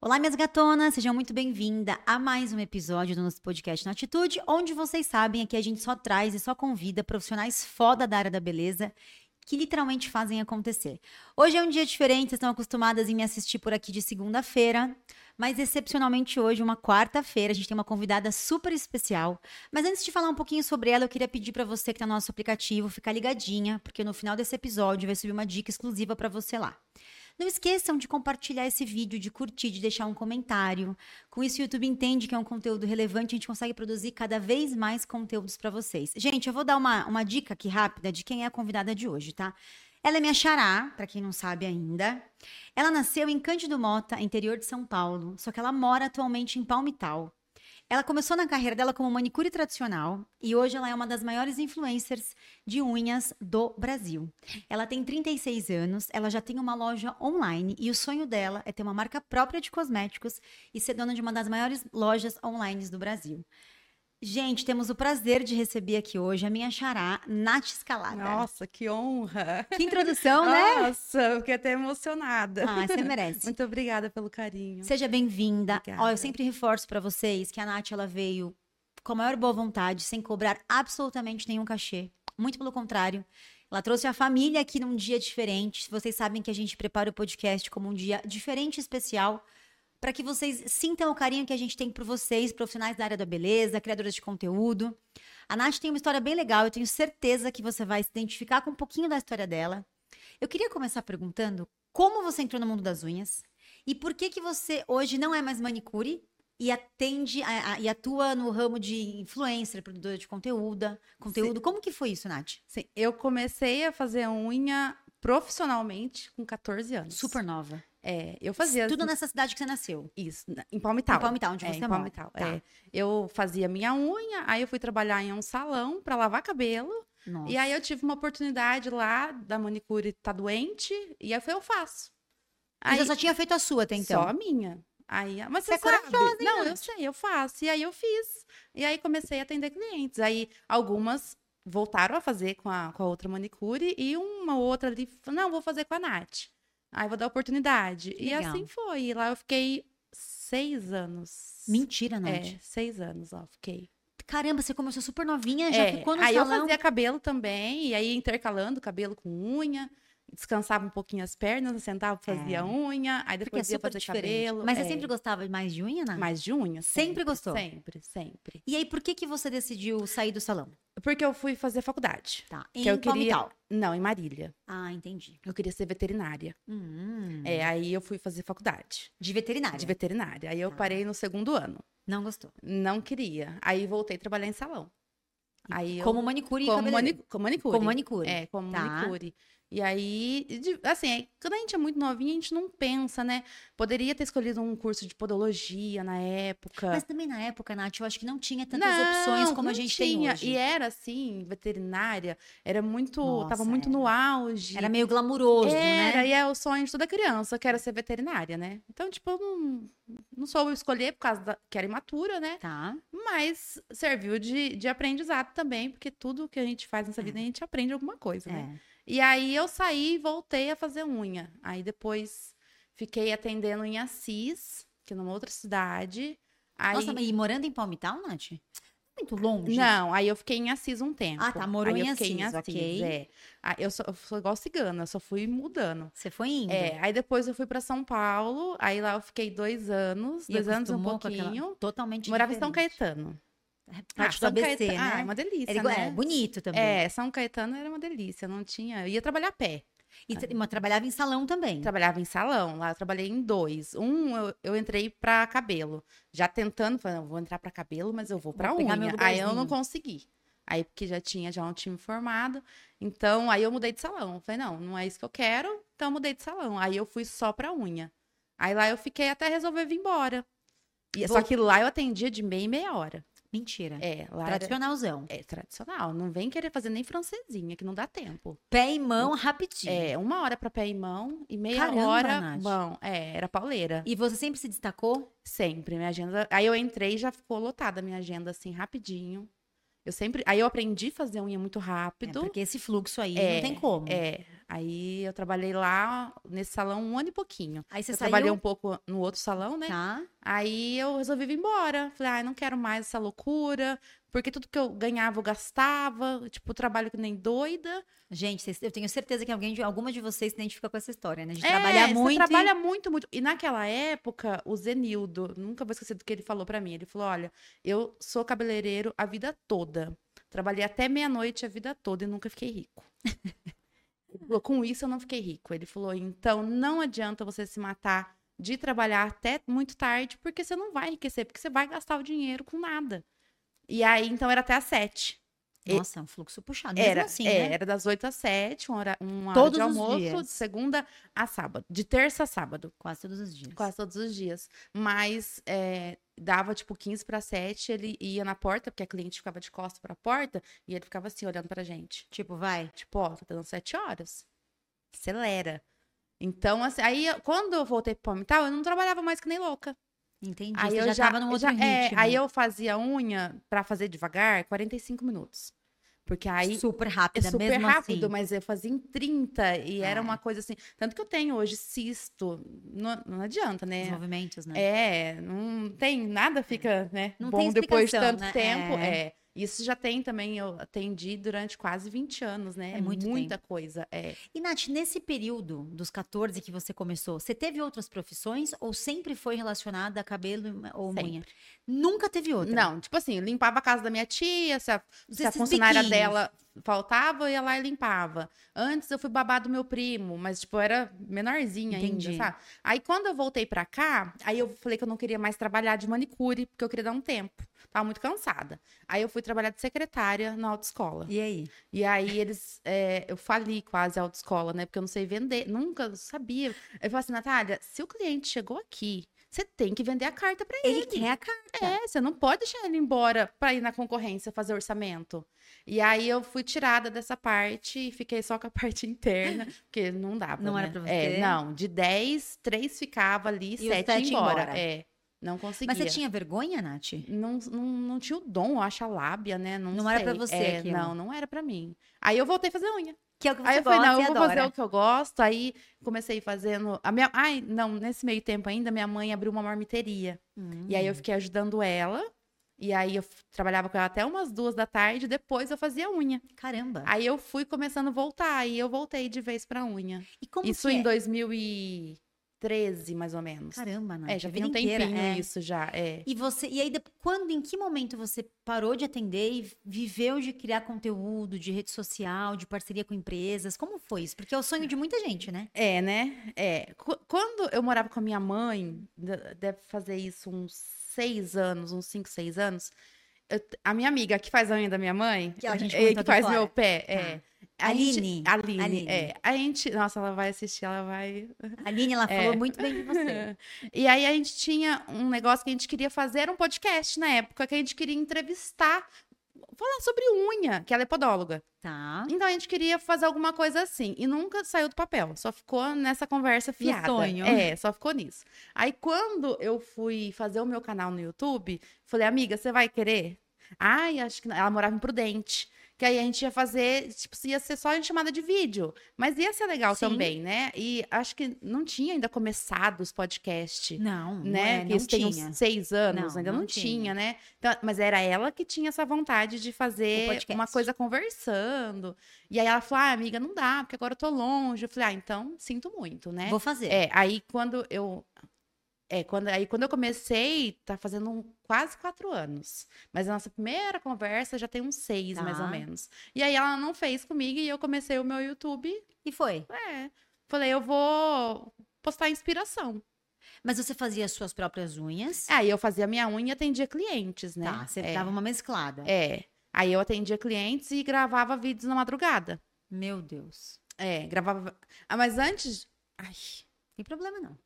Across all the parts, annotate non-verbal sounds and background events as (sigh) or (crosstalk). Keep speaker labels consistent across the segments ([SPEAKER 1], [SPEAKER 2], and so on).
[SPEAKER 1] Olá, minhas gatonas, sejam muito bem-vindas a mais um episódio do nosso podcast na Atitude, onde vocês sabem aqui a gente só traz e só convida profissionais foda da área da beleza que literalmente fazem acontecer. Hoje é um dia diferente, vocês estão acostumadas em me assistir por aqui de segunda-feira, mas excepcionalmente hoje, uma quarta-feira, a gente tem uma convidada super especial. Mas antes de falar um pouquinho sobre ela, eu queria pedir para você que tá no nosso aplicativo ficar ligadinha, porque no final desse episódio vai subir uma dica exclusiva para você lá. Não esqueçam de compartilhar esse vídeo, de curtir, de deixar um comentário. Com isso, o YouTube entende que é um conteúdo relevante, a gente consegue produzir cada vez mais conteúdos para vocês. Gente, eu vou dar uma, uma dica aqui rápida de quem é a convidada de hoje, tá? Ela é minha xará, para quem não sabe ainda. Ela nasceu em Cândido Mota, interior de São Paulo, só que ela mora atualmente em Palmital. Ela começou na carreira dela como manicure tradicional e hoje ela é uma das maiores influencers de unhas do Brasil. Ela tem 36 anos, ela já tem uma loja online e o sonho dela é ter uma marca própria de cosméticos e ser dona de uma das maiores lojas online do Brasil. Gente, temos o prazer de receber aqui hoje a minha xará, Nath Escalada.
[SPEAKER 2] Nossa, que honra!
[SPEAKER 1] Que introdução, né?
[SPEAKER 2] Nossa, eu fiquei até emocionada.
[SPEAKER 1] Ah, você merece.
[SPEAKER 2] Muito obrigada pelo carinho.
[SPEAKER 1] Seja bem-vinda.
[SPEAKER 2] Obrigada.
[SPEAKER 1] Ó, eu sempre reforço pra vocês que a Nath ela veio com a maior boa vontade, sem cobrar absolutamente nenhum cachê. Muito pelo contrário. Ela trouxe a família aqui num dia diferente. Vocês sabem que a gente prepara o podcast como um dia diferente e especial para que vocês sintam o carinho que a gente tem por vocês, profissionais da área da beleza, criadoras de conteúdo. A Nath tem uma história bem legal, eu tenho certeza que você vai se identificar com um pouquinho da história dela. Eu queria começar perguntando como você entrou no mundo das unhas e por que que você hoje não é mais manicure e atende a- a- e atua no ramo de influencer, produtora de conteúdo, conteúdo. Como que foi isso, Nath?
[SPEAKER 2] Sim, eu comecei a fazer unha profissionalmente com 14 anos.
[SPEAKER 1] Super nova.
[SPEAKER 2] É, eu fazia
[SPEAKER 1] Tudo nessa cidade que você nasceu.
[SPEAKER 2] isso, na- em Palmital.
[SPEAKER 1] Em Palmital, onde
[SPEAKER 2] É,
[SPEAKER 1] você
[SPEAKER 2] em
[SPEAKER 1] mora.
[SPEAKER 2] Palmital,
[SPEAKER 1] Tá.
[SPEAKER 2] é. Eu fazia minha unha, aí eu fui trabalhar em um salão para lavar cabelo.
[SPEAKER 1] Nossa.
[SPEAKER 2] E aí eu tive uma oportunidade lá da manicure tá doente, e aí foi eu faço.
[SPEAKER 1] E você só tinha feito a sua até então.
[SPEAKER 2] Só a minha. Aí, ah, mas
[SPEAKER 1] Você
[SPEAKER 2] você,
[SPEAKER 1] é
[SPEAKER 2] sabe.
[SPEAKER 1] corajosa, hein,
[SPEAKER 2] Não, eu
[SPEAKER 1] Nath?
[SPEAKER 2] sei, eu faço. E aí eu fiz. E aí comecei a atender clientes. Aí algumas voltaram a fazer com a, com a outra manicure e uma outra ali, falou, não, vou fazer com a Nath. Aí vou dar oportunidade. E
[SPEAKER 1] legal.
[SPEAKER 2] assim foi. E lá eu fiquei seis anos.
[SPEAKER 1] Mentira, Nath.
[SPEAKER 2] É, seis anos lá eu fiquei.
[SPEAKER 1] Caramba, você começou super novinha, já
[SPEAKER 2] É,
[SPEAKER 1] ficou no
[SPEAKER 2] aí eu
[SPEAKER 1] salão.
[SPEAKER 2] fazia cabelo também, e aí intercalando cabelo com unha, descansava um pouquinho as pernas, sentava, fazia
[SPEAKER 1] É.
[SPEAKER 2] unha, aí
[SPEAKER 1] Porque é
[SPEAKER 2] depois ia
[SPEAKER 1] super
[SPEAKER 2] fazer
[SPEAKER 1] diferente.
[SPEAKER 2] cabelo.
[SPEAKER 1] Mas
[SPEAKER 2] é.
[SPEAKER 1] você sempre gostava mais de unha, Nath?
[SPEAKER 2] Mais de unha.
[SPEAKER 1] Ah. Sempre gostou?
[SPEAKER 2] Sempre, sempre.
[SPEAKER 1] E aí, por que, que você decidiu sair do salão?
[SPEAKER 2] Porque eu fui fazer faculdade.
[SPEAKER 1] Tá.
[SPEAKER 2] Que
[SPEAKER 1] Em
[SPEAKER 2] eu queria-
[SPEAKER 1] Palmital.
[SPEAKER 2] Não, em Marília.
[SPEAKER 1] Ah, entendi.
[SPEAKER 2] Eu queria ser veterinária.
[SPEAKER 1] Hum.
[SPEAKER 2] É, aí eu fui fazer faculdade
[SPEAKER 1] De veterinária.
[SPEAKER 2] de veterinária. Aí eu
[SPEAKER 1] Tá.
[SPEAKER 2] parei no segundo ano.
[SPEAKER 1] Não gostou.
[SPEAKER 2] Não queria. Aí voltei a trabalhar em salão. Aí eu-
[SPEAKER 1] Como manicure e
[SPEAKER 2] como,
[SPEAKER 1] cabeleireiro.
[SPEAKER 2] mani... como manicure.
[SPEAKER 1] Como manicure.
[SPEAKER 2] É, como
[SPEAKER 1] Tá.
[SPEAKER 2] manicure. E aí, e de- assim, é, quando a gente é muito novinha, a gente não pensa, né? Poderia ter escolhido um curso de podologia na época.
[SPEAKER 1] Mas também na época, Nath, eu acho que não tinha tantas opções como a
[SPEAKER 2] não
[SPEAKER 1] gente tem
[SPEAKER 2] tinha.
[SPEAKER 1] hoje.
[SPEAKER 2] E era assim, veterinária, era muito,
[SPEAKER 1] Nossa,
[SPEAKER 2] tava muito no auge.
[SPEAKER 1] Era meio glamuroso,
[SPEAKER 2] Era,
[SPEAKER 1] né?
[SPEAKER 2] e é o sonho de toda criança, que era ser veterinária, né? Então, tipo, eu não, não soube escolher por causa da, que era imatura, né?
[SPEAKER 1] Tá.
[SPEAKER 2] Mas serviu de, de aprendizado também, porque tudo que a gente faz nessa vida, a gente aprende alguma coisa, né?
[SPEAKER 1] É.
[SPEAKER 2] E aí eu saí e voltei a fazer unha. Aí depois fiquei atendendo em Assis, que é numa outra cidade. Aí...
[SPEAKER 1] Nossa, mas e morando em Palmital, Nath? Muito longe.
[SPEAKER 2] Não, aí eu fiquei em Assis um tempo.
[SPEAKER 1] Ah, tá, morou
[SPEAKER 2] Aí
[SPEAKER 1] em
[SPEAKER 2] eu fiquei
[SPEAKER 1] Assis, ok.
[SPEAKER 2] é. Ah, eu, sou, eu sou igual cigana, eu só fui mudando.
[SPEAKER 1] Você foi indo.
[SPEAKER 2] É, aí depois eu fui pra São Paulo, aí lá eu fiquei dois anos,
[SPEAKER 1] E
[SPEAKER 2] dois anos e um
[SPEAKER 1] acostumou com aquela-
[SPEAKER 2] pouquinho.
[SPEAKER 1] Totalmente
[SPEAKER 2] Morava em São
[SPEAKER 1] diferente.
[SPEAKER 2] Caetano.
[SPEAKER 1] Ah, tipo ABC,
[SPEAKER 2] Caetano, ah, é
[SPEAKER 1] né?
[SPEAKER 2] uma delícia,
[SPEAKER 1] Era igual-
[SPEAKER 2] né?
[SPEAKER 1] É bonito também.
[SPEAKER 2] É, São Caetano era uma delícia, não tinha... Eu ia trabalhar a pé.
[SPEAKER 1] E tra- mas trabalhava em salão também.
[SPEAKER 2] Trabalhava em salão, lá eu trabalhei em dois. Um, eu, eu entrei pra cabelo, já tentando, falando, "Não, vou entrar pra cabelo, mas eu vou pra
[SPEAKER 1] Vou pegar meu
[SPEAKER 2] unha. Aí eu não
[SPEAKER 1] lugarzinho.
[SPEAKER 2] consegui. Aí, porque já tinha já um time formado. Então, aí eu mudei de salão. Falei, não, não é isso que eu quero, então eu mudei de salão. Aí eu fui só pra unha. Aí lá eu fiquei até resolver vir embora. E, só
[SPEAKER 1] Vou-
[SPEAKER 2] que lá eu atendia de meia e meia hora.
[SPEAKER 1] Mentira.
[SPEAKER 2] É, lá era-
[SPEAKER 1] Tradicionalzão.
[SPEAKER 2] é tradicional. Não vem querer fazer nem francesinha, que não dá tempo.
[SPEAKER 1] Pé e mão rapidinho.
[SPEAKER 2] É, uma hora pra pé e mão e meia
[SPEAKER 1] Caramba,
[SPEAKER 2] hora
[SPEAKER 1] Nath.
[SPEAKER 2] mão. É, era pauleira.
[SPEAKER 1] E você sempre se destacou?
[SPEAKER 2] Sempre. Minha agenda. Aí eu entrei e já ficou lotada a minha agenda, assim, rapidinho. Eu sempre. Aí eu aprendi a fazer unha muito
[SPEAKER 1] É,
[SPEAKER 2] rápido.
[SPEAKER 1] porque esse fluxo aí não
[SPEAKER 2] É,
[SPEAKER 1] tem como.
[SPEAKER 2] É. Aí eu trabalhei lá nesse salão um ano e pouquinho.
[SPEAKER 1] Aí você
[SPEAKER 2] eu
[SPEAKER 1] saiu,
[SPEAKER 2] trabalhei um pouco no outro salão, né?
[SPEAKER 1] tá?
[SPEAKER 2] Aí eu resolvi vir embora. Falei, ai, não quero mais essa loucura, porque tudo que eu ganhava eu gastava, tipo, trabalho que nem doida.
[SPEAKER 1] Gente, vocês- eu tenho certeza que alguém, de- alguma de vocês se identifica com essa história, né? De
[SPEAKER 2] É,
[SPEAKER 1] trabalhar
[SPEAKER 2] você
[SPEAKER 1] muito. e-
[SPEAKER 2] trabalha muito, muito. E naquela época, o Zenildo, nunca vou esquecer do que ele falou pra mim. Ele falou: olha, eu sou cabeleireiro a vida toda. Trabalhei até meia-noite a vida toda e nunca fiquei rico. (laughs) Ele falou, Com isso eu não fiquei rico. Ele falou: então não adianta você se matar de trabalhar até muito tarde, porque você não vai enriquecer, porque você vai gastar o dinheiro com nada. E aí, então, era até às sete.
[SPEAKER 1] Nossa, é um fluxo puxado. Mesmo
[SPEAKER 2] Era,
[SPEAKER 1] assim,
[SPEAKER 2] é,
[SPEAKER 1] né?
[SPEAKER 2] era das 8 às 7, uma hora, uma hora
[SPEAKER 1] Todos
[SPEAKER 2] de
[SPEAKER 1] os
[SPEAKER 2] almoço,
[SPEAKER 1] dias.
[SPEAKER 2] de segunda a sábado, de terça a sábado,
[SPEAKER 1] Quase todos os dias.
[SPEAKER 2] quase todos os dias. Mas é, dava tipo 15 para 7, ele ia na porta, porque a cliente ficava de costas para a porta, e ele ficava assim olhando pra gente.
[SPEAKER 1] Tipo, vai.
[SPEAKER 2] Tipo, ó, tá dando 7 horas. Acelera. Então, assim, aí quando eu voltei pro Palmital, eu não trabalhava mais que nem louca.
[SPEAKER 1] Entendi.
[SPEAKER 2] Aí
[SPEAKER 1] Então, você
[SPEAKER 2] eu
[SPEAKER 1] já, tava num outro
[SPEAKER 2] já- é,
[SPEAKER 1] ritmo.
[SPEAKER 2] aí eu fazia unha pra fazer devagar 45 minutos. Porque aí
[SPEAKER 1] super
[SPEAKER 2] é
[SPEAKER 1] rápida,
[SPEAKER 2] super
[SPEAKER 1] mesmo
[SPEAKER 2] rápido,
[SPEAKER 1] assim.
[SPEAKER 2] mas eu fazia em 30 e era
[SPEAKER 1] Ah.
[SPEAKER 2] uma coisa assim. Tanto que eu tenho hoje cisto. Não, não adianta,
[SPEAKER 1] Os
[SPEAKER 2] né?
[SPEAKER 1] movimentos, né?
[SPEAKER 2] É, não tem nada, fica, né?
[SPEAKER 1] Não
[SPEAKER 2] bom
[SPEAKER 1] tem
[SPEAKER 2] depois de
[SPEAKER 1] explicação,
[SPEAKER 2] tanto
[SPEAKER 1] né?
[SPEAKER 2] tempo.
[SPEAKER 1] É.
[SPEAKER 2] É. Isso já tem também, eu atendi durante quase 20 anos, né?
[SPEAKER 1] É muito
[SPEAKER 2] muita coisa. É.
[SPEAKER 1] E, Nath, nesse período dos 14 que você começou, você teve outras profissões ou sempre foi relacionada a cabelo e- ou
[SPEAKER 2] Sempre.
[SPEAKER 1] unha? Nunca teve outra?
[SPEAKER 2] Não, tipo assim, limpava a casa da minha tia, se a, se a
[SPEAKER 1] Esses
[SPEAKER 2] funcionária
[SPEAKER 1] biquinhos.
[SPEAKER 2] dela faltava, eu ia lá e limpava. Antes eu fui babá do meu primo, mas tipo, eu era menorzinha
[SPEAKER 1] Entendi.
[SPEAKER 2] ainda, sabe? Aí quando eu voltei pra cá, aí eu falei que eu não queria mais trabalhar de manicure, porque eu queria dar um tempo. Tava muito cansada. Aí eu fui trabalhar de secretária na autoescola.
[SPEAKER 1] E aí?
[SPEAKER 2] E aí eles. é, eu fali quase a autoescola, né? Porque eu não sei vender, nunca sabia. Eu falei assim, Natália, se o cliente chegou aqui, você tem que vender a carta pra
[SPEAKER 1] Ele quer a cara.
[SPEAKER 2] é, você não pode deixar ele embora pra ir na concorrência fazer orçamento. E aí eu fui tirada dessa parte e fiquei só com a (laughs) parte interna, porque não dava.
[SPEAKER 1] Não
[SPEAKER 2] né?
[SPEAKER 1] era pra você?
[SPEAKER 2] É, não, de 10, 3 ficava ali,
[SPEAKER 1] os
[SPEAKER 2] 7
[SPEAKER 1] sete
[SPEAKER 2] ia embora.
[SPEAKER 1] embora.
[SPEAKER 2] É, não conseguia.
[SPEAKER 1] Mas você tinha vergonha, Nath?
[SPEAKER 2] Não, não, não tinha o dom, eu acho, a lábia, né? Não,
[SPEAKER 1] Não era
[SPEAKER 2] sei.
[SPEAKER 1] pra você
[SPEAKER 2] É,
[SPEAKER 1] aquilo.
[SPEAKER 2] não, não era pra mim. Aí eu voltei a fazer unha.
[SPEAKER 1] Que é o que você
[SPEAKER 2] Aí eu
[SPEAKER 1] gosta
[SPEAKER 2] falei, não,
[SPEAKER 1] e
[SPEAKER 2] eu vou
[SPEAKER 1] adora.
[SPEAKER 2] fazer o que eu gosto. Aí comecei fazendo. A minha... Ai, não, nesse meio tempo ainda, minha mãe abriu uma marmiteria.
[SPEAKER 1] Hum.
[SPEAKER 2] E aí eu fiquei ajudando ela. E aí eu f- trabalhava com ela até umas duas da tarde, depois eu Ah, fazia unha.
[SPEAKER 1] Caramba.
[SPEAKER 2] Aí eu fui começando a voltar, aí eu voltei de vez pra unha.
[SPEAKER 1] E como
[SPEAKER 2] isso
[SPEAKER 1] que
[SPEAKER 2] em
[SPEAKER 1] é?
[SPEAKER 2] 2013, mais ou menos.
[SPEAKER 1] Caramba, Nath.
[SPEAKER 2] é,
[SPEAKER 1] a
[SPEAKER 2] já tem
[SPEAKER 1] vida
[SPEAKER 2] um tempinho
[SPEAKER 1] inteira, é.
[SPEAKER 2] isso já, é.
[SPEAKER 1] E você, e aí depo- quando, em que momento você parou de atender e viveu de criar conteúdo, de rede social, de parceria com empresas? Como foi isso? Porque é o sonho de muita gente, né?
[SPEAKER 2] É, né? É. Qu- Quando eu morava com a minha mãe, de- deve fazer isso uns seis anos, uns cinco, seis anos. eu t- a minha amiga que faz a unha da minha mãe,
[SPEAKER 1] Que a gente
[SPEAKER 2] é,
[SPEAKER 1] comentou
[SPEAKER 2] que
[SPEAKER 1] do
[SPEAKER 2] faz
[SPEAKER 1] fora. Tá.
[SPEAKER 2] meu pé, é. A gente-
[SPEAKER 1] Aline.
[SPEAKER 2] Aline,
[SPEAKER 1] Aline.
[SPEAKER 2] é. A gente, nossa, ela vai assistir, ela
[SPEAKER 1] (laughs)
[SPEAKER 2] vai.
[SPEAKER 1] A Aline, ela
[SPEAKER 2] É.
[SPEAKER 1] falou muito bem de
[SPEAKER 2] (laughs)
[SPEAKER 1] você.
[SPEAKER 2] E aí a gente tinha um negócio que a gente queria fazer, era um podcast na época, que a gente queria entrevistar, falar sobre unha, que ela é podóloga.
[SPEAKER 1] Tá.
[SPEAKER 2] Então a gente queria fazer alguma coisa assim, e nunca saiu do papel, só ficou nessa conversa fiada.
[SPEAKER 1] sonho.
[SPEAKER 2] É, só ficou nisso. Aí quando eu fui fazer o meu canal no YouTube, falei, amiga, você vai querer? Ai, acho que não. ela morava em Prudente. Que aí a gente ia fazer, tipo, ia ser só em chamada de vídeo. Mas ia ser legal
[SPEAKER 1] Sim.
[SPEAKER 2] também, né? E acho que não tinha ainda começado os podcasts
[SPEAKER 1] Não, não
[SPEAKER 2] né?
[SPEAKER 1] é,
[SPEAKER 2] que
[SPEAKER 1] não
[SPEAKER 2] isso tem
[SPEAKER 1] tinha.
[SPEAKER 2] uns seis anos,
[SPEAKER 1] Não,
[SPEAKER 2] ainda
[SPEAKER 1] não
[SPEAKER 2] não,
[SPEAKER 1] tinha.
[SPEAKER 2] tinha, né? Então, mas era ela que tinha essa vontade de
[SPEAKER 1] O
[SPEAKER 2] fazer
[SPEAKER 1] podcast.
[SPEAKER 2] uma coisa conversando. E aí ela falou: ah, amiga, não dá, porque agora eu tô longe. Eu falei, ah, então sinto muito, né?
[SPEAKER 1] Vou fazer.
[SPEAKER 2] É, aí quando eu. É, quando, aí quando eu comecei, tá fazendo um- quase quatro anos. Mas a nossa primeira conversa já tem uns seis, mais ou
[SPEAKER 1] Tá.
[SPEAKER 2] menos. E aí ela não fez comigo e eu comecei o meu YouTube.
[SPEAKER 1] E foi.
[SPEAKER 2] É. Falei, eu vou postar inspiração.
[SPEAKER 1] Mas você fazia as suas próprias unhas.
[SPEAKER 2] Aí eu fazia minha unha e atendia clientes, É, né?
[SPEAKER 1] Tá, você
[SPEAKER 2] é.
[SPEAKER 1] dava uma mesclada.
[SPEAKER 2] É. Aí eu atendia clientes e gravava vídeos na madrugada.
[SPEAKER 1] Meu Deus.
[SPEAKER 2] É, gravava. Ah, mas antes. Ai.
[SPEAKER 1] Não tem problema, não.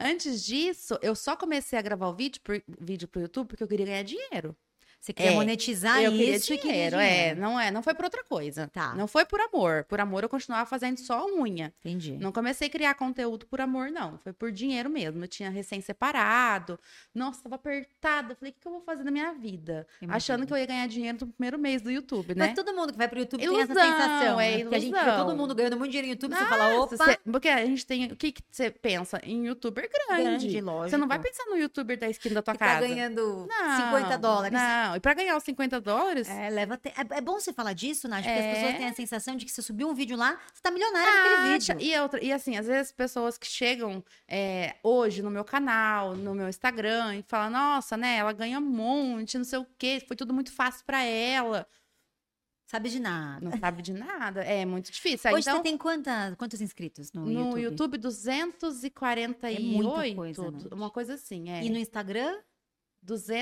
[SPEAKER 2] Antes disso, eu só comecei a gravar o vídeo, por... vídeo pro YouTube porque eu queria ganhar dinheiro.
[SPEAKER 1] Você queria
[SPEAKER 2] É,
[SPEAKER 1] monetizar
[SPEAKER 2] eu queria
[SPEAKER 1] isso
[SPEAKER 2] dinheiro,
[SPEAKER 1] e queria
[SPEAKER 2] é,
[SPEAKER 1] dinheiro.
[SPEAKER 2] não é, não foi por outra coisa.
[SPEAKER 1] Tá.
[SPEAKER 2] Não foi por amor. Por amor eu continuava fazendo só unha.
[SPEAKER 1] Entendi.
[SPEAKER 2] Não comecei a criar conteúdo por amor, não. Foi por dinheiro mesmo. Eu tinha recém-separado. Nossa, tava apertada. Falei, o que que eu vou fazer na minha vida?
[SPEAKER 1] Imagino.
[SPEAKER 2] Achando que eu ia ganhar dinheiro no primeiro mês do YouTube, né?
[SPEAKER 1] Mas todo mundo que vai pro YouTube tem essa
[SPEAKER 2] Ilusão,
[SPEAKER 1] sensação,
[SPEAKER 2] é
[SPEAKER 1] né? Porque a gente vê
[SPEAKER 2] ilusão.
[SPEAKER 1] todo mundo ganhando muito dinheiro no YouTube, você fala, opa,
[SPEAKER 2] Nossa, é cê- porque a gente tem. O que que você pensa? Em youtuber grande.
[SPEAKER 1] grande, lógico.
[SPEAKER 2] Você não vai pensar no youtuber da esquina da tua
[SPEAKER 1] que tá
[SPEAKER 2] casa.
[SPEAKER 1] ganhando
[SPEAKER 2] Não,
[SPEAKER 1] 50 dólares. né?
[SPEAKER 2] Não, e pra ganhar os 50 dólares,
[SPEAKER 1] É, leva te- é, é bom você falar disso, Nath, porque as
[SPEAKER 2] É. Ah,
[SPEAKER 1] pessoas têm a sensação de que você subiu um vídeo lá, você tá milionária naquele
[SPEAKER 2] Acha-
[SPEAKER 1] vídeo.
[SPEAKER 2] E, é outra- e assim, às vezes pessoas que chegam é, hoje no meu canal, no meu Instagram, e falam, nossa, né, ela ganha um monte, não sei o quê, foi tudo muito fácil pra ela.
[SPEAKER 1] Sabe de nada.
[SPEAKER 2] Não sabe de nada. É muito difícil. Aí,
[SPEAKER 1] Hoje você
[SPEAKER 2] então,
[SPEAKER 1] tem quantas, quantos inscritos no,
[SPEAKER 2] no
[SPEAKER 1] YouTube?
[SPEAKER 2] YouTube,
[SPEAKER 1] É
[SPEAKER 2] 248,
[SPEAKER 1] muita coisa, Nath.
[SPEAKER 2] uma coisa assim, é.
[SPEAKER 1] E no Instagram?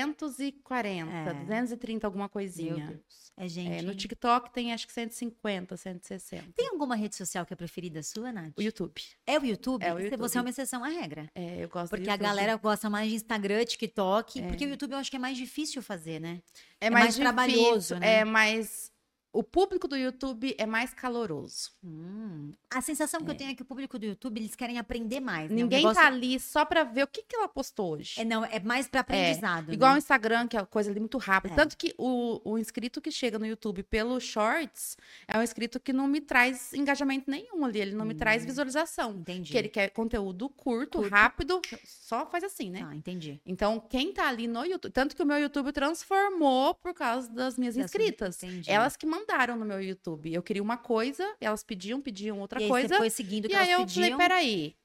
[SPEAKER 2] 240,
[SPEAKER 1] É.
[SPEAKER 2] 230, alguma
[SPEAKER 1] Meu
[SPEAKER 2] coisinha.
[SPEAKER 1] Deus. É gente.
[SPEAKER 2] É, no
[SPEAKER 1] hein?
[SPEAKER 2] TikTok tem acho que 150, 160.
[SPEAKER 1] Tem alguma rede social que é preferida sua, Nath?
[SPEAKER 2] O YouTube.
[SPEAKER 1] É o YouTube?
[SPEAKER 2] É o
[SPEAKER 1] Você-
[SPEAKER 2] YouTube.
[SPEAKER 1] Você é uma exceção à regra.
[SPEAKER 2] É, eu gosto do
[SPEAKER 1] Porque a
[SPEAKER 2] YouTube.
[SPEAKER 1] galera gosta mais de Instagram, TikTok, porque o YouTube eu acho que é mais difícil fazer, né?
[SPEAKER 2] É,
[SPEAKER 1] É
[SPEAKER 2] mais,
[SPEAKER 1] mais trabalhoso,
[SPEAKER 2] difícil,
[SPEAKER 1] né?
[SPEAKER 2] É mais. O público do YouTube é mais caloroso.
[SPEAKER 1] Hum. A sensação que eu tenho é que o público do YouTube, eles querem aprender mais. né? O
[SPEAKER 2] Ninguém
[SPEAKER 1] negócio-
[SPEAKER 2] tá ali só pra ver o que, que ela postou hoje.
[SPEAKER 1] É, não, é mais pra aprendizado.
[SPEAKER 2] Igual o
[SPEAKER 1] né?
[SPEAKER 2] Instagram, que é uma coisa ali muito rápida.
[SPEAKER 1] É.
[SPEAKER 2] Tanto que o, o inscrito que chega no YouTube pelo Shorts é um inscrito que não me traz engajamento nenhum ali. Ele não me traz visualização.
[SPEAKER 1] Hum. Entendi.
[SPEAKER 2] Porque um ele quer conteúdo curto,
[SPEAKER 1] Curto.
[SPEAKER 2] rápido, só faz assim, né?
[SPEAKER 1] Tá, entendi.
[SPEAKER 2] Então, quem tá ali no YouTube. Tanto que o meu YouTube transformou por causa das minhas
[SPEAKER 1] Das suas-
[SPEAKER 2] inscritas.
[SPEAKER 1] entendi.
[SPEAKER 2] Elas que mandaram no meu YouTube. Eu queria uma coisa, elas pediam, pediam outra
[SPEAKER 1] e aí
[SPEAKER 2] coisa.
[SPEAKER 1] você foi seguindo o que
[SPEAKER 2] e aí
[SPEAKER 1] elas
[SPEAKER 2] eu
[SPEAKER 1] pediam.
[SPEAKER 2] falei, peraí.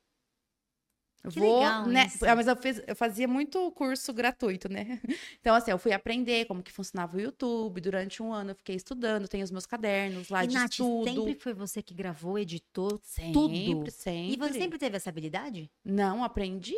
[SPEAKER 2] eu
[SPEAKER 1] Que
[SPEAKER 2] Vou,
[SPEAKER 1] legal
[SPEAKER 2] né?
[SPEAKER 1] isso.
[SPEAKER 2] Ah, Mas eu, fiz- eu fazia muito curso gratuito, né? (laughs) Então, assim, eu fui aprender como que funcionava o YouTube. Durante um ano eu fiquei estudando, tenho os meus cadernos lá
[SPEAKER 1] e
[SPEAKER 2] de
[SPEAKER 1] Nath,
[SPEAKER 2] estudo.
[SPEAKER 1] sempre foi você que gravou, editou.
[SPEAKER 2] Sempre,
[SPEAKER 1] tudo.
[SPEAKER 2] sempre.
[SPEAKER 1] E você sempre teve essa habilidade?
[SPEAKER 2] Não, aprendi.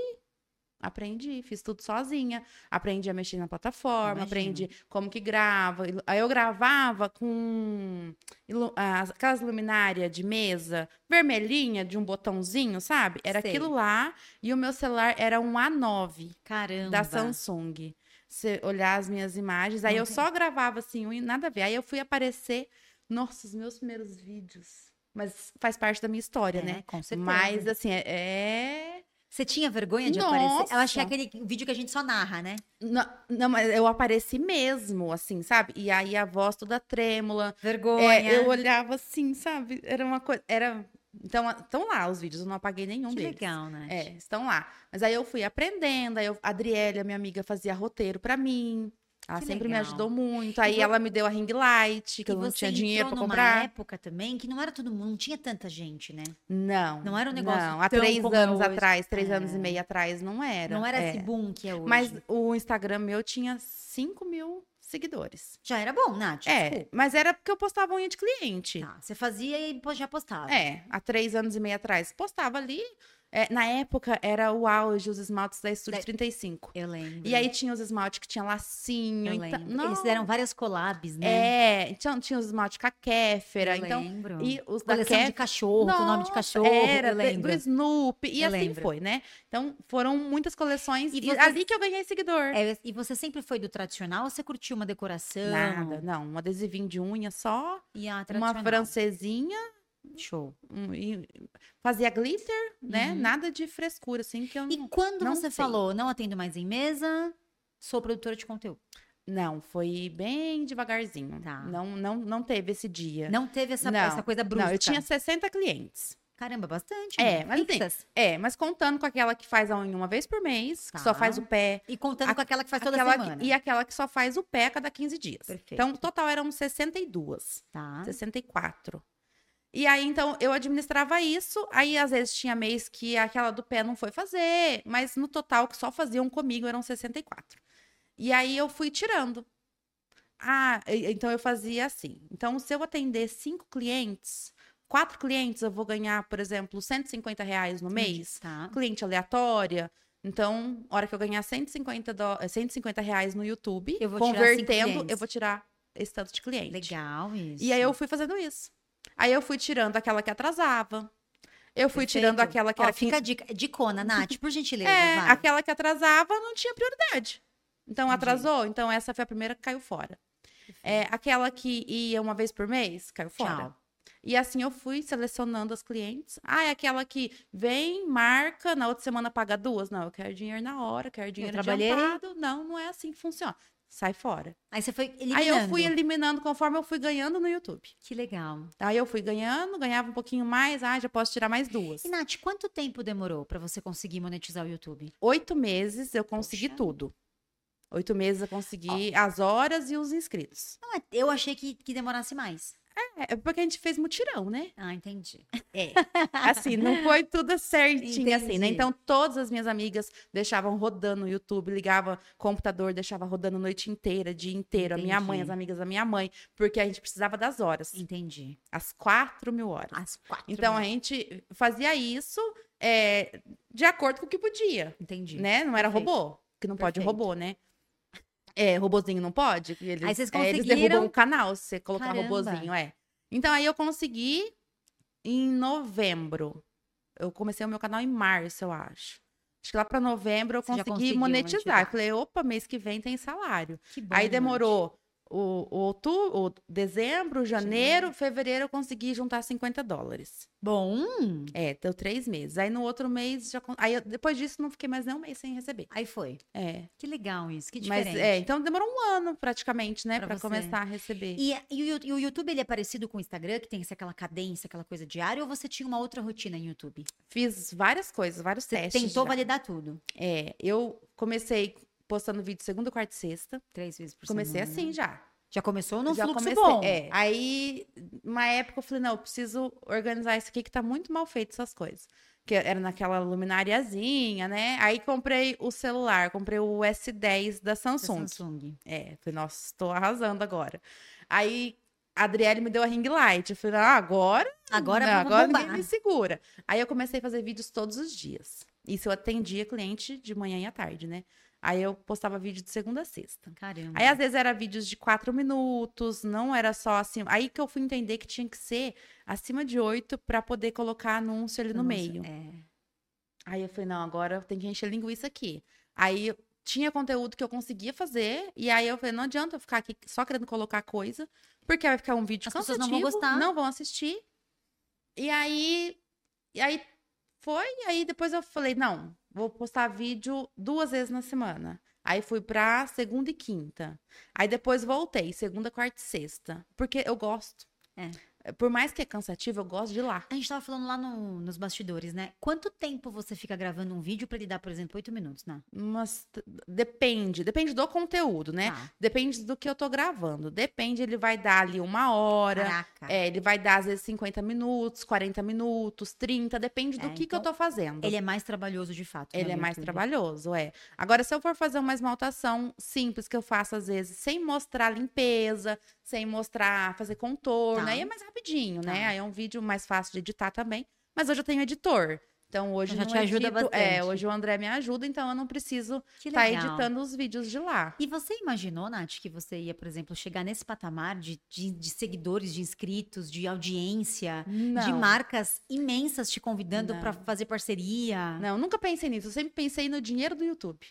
[SPEAKER 2] Aprendi, fiz tudo sozinha. Aprendi a mexer na plataforma,
[SPEAKER 1] Imagino.
[SPEAKER 2] aprendi como que grava. Ilu- Aí eu gravava com ilu- as- aquelas luminárias de mesa vermelhinha de um botãozinho, sabe? Era
[SPEAKER 1] Sei.
[SPEAKER 2] aquilo lá. E o meu celular era um A9
[SPEAKER 1] Caramba.
[SPEAKER 2] da Samsung. Se olhar as minhas imagens, aí
[SPEAKER 1] Não
[SPEAKER 2] eu
[SPEAKER 1] tem.
[SPEAKER 2] só gravava assim, um e nada a ver. Aí eu fui aparecer, nossa, os meus primeiros vídeos. Mas faz parte da minha história,
[SPEAKER 1] É,
[SPEAKER 2] né?
[SPEAKER 1] Com certeza.
[SPEAKER 2] Mas assim, é- é
[SPEAKER 1] Você tinha vergonha de aparecer? Eu acho que é
[SPEAKER 2] Nossa.
[SPEAKER 1] aquele vídeo que a gente só narra, né?
[SPEAKER 2] Não, não, mas eu apareci mesmo, assim, sabe? E aí a voz toda trêmula.
[SPEAKER 1] Vergonha.
[SPEAKER 2] É, eu olhava assim, sabe? Era uma coisa. Era... Então, a- estão lá os vídeos, eu não apaguei nenhum
[SPEAKER 1] Que
[SPEAKER 2] deles.
[SPEAKER 1] legal, Nath.
[SPEAKER 2] É, estão lá. Mas aí eu fui aprendendo, aí eu, a Adriele, a minha amiga, fazia roteiro pra mim. Ela
[SPEAKER 1] Que
[SPEAKER 2] sempre
[SPEAKER 1] legal.
[SPEAKER 2] me ajudou muito.
[SPEAKER 1] E
[SPEAKER 2] Aí
[SPEAKER 1] vo-
[SPEAKER 2] ela me deu a ring light, que
[SPEAKER 1] E
[SPEAKER 2] eu não
[SPEAKER 1] você
[SPEAKER 2] tinha dinheiro pra
[SPEAKER 1] entrou numa
[SPEAKER 2] comprar.
[SPEAKER 1] época também que não era todo mundo, não tinha tanta gente, né?
[SPEAKER 2] Não.
[SPEAKER 1] Não era um negócio
[SPEAKER 2] Não, há
[SPEAKER 1] tão
[SPEAKER 2] três
[SPEAKER 1] como é
[SPEAKER 2] anos
[SPEAKER 1] hoje.
[SPEAKER 2] atrás, três
[SPEAKER 1] É.
[SPEAKER 2] anos e meio atrás, não era.
[SPEAKER 1] Não era
[SPEAKER 2] É.
[SPEAKER 1] esse boom que é hoje.
[SPEAKER 2] Mas o Instagram meu tinha 5 mil seguidores.
[SPEAKER 1] Já era bom, Nath.
[SPEAKER 2] É,
[SPEAKER 1] desculpa.
[SPEAKER 2] mas era porque eu postava unha de cliente.
[SPEAKER 1] Tá, você fazia e depois já postava.
[SPEAKER 2] É, há três anos e meio atrás. Postava ali. é, na época era o auge, os esmaltes da Estúdio
[SPEAKER 1] Da-
[SPEAKER 2] 35.
[SPEAKER 1] Eu lembro.
[SPEAKER 2] E aí tinha os esmaltes que tinha lacinho.
[SPEAKER 1] eu
[SPEAKER 2] então-
[SPEAKER 1] lembro. Eles
[SPEAKER 2] Nossa,
[SPEAKER 1] fizeram várias collabs, né?
[SPEAKER 2] É, então tinha os esmaltes com a Kéfera.
[SPEAKER 1] eu
[SPEAKER 2] Então,
[SPEAKER 1] lembro.
[SPEAKER 2] e os da
[SPEAKER 1] Coleção de
[SPEAKER 2] Kéfera.
[SPEAKER 1] cachorro, com o nome de
[SPEAKER 2] Nossa,
[SPEAKER 1] cachorro,
[SPEAKER 2] Era,
[SPEAKER 1] eu
[SPEAKER 2] de-
[SPEAKER 1] lembro.
[SPEAKER 2] do Snoopy. E
[SPEAKER 1] Eu
[SPEAKER 2] assim
[SPEAKER 1] lembro.
[SPEAKER 2] foi, né? Então foram muitas coleções.
[SPEAKER 1] E
[SPEAKER 2] E,
[SPEAKER 1] vocês-
[SPEAKER 2] ali que eu ganhei seguidor.
[SPEAKER 1] É, e você sempre foi do tradicional ou você curtiu uma decoração?
[SPEAKER 2] Nada, não. Um adesivinho de unha só,
[SPEAKER 1] E a
[SPEAKER 2] uma
[SPEAKER 1] tradicional?
[SPEAKER 2] francesinha.
[SPEAKER 1] Show.
[SPEAKER 2] um- e fazia glitter, né?
[SPEAKER 1] Uhum.
[SPEAKER 2] Nada de frescura, assim, que eu
[SPEAKER 1] E quando
[SPEAKER 2] não
[SPEAKER 1] você
[SPEAKER 2] sei.
[SPEAKER 1] falou, não atendo mais em mesa, sou produtora de conteúdo.
[SPEAKER 2] não, foi bem devagarzinho.
[SPEAKER 1] Tá.
[SPEAKER 2] Não, não, não teve esse dia.
[SPEAKER 1] Não teve essa,
[SPEAKER 2] Não,
[SPEAKER 1] essa coisa brusca.
[SPEAKER 2] Não, eu tinha 60 clientes.
[SPEAKER 1] Caramba, bastante.
[SPEAKER 2] É,
[SPEAKER 1] né?
[SPEAKER 2] mas assim,
[SPEAKER 1] Fixas.
[SPEAKER 2] É, mas contando com aquela que faz a unha uma vez por mês, que só
[SPEAKER 1] Tá.
[SPEAKER 2] faz o pé.
[SPEAKER 1] E contando
[SPEAKER 2] a-
[SPEAKER 1] com aquela que faz toda
[SPEAKER 2] aquela que-
[SPEAKER 1] semana.
[SPEAKER 2] e aquela que só faz o pé a cada 15 dias.
[SPEAKER 1] Perfeito.
[SPEAKER 2] Então, o total eram 62.
[SPEAKER 1] Tá.
[SPEAKER 2] 64. E aí, então, eu administrava isso. Aí, às vezes, tinha mês que aquela do pé não foi fazer, mas no total, que só faziam comigo eram 64. E aí, eu fui tirando. Ah, e- então eu fazia assim. Então, se eu atender cinco clientes, quatro clientes, eu vou ganhar, por exemplo, 150 reais no
[SPEAKER 1] Entendi.
[SPEAKER 2] mês.
[SPEAKER 1] Tá.
[SPEAKER 2] Cliente aleatória. Então, a hora que eu ganhar 150, dó- eh, 150 reais no YouTube,
[SPEAKER 1] Eu vou tirar cinco
[SPEAKER 2] convertendo, eu
[SPEAKER 1] clientes.
[SPEAKER 2] vou tirar esse tanto de cliente.
[SPEAKER 1] Legal isso.
[SPEAKER 2] E aí eu fui fazendo isso. Aí eu fui tirando aquela que atrasava. Eu fui tirando
[SPEAKER 1] Perfeito.
[SPEAKER 2] aquela que
[SPEAKER 1] Ó,
[SPEAKER 2] era (laughs)
[SPEAKER 1] fica a dica. Dicona, Nath, por gentileza.
[SPEAKER 2] É,
[SPEAKER 1] vai.
[SPEAKER 2] aquela que atrasava não tinha prioridade. Então
[SPEAKER 1] Entendi.
[SPEAKER 2] atrasou, então essa foi a primeira que caiu fora. É, aquela que ia uma vez por mês, caiu fora.
[SPEAKER 1] Tchau.
[SPEAKER 2] E assim eu fui selecionando as clientes. Ah, é aquela que vem, marca, na outra semana paga duas. Não, eu quero dinheiro na hora, eu quero dinheiro
[SPEAKER 1] trabalhei.
[SPEAKER 2] adiantado. Não, não é assim que funciona. Sai fora.
[SPEAKER 1] Aí você foi eliminando.
[SPEAKER 2] Aí eu fui eliminando conforme eu fui ganhando no YouTube.
[SPEAKER 1] Que legal.
[SPEAKER 2] Aí eu fui ganhando, ganhava um pouquinho mais. Ah, já posso tirar mais duas.
[SPEAKER 1] E, Nath, quanto tempo demorou pra você conseguir monetizar o YouTube?
[SPEAKER 2] Oito meses eu consegui
[SPEAKER 1] Poxa.
[SPEAKER 2] tudo. Oito meses eu consegui as horas e os inscritos.
[SPEAKER 1] Não, eu achei que, que demorasse mais.
[SPEAKER 2] É, é porque a gente fez mutirão, né?
[SPEAKER 1] Ah, entendi.
[SPEAKER 2] (laughs)
[SPEAKER 1] (laughs)
[SPEAKER 2] Assim, não foi tudo certinho assim, né?
[SPEAKER 1] Entendi.
[SPEAKER 2] Então, todas as minhas amigas deixavam rodando o YouTube, ligava o computador, deixava rodando noite inteira, dia inteiro. A minha mãe, as
[SPEAKER 1] Entendi.
[SPEAKER 2] amigas da minha mãe, porque a gente precisava das horas.
[SPEAKER 1] Entendi.
[SPEAKER 2] As quatro mil horas.
[SPEAKER 1] As quatro. né?
[SPEAKER 2] então, a
[SPEAKER 1] mil.
[SPEAKER 2] gente fazia isso é, de acordo com o que podia,
[SPEAKER 1] é, Entendi.
[SPEAKER 2] né? Não era
[SPEAKER 1] Perfeito.
[SPEAKER 2] robô, que não pode
[SPEAKER 1] Perfeito.
[SPEAKER 2] robô, né? É, robozinho não pode. que Eles,
[SPEAKER 1] Aí vocês
[SPEAKER 2] é, eles
[SPEAKER 1] conseguiram?
[SPEAKER 2] derrubam o canal se você colocar
[SPEAKER 1] Caramba.
[SPEAKER 2] robozinho, é. Então, aí eu consegui em novembro. Eu comecei o meu canal em março, eu acho. Acho que lá pra novembro eu
[SPEAKER 1] Você já
[SPEAKER 2] consegui
[SPEAKER 1] conseguiu
[SPEAKER 2] monetizar.
[SPEAKER 1] monetizar.
[SPEAKER 2] Eu falei, opa, mês que vem tem salário.
[SPEAKER 1] Que bom,
[SPEAKER 2] aí
[SPEAKER 1] Nath.
[SPEAKER 2] demorou o, o outubro, o dezembro, janeiro, fevereiro eu consegui juntar 50 dólares.
[SPEAKER 1] Bom.
[SPEAKER 2] É, deu três meses. Aí no outro mês já. con- Aí eu- depois disso não fiquei mais nem um mês sem receber.
[SPEAKER 1] Aí foi.
[SPEAKER 2] É.
[SPEAKER 1] Que legal isso. Que
[SPEAKER 2] Mas
[SPEAKER 1] diferente.
[SPEAKER 2] é, então demorou um ano praticamente, né,
[SPEAKER 1] Pra
[SPEAKER 2] pra,
[SPEAKER 1] você.
[SPEAKER 2] começar a receber.
[SPEAKER 1] E, e o, Yu- e o YouTube ele é parecido com o Instagram, que tem essa- aquela cadência, aquela coisa diária, ou você tinha uma outra rotina em YouTube?
[SPEAKER 2] Fiz várias coisas, vários testes.
[SPEAKER 1] Tentou
[SPEAKER 2] já.
[SPEAKER 1] validar tudo.
[SPEAKER 2] É, eu comecei postando vídeo segunda, quarta e sexta.
[SPEAKER 1] Três vezes por
[SPEAKER 2] Comecei
[SPEAKER 1] semana.
[SPEAKER 2] assim já.
[SPEAKER 1] Já começou num
[SPEAKER 2] já
[SPEAKER 1] fluxo
[SPEAKER 2] comecei.
[SPEAKER 1] bom.
[SPEAKER 2] é. Aí, uma época, eu falei, não, eu preciso organizar isso aqui que tá muito mal feito essas coisas. Que era naquela luminariazinha, né? Aí comprei o celular, comprei o S10 da
[SPEAKER 1] Da
[SPEAKER 2] Samsung.
[SPEAKER 1] Samsung.
[SPEAKER 2] É, falei, nossa, estou arrasando agora. Aí a Adriele me deu a ring light. Eu falei, ah, agora,
[SPEAKER 1] Agora
[SPEAKER 2] não,
[SPEAKER 1] vamos
[SPEAKER 2] agora
[SPEAKER 1] bombar.
[SPEAKER 2] ninguém me segura. Aí eu comecei a fazer vídeos todos os dias. Isso eu atendia cliente de manhã e à tarde, né? Aí eu postava vídeo de segunda a sexta.
[SPEAKER 1] Caramba.
[SPEAKER 2] Aí às vezes era vídeos de quatro minutos, não era só assim. Aí que eu fui entender que tinha que ser acima de oito para poder colocar anúncio ali no
[SPEAKER 1] Nossa,
[SPEAKER 2] meio.
[SPEAKER 1] é.
[SPEAKER 2] Aí eu falei, não, agora tem que encher linguiça aqui. Aí eu- tinha conteúdo que eu conseguia fazer, e aí eu falei, não adianta eu ficar aqui só querendo colocar coisa, porque vai ficar um vídeo
[SPEAKER 1] As pessoas
[SPEAKER 2] cansativo,
[SPEAKER 1] não vão gostar.
[SPEAKER 2] não vão assistir. E aí, e aí foi, e aí depois eu falei, não, vou postar vídeo duas vezes na semana. Aí fui pra segunda e quinta. Aí depois voltei, segunda, quarta e sexta. Porque eu gosto. Por mais que é cansativo, eu gosto de ir lá.
[SPEAKER 1] A gente tava falando lá no- nos bastidores, né? Quanto tempo você fica gravando um vídeo pra ele dar, por exemplo, oito minutos, né?
[SPEAKER 2] Mas t- depende, depende do conteúdo, né?
[SPEAKER 1] Tá.
[SPEAKER 2] Depende do que eu tô gravando. Depende, ele vai dar ali uma hora.
[SPEAKER 1] Caraca.
[SPEAKER 2] é, ele vai dar, às vezes, 50 minutos, 40 minutos, 30, depende do
[SPEAKER 1] É,
[SPEAKER 2] que, que eu
[SPEAKER 1] então,
[SPEAKER 2] tô fazendo.
[SPEAKER 1] Ele é mais né? trabalhoso de fato. né,
[SPEAKER 2] Ele é
[SPEAKER 1] o
[SPEAKER 2] mais
[SPEAKER 1] YouTube.
[SPEAKER 2] trabalhoso, é. Agora, se eu for fazer uma esmaltação simples que eu faço, às vezes, sem mostrar limpeza, sem mostrar fazer contorno,
[SPEAKER 1] Tá.
[SPEAKER 2] aí é mais rapidinho, né?
[SPEAKER 1] Tá.
[SPEAKER 2] Aí é um vídeo mais fácil de editar também. Mas hoje eu tenho editor. Então, hoje
[SPEAKER 1] já
[SPEAKER 2] não
[SPEAKER 1] te ajuda
[SPEAKER 2] edito- É,
[SPEAKER 1] bastante.
[SPEAKER 2] hoje o André me ajuda, então eu não preciso
[SPEAKER 1] Que
[SPEAKER 2] estar
[SPEAKER 1] legal.
[SPEAKER 2] tá editando os vídeos de lá.
[SPEAKER 1] E você imaginou, Nath, que você ia, por exemplo, chegar nesse patamar de, de- de seguidores, de inscritos, de audiência, de
[SPEAKER 2] Não.
[SPEAKER 1] marcas imensas te convidando
[SPEAKER 2] Não.
[SPEAKER 1] pra fazer parceria?
[SPEAKER 2] Não, nunca pensei nisso. Eu sempre pensei no dinheiro do YouTube.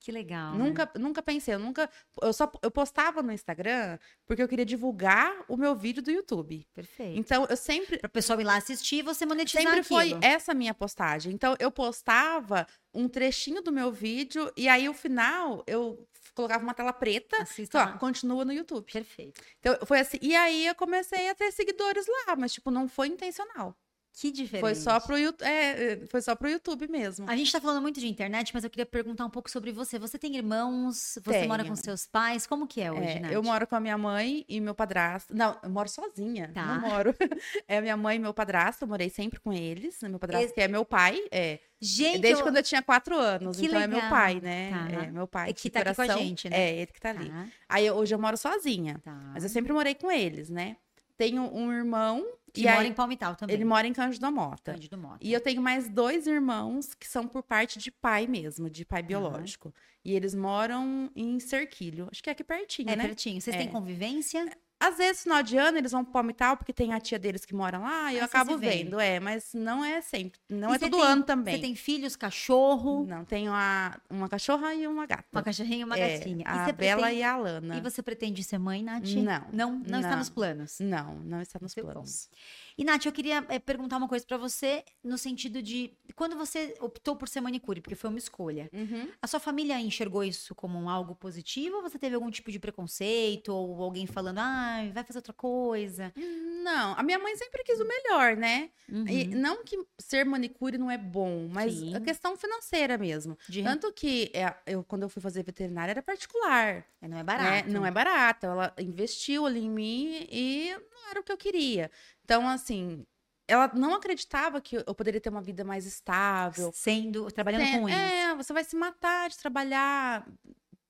[SPEAKER 1] Que legal. né?
[SPEAKER 2] nunca, nunca pensei. Eu nunca. Eu só eu postava no Instagram porque eu queria divulgar o meu vídeo do YouTube.
[SPEAKER 1] Perfeito.
[SPEAKER 2] Então eu sempre
[SPEAKER 1] Pra pessoa ir lá assistir e você monetizar
[SPEAKER 2] sempre foi
[SPEAKER 1] aquilo.
[SPEAKER 2] essa minha postagem. Então eu postava um trechinho do meu vídeo e aí o final eu colocava uma tela preta.
[SPEAKER 1] Assista
[SPEAKER 2] é, Só,
[SPEAKER 1] lá.
[SPEAKER 2] continua no YouTube.
[SPEAKER 1] Perfeito.
[SPEAKER 2] Então, foi assim. E aí eu comecei a ter seguidores lá, mas, tipo, não foi intencional.
[SPEAKER 1] Que diferente.
[SPEAKER 2] Foi só, pro, Yu- é, é, foi só pro YouTube mesmo.
[SPEAKER 1] A gente tá falando muito de internet, mas eu queria perguntar um pouco sobre você. Você tem irmãos? Você mora com
[SPEAKER 2] Tenho.
[SPEAKER 1] seus pais? Como que é hoje,
[SPEAKER 2] É,
[SPEAKER 1] Nath?
[SPEAKER 2] eu moro com a minha mãe e meu padrasto. Não, eu moro sozinha.
[SPEAKER 1] Tá.
[SPEAKER 2] Não moro. (laughs) É minha mãe e meu padrasto. Eu morei sempre com eles. né? Meu padrasto,
[SPEAKER 1] Esse-
[SPEAKER 2] que é meu pai. É,
[SPEAKER 1] Gente,
[SPEAKER 2] desde
[SPEAKER 1] eu-
[SPEAKER 2] quando eu tinha quatro anos.
[SPEAKER 1] Que
[SPEAKER 2] então é
[SPEAKER 1] legal.
[SPEAKER 2] meu pai, né?
[SPEAKER 1] Tá.
[SPEAKER 2] É meu pai.
[SPEAKER 1] É que
[SPEAKER 2] de
[SPEAKER 1] tá aqui com a
[SPEAKER 2] coração.
[SPEAKER 1] gente, né?
[SPEAKER 2] É, ele que tá ali.
[SPEAKER 1] Tá,
[SPEAKER 2] Aí eu- hoje eu moro sozinha.
[SPEAKER 1] tá.
[SPEAKER 2] Mas eu sempre morei com eles, né? Tenho um irmão.
[SPEAKER 1] Que
[SPEAKER 2] e
[SPEAKER 1] mora
[SPEAKER 2] aí,
[SPEAKER 1] em Palmital também.
[SPEAKER 2] ele mora em Cândido da Mota.
[SPEAKER 1] Cândido Mota.
[SPEAKER 2] E eu tenho mais dois irmãos que são por parte de pai mesmo, de pai biológico. E eles moram em Cerquilho. Acho que é aqui pertinho,
[SPEAKER 1] É
[SPEAKER 2] né?
[SPEAKER 1] pertinho. Vocês têm
[SPEAKER 2] É.
[SPEAKER 1] convivência?
[SPEAKER 2] Às vezes, final de ano, eles vão pro Palmital, porque tem a tia deles que mora lá,
[SPEAKER 1] Aí
[SPEAKER 2] e eu
[SPEAKER 1] vocês
[SPEAKER 2] acabo
[SPEAKER 1] se veem.
[SPEAKER 2] vendo, é, mas não é sempre. Não
[SPEAKER 1] E
[SPEAKER 2] é
[SPEAKER 1] você
[SPEAKER 2] todo
[SPEAKER 1] tem- um,
[SPEAKER 2] ano
[SPEAKER 1] Você
[SPEAKER 2] também.
[SPEAKER 1] tem filhos, cachorro,
[SPEAKER 2] Não, tenho a, uma cachorra e uma gata.
[SPEAKER 1] uma cachorrinha e uma
[SPEAKER 2] É,
[SPEAKER 1] gatinha. e,
[SPEAKER 2] A
[SPEAKER 1] você
[SPEAKER 2] Bela
[SPEAKER 1] pretende...
[SPEAKER 2] e a Lana.
[SPEAKER 1] e você pretende ser mãe, Nath?
[SPEAKER 2] Não,
[SPEAKER 1] Não, não, está
[SPEAKER 2] não.
[SPEAKER 1] nos planos.
[SPEAKER 2] Não, não está nos
[SPEAKER 1] Muito bom.
[SPEAKER 2] planos.
[SPEAKER 1] E, Nath, eu queria eh, perguntar uma coisa pra você, no sentido de quando você optou por ser manicure, porque foi uma escolha,
[SPEAKER 2] Uhum.
[SPEAKER 1] a sua família enxergou isso como um algo positivo ou você teve algum tipo de preconceito ou alguém falando, ah, vai fazer outra coisa?
[SPEAKER 2] Não, a minha mãe sempre quis o melhor, né? E
[SPEAKER 1] Uhum.
[SPEAKER 2] não que ser manicure não é bom, mas
[SPEAKER 1] Sim.
[SPEAKER 2] a questão financeira mesmo.
[SPEAKER 1] De-
[SPEAKER 2] Tanto que é, eu, quando eu fui fazer veterinária era particular,
[SPEAKER 1] É, Não é
[SPEAKER 2] né?
[SPEAKER 1] barato.
[SPEAKER 2] Não é barato. Ela investiu ali em mim e não era o que eu queria. Então, assim, ela não acreditava que eu poderia ter uma vida mais estável.
[SPEAKER 1] Sendo, trabalhando
[SPEAKER 2] Tem-
[SPEAKER 1] com isso.
[SPEAKER 2] É, você vai se matar de trabalhar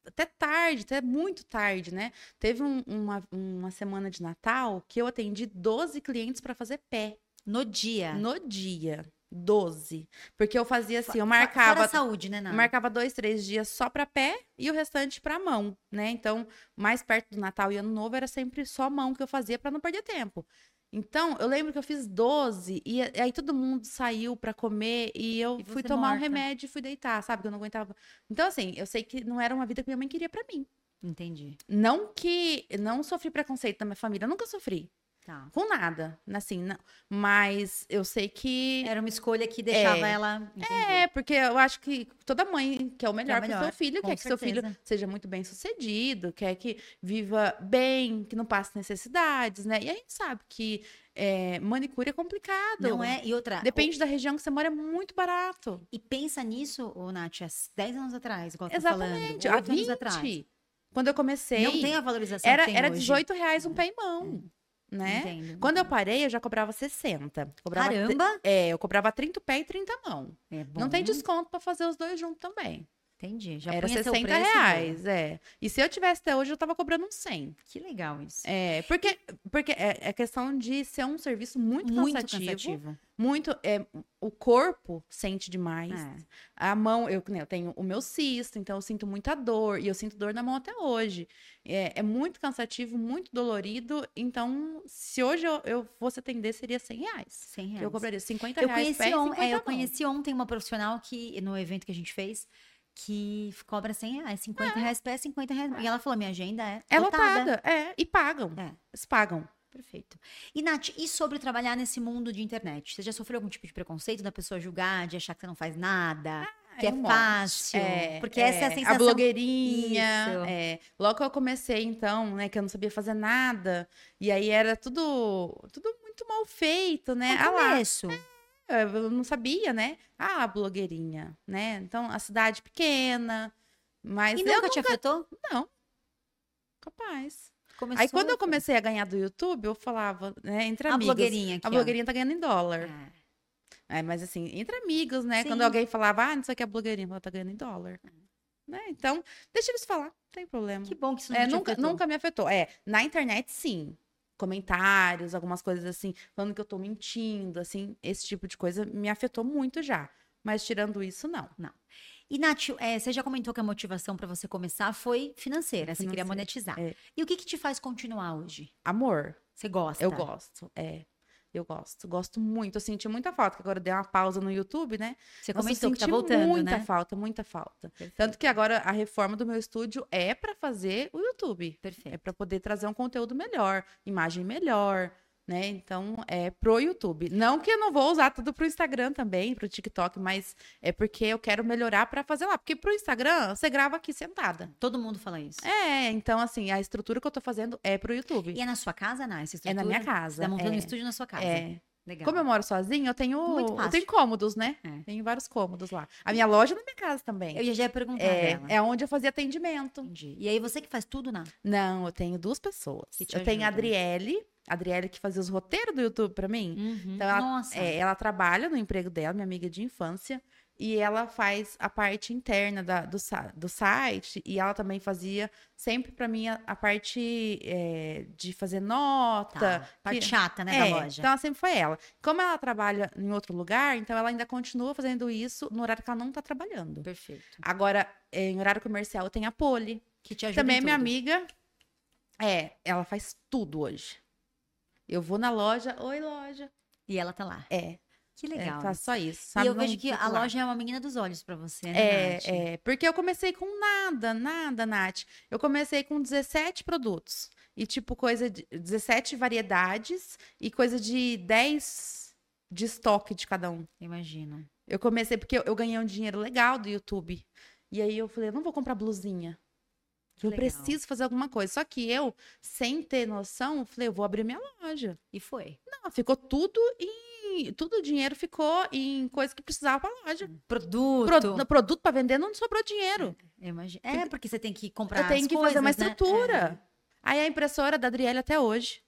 [SPEAKER 2] até tarde, até muito tarde, né? Teve um- uma, uma semana de Natal que eu atendi 12 clientes para fazer pé
[SPEAKER 1] No dia.
[SPEAKER 2] no dia. 12. Porque eu fazia assim, eu
[SPEAKER 1] Fo- Fora a
[SPEAKER 2] marcava.
[SPEAKER 1] saúde, né, Nath?
[SPEAKER 2] Marcava dois, três dias só para pé e o restante para mão, né? Então, mais perto do Natal e Ano Novo era sempre só mão que eu fazia para não perder tempo. Então, eu lembro que eu fiz 12 e a- aí todo mundo saiu para comer e eu
[SPEAKER 1] E
[SPEAKER 2] fui
[SPEAKER 1] você
[SPEAKER 2] tomar um
[SPEAKER 1] morta.
[SPEAKER 2] remédio e fui deitar, sabe? Que eu não aguentava. Então, assim, eu sei que não era uma vida que minha mãe queria para mim.
[SPEAKER 1] Entendi.
[SPEAKER 2] Não que não sofri preconceito da minha família, eu nunca sofri
[SPEAKER 1] Tá.
[SPEAKER 2] com nada, assim, não. Mas eu sei que
[SPEAKER 1] Era uma escolha que deixava
[SPEAKER 2] É.
[SPEAKER 1] ela. Entendi.
[SPEAKER 2] é, porque eu acho que toda mãe quer o melhor para o
[SPEAKER 1] é melhor,
[SPEAKER 2] seu filho,
[SPEAKER 1] com
[SPEAKER 2] quer que seu filho
[SPEAKER 1] certeza.
[SPEAKER 2] seja muito bem sucedido, quer que viva bem, que não passe necessidades, né? E a gente sabe que é, manicure é complicado.
[SPEAKER 1] Não é? E outra.
[SPEAKER 2] Depende da região que você mora, é muito barato.
[SPEAKER 1] o- E pensa nisso, ô, Nath, há 10 anos atrás, igual você tá falando.
[SPEAKER 2] Exatamente. Há
[SPEAKER 1] 8 anos
[SPEAKER 2] 20,
[SPEAKER 1] atrás.
[SPEAKER 2] quando eu comecei,
[SPEAKER 1] Não tem a valorização
[SPEAKER 2] era,
[SPEAKER 1] que tem
[SPEAKER 2] era
[SPEAKER 1] hoje. É.
[SPEAKER 2] 18 reais um pé em mão, né?
[SPEAKER 1] Entendo.
[SPEAKER 2] Quando eu parei, eu já cobrava 60. Cobrava tre-
[SPEAKER 1] Caramba!
[SPEAKER 2] É, eu cobrava 30 o pé e 30 a mão.
[SPEAKER 1] É
[SPEAKER 2] Não tem
[SPEAKER 1] bom.
[SPEAKER 2] desconto para fazer os dois juntos também.
[SPEAKER 1] Entendi. Já
[SPEAKER 2] era
[SPEAKER 1] punha
[SPEAKER 2] 60
[SPEAKER 1] seu preço, e
[SPEAKER 2] reais, é. E se eu tivesse até hoje, eu tava cobrando uns 100.
[SPEAKER 1] boa. Que legal isso.
[SPEAKER 2] É, porque, porque é, é questão de ser um serviço muito, cansativo, Muito, é, o corpo sente demais.
[SPEAKER 1] É.
[SPEAKER 2] A mão, eu, que nem eu tenho o meu cisto, então eu sinto muita dor. E eu sinto dor na mão até hoje. É, é muito cansativo, muito dolorido. Então, se hoje eu, eu fosse atender, seria 100 reais.
[SPEAKER 1] 100 reais.
[SPEAKER 2] Eu cobraria 50
[SPEAKER 1] Eu
[SPEAKER 2] reais
[SPEAKER 1] conheci, on-
[SPEAKER 2] pé, e 50
[SPEAKER 1] é, eu
[SPEAKER 2] mão.
[SPEAKER 1] conheci ontem uma profissional que, no evento que a gente fez, que cobra 100 reais, 50 reais pé, 50 reais. E ela falou: minha agenda é,
[SPEAKER 2] Ah. É lotada, é. E pagam.
[SPEAKER 1] É.
[SPEAKER 2] Eles pagam.
[SPEAKER 1] Perfeito. E, Nath, e sobre trabalhar nesse mundo de internet? Você já sofreu algum tipo de preconceito da pessoa julgar, de achar que você não faz nada, que é
[SPEAKER 2] um monte.
[SPEAKER 1] fácil?
[SPEAKER 2] É,
[SPEAKER 1] Porque essa é a sensação.
[SPEAKER 2] blogueirinha.
[SPEAKER 1] Isso.
[SPEAKER 2] é. Logo que eu comecei, então, né, que eu não sabia fazer nada. E aí era tudo, tudo muito mal feito, né?
[SPEAKER 1] É
[SPEAKER 2] Ah
[SPEAKER 1] o
[SPEAKER 2] lá,
[SPEAKER 1] começo.
[SPEAKER 2] eu não sabia, né? Ah, blogueirinha, né? Então, a cidade pequena. Mas
[SPEAKER 1] e
[SPEAKER 2] eu
[SPEAKER 1] nunca te afetou?
[SPEAKER 2] capaz.
[SPEAKER 1] Começou,
[SPEAKER 2] Aí quando eu comecei a ganhar do YouTube, eu falava, né, entre
[SPEAKER 1] a
[SPEAKER 2] amigos.
[SPEAKER 1] blogueirinha aqui,
[SPEAKER 2] A
[SPEAKER 1] ó.
[SPEAKER 2] blogueirinha tá ganhando em dólar.
[SPEAKER 1] É.
[SPEAKER 2] É, mas assim, entre amigos, né? Quando
[SPEAKER 1] Sim. É.
[SPEAKER 2] alguém falava, ah, não sei o que é blogueirinha, ela tá ganhando em dólar. Né? Então, deixa eles falar, não tem problema.
[SPEAKER 1] Que bom que isso não
[SPEAKER 2] É,
[SPEAKER 1] te
[SPEAKER 2] nunca,
[SPEAKER 1] afetou.
[SPEAKER 2] nunca me afetou. É, na internet, sim. Comentários, algumas coisas assim, falando que eu tô mentindo, assim, esse tipo de coisa me afetou muito já. Mas tirando isso, não.
[SPEAKER 1] E, Nath, é, você já comentou que a motivação para você começar foi financeira, você queria
[SPEAKER 2] Financeira,
[SPEAKER 1] monetizar.
[SPEAKER 2] é.
[SPEAKER 1] E o que, que te faz continuar hoje?
[SPEAKER 2] Amor,
[SPEAKER 1] Você gosta?
[SPEAKER 2] eu gosto. É. Eu gosto, gosto muito. Eu senti muita falta, que agora eu dei uma pausa no YouTube, né?
[SPEAKER 1] Você
[SPEAKER 2] Nossa, eu
[SPEAKER 1] comentou que tá
[SPEAKER 2] senti
[SPEAKER 1] voltando,
[SPEAKER 2] muita
[SPEAKER 1] né?
[SPEAKER 2] falta, muita falta.
[SPEAKER 1] Perfeito.
[SPEAKER 2] Tanto que agora a reforma do meu estúdio é para fazer o YouTube. É
[SPEAKER 1] Perfeito.
[SPEAKER 2] para poder trazer um conteúdo melhor, imagem melhor, né? Então, é pro YouTube. Não que eu não vou usar tudo pro Instagram também, pro TikTok, mas é porque eu quero melhorar para fazer lá, porque pro Instagram você grava aqui sentada.
[SPEAKER 1] Todo mundo fala isso.
[SPEAKER 2] É, então assim, a estrutura que eu tô fazendo é pro YouTube.
[SPEAKER 1] E é na sua casa, Nath? essa
[SPEAKER 2] É na minha
[SPEAKER 1] estrutura? Você
[SPEAKER 2] casa.
[SPEAKER 1] tá montando um
[SPEAKER 2] é,
[SPEAKER 1] estúdio na sua casa.
[SPEAKER 2] é.
[SPEAKER 1] Legal.
[SPEAKER 2] Como eu moro sozinha, eu tenho
[SPEAKER 1] Muito
[SPEAKER 2] eu
[SPEAKER 1] fácil.
[SPEAKER 2] tenho cômodos, né?
[SPEAKER 1] É.
[SPEAKER 2] Tenho vários cômodos lá. A minha loja é na minha casa também.
[SPEAKER 1] Eu já ia perguntar
[SPEAKER 2] É,
[SPEAKER 1] dela.
[SPEAKER 2] é onde eu fazia atendimento.
[SPEAKER 1] Entendi. E aí você que faz tudo, Nath?
[SPEAKER 2] Não, eu tenho duas pessoas.
[SPEAKER 1] Que te
[SPEAKER 2] eu tenho a
[SPEAKER 1] ajudam.
[SPEAKER 2] Adriele, a Adriele que fazia os roteiros do YouTube pra mim. Então ela,
[SPEAKER 1] Nossa.
[SPEAKER 2] é, ela trabalha no emprego dela, minha amiga de infância, e ela faz a parte interna da- do, sa- do site, e ela também fazia sempre pra mim a, a parte é, de fazer nota.
[SPEAKER 1] tá. Parte
[SPEAKER 2] que-
[SPEAKER 1] chata, né,
[SPEAKER 2] É,
[SPEAKER 1] da loja.
[SPEAKER 2] Então ela sempre foi ela. Como ela trabalha em outro lugar, então ela ainda continua fazendo isso no horário que ela não tá trabalhando.
[SPEAKER 1] Perfeito.
[SPEAKER 2] Agora, em horário comercial, eu tenho a Poli.
[SPEAKER 1] Que te ajuda
[SPEAKER 2] Também
[SPEAKER 1] em
[SPEAKER 2] é minha
[SPEAKER 1] tudo.
[SPEAKER 2] amiga. É, ela faz tudo hoje. Eu vou na loja, oi loja.
[SPEAKER 1] E ela tá lá.
[SPEAKER 2] É,
[SPEAKER 1] Que
[SPEAKER 2] é
[SPEAKER 1] legal.
[SPEAKER 2] faz
[SPEAKER 1] isso.
[SPEAKER 2] só isso.
[SPEAKER 1] e
[SPEAKER 2] sabe?
[SPEAKER 1] eu
[SPEAKER 2] Não
[SPEAKER 1] vejo que
[SPEAKER 2] fico
[SPEAKER 1] a
[SPEAKER 2] lá.
[SPEAKER 1] loja é uma menina dos olhos pra você, né,
[SPEAKER 2] É,
[SPEAKER 1] Nath?
[SPEAKER 2] é, porque eu comecei com nada, nada, Nath. Eu comecei com 17 produtos. E, tipo, coisa de 17 variedades e coisa de 10 de estoque de cada um.
[SPEAKER 1] Imagino.
[SPEAKER 2] Eu comecei porque eu, eu ganhei um dinheiro legal do YouTube. E aí eu falei, eu não vou comprar blusinha.
[SPEAKER 1] Que
[SPEAKER 2] Eu
[SPEAKER 1] legal.
[SPEAKER 2] preciso fazer alguma coisa. Só que eu, sem ter noção, falei, eu vou abrir minha loja.
[SPEAKER 1] E foi.
[SPEAKER 2] Não, ficou tudo em. Tudo o dinheiro ficou em coisa que precisava pra loja.
[SPEAKER 1] Produto.
[SPEAKER 2] Pro- produto pra vender não sobrou dinheiro.
[SPEAKER 1] Eu imagino. É, porque você tem que comprar
[SPEAKER 2] eu tenho
[SPEAKER 1] as
[SPEAKER 2] que
[SPEAKER 1] coisas,
[SPEAKER 2] fazer uma
[SPEAKER 1] né?
[SPEAKER 2] estrutura. Aí a impressora da Adriele até hoje,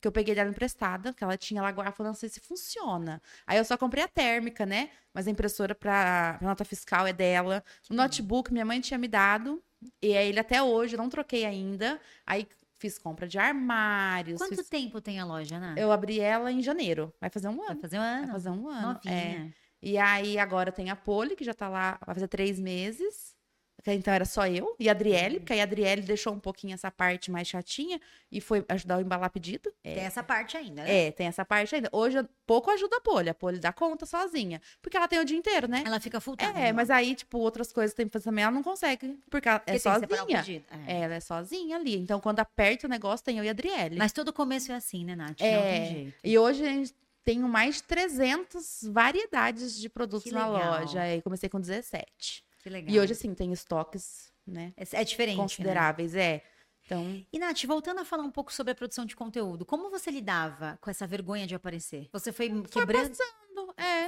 [SPEAKER 2] que eu peguei dela emprestada, que ela tinha lá guardada, falando, não sei se funciona. Aí eu só comprei a térmica, né? Mas a impressora pra, pra nota fiscal é dela. O notebook minha mãe tinha me dado, e é ele até hoje, eu não troquei ainda. Aí fiz compra de
[SPEAKER 1] É.
[SPEAKER 2] armários.
[SPEAKER 1] Quanto
[SPEAKER 2] fiz-
[SPEAKER 1] tempo tem a loja, Nath?
[SPEAKER 2] Eu abri ela em janeiro, vai fazer um
[SPEAKER 1] Vai
[SPEAKER 2] ano.
[SPEAKER 1] fazer um
[SPEAKER 2] Vai
[SPEAKER 1] ano.
[SPEAKER 2] fazer um ano. é.
[SPEAKER 1] Novinha.
[SPEAKER 2] E aí agora tem a Poli, que já tá lá, vai fazer três meses. que Então era só eu e a
[SPEAKER 1] Uhum.
[SPEAKER 2] Adriele, porque aí a Adriele deixou um pouquinho essa parte mais chatinha e foi ajudar a embalar pedido.
[SPEAKER 1] Tem essa parte ainda, né?
[SPEAKER 2] É, tem essa parte ainda. Hoje eu- pouco ajuda a Poli, a Poli dá conta sozinha, porque ela tem o dia inteiro, né?
[SPEAKER 1] Ela fica full time.
[SPEAKER 2] É, mas aí, tipo, outras coisas tem que fazer também, ela não consegue, porque ela é
[SPEAKER 1] Porque tem que separar o
[SPEAKER 2] sozinha.
[SPEAKER 1] pedido, é.
[SPEAKER 2] É, Ela é sozinha ali. Então, quando aperta o negócio, tem eu e a Adriele.
[SPEAKER 1] Mas todo começo é assim, né, Nath? Não
[SPEAKER 2] É,
[SPEAKER 1] tem jeito.
[SPEAKER 2] E hoje a gente tem mais de 300 variedades de produtos
[SPEAKER 1] Que
[SPEAKER 2] na
[SPEAKER 1] legal.
[SPEAKER 2] loja. Aí comecei com 17.
[SPEAKER 1] Que legal.
[SPEAKER 2] E hoje, assim, tem estoques, né?
[SPEAKER 1] É, é diferente, né?
[SPEAKER 2] consideráveis, é. Então,
[SPEAKER 1] E, Nath, voltando a falar um pouco sobre a produção de conteúdo, como você lidava com essa vergonha de aparecer? Você foi quebrando.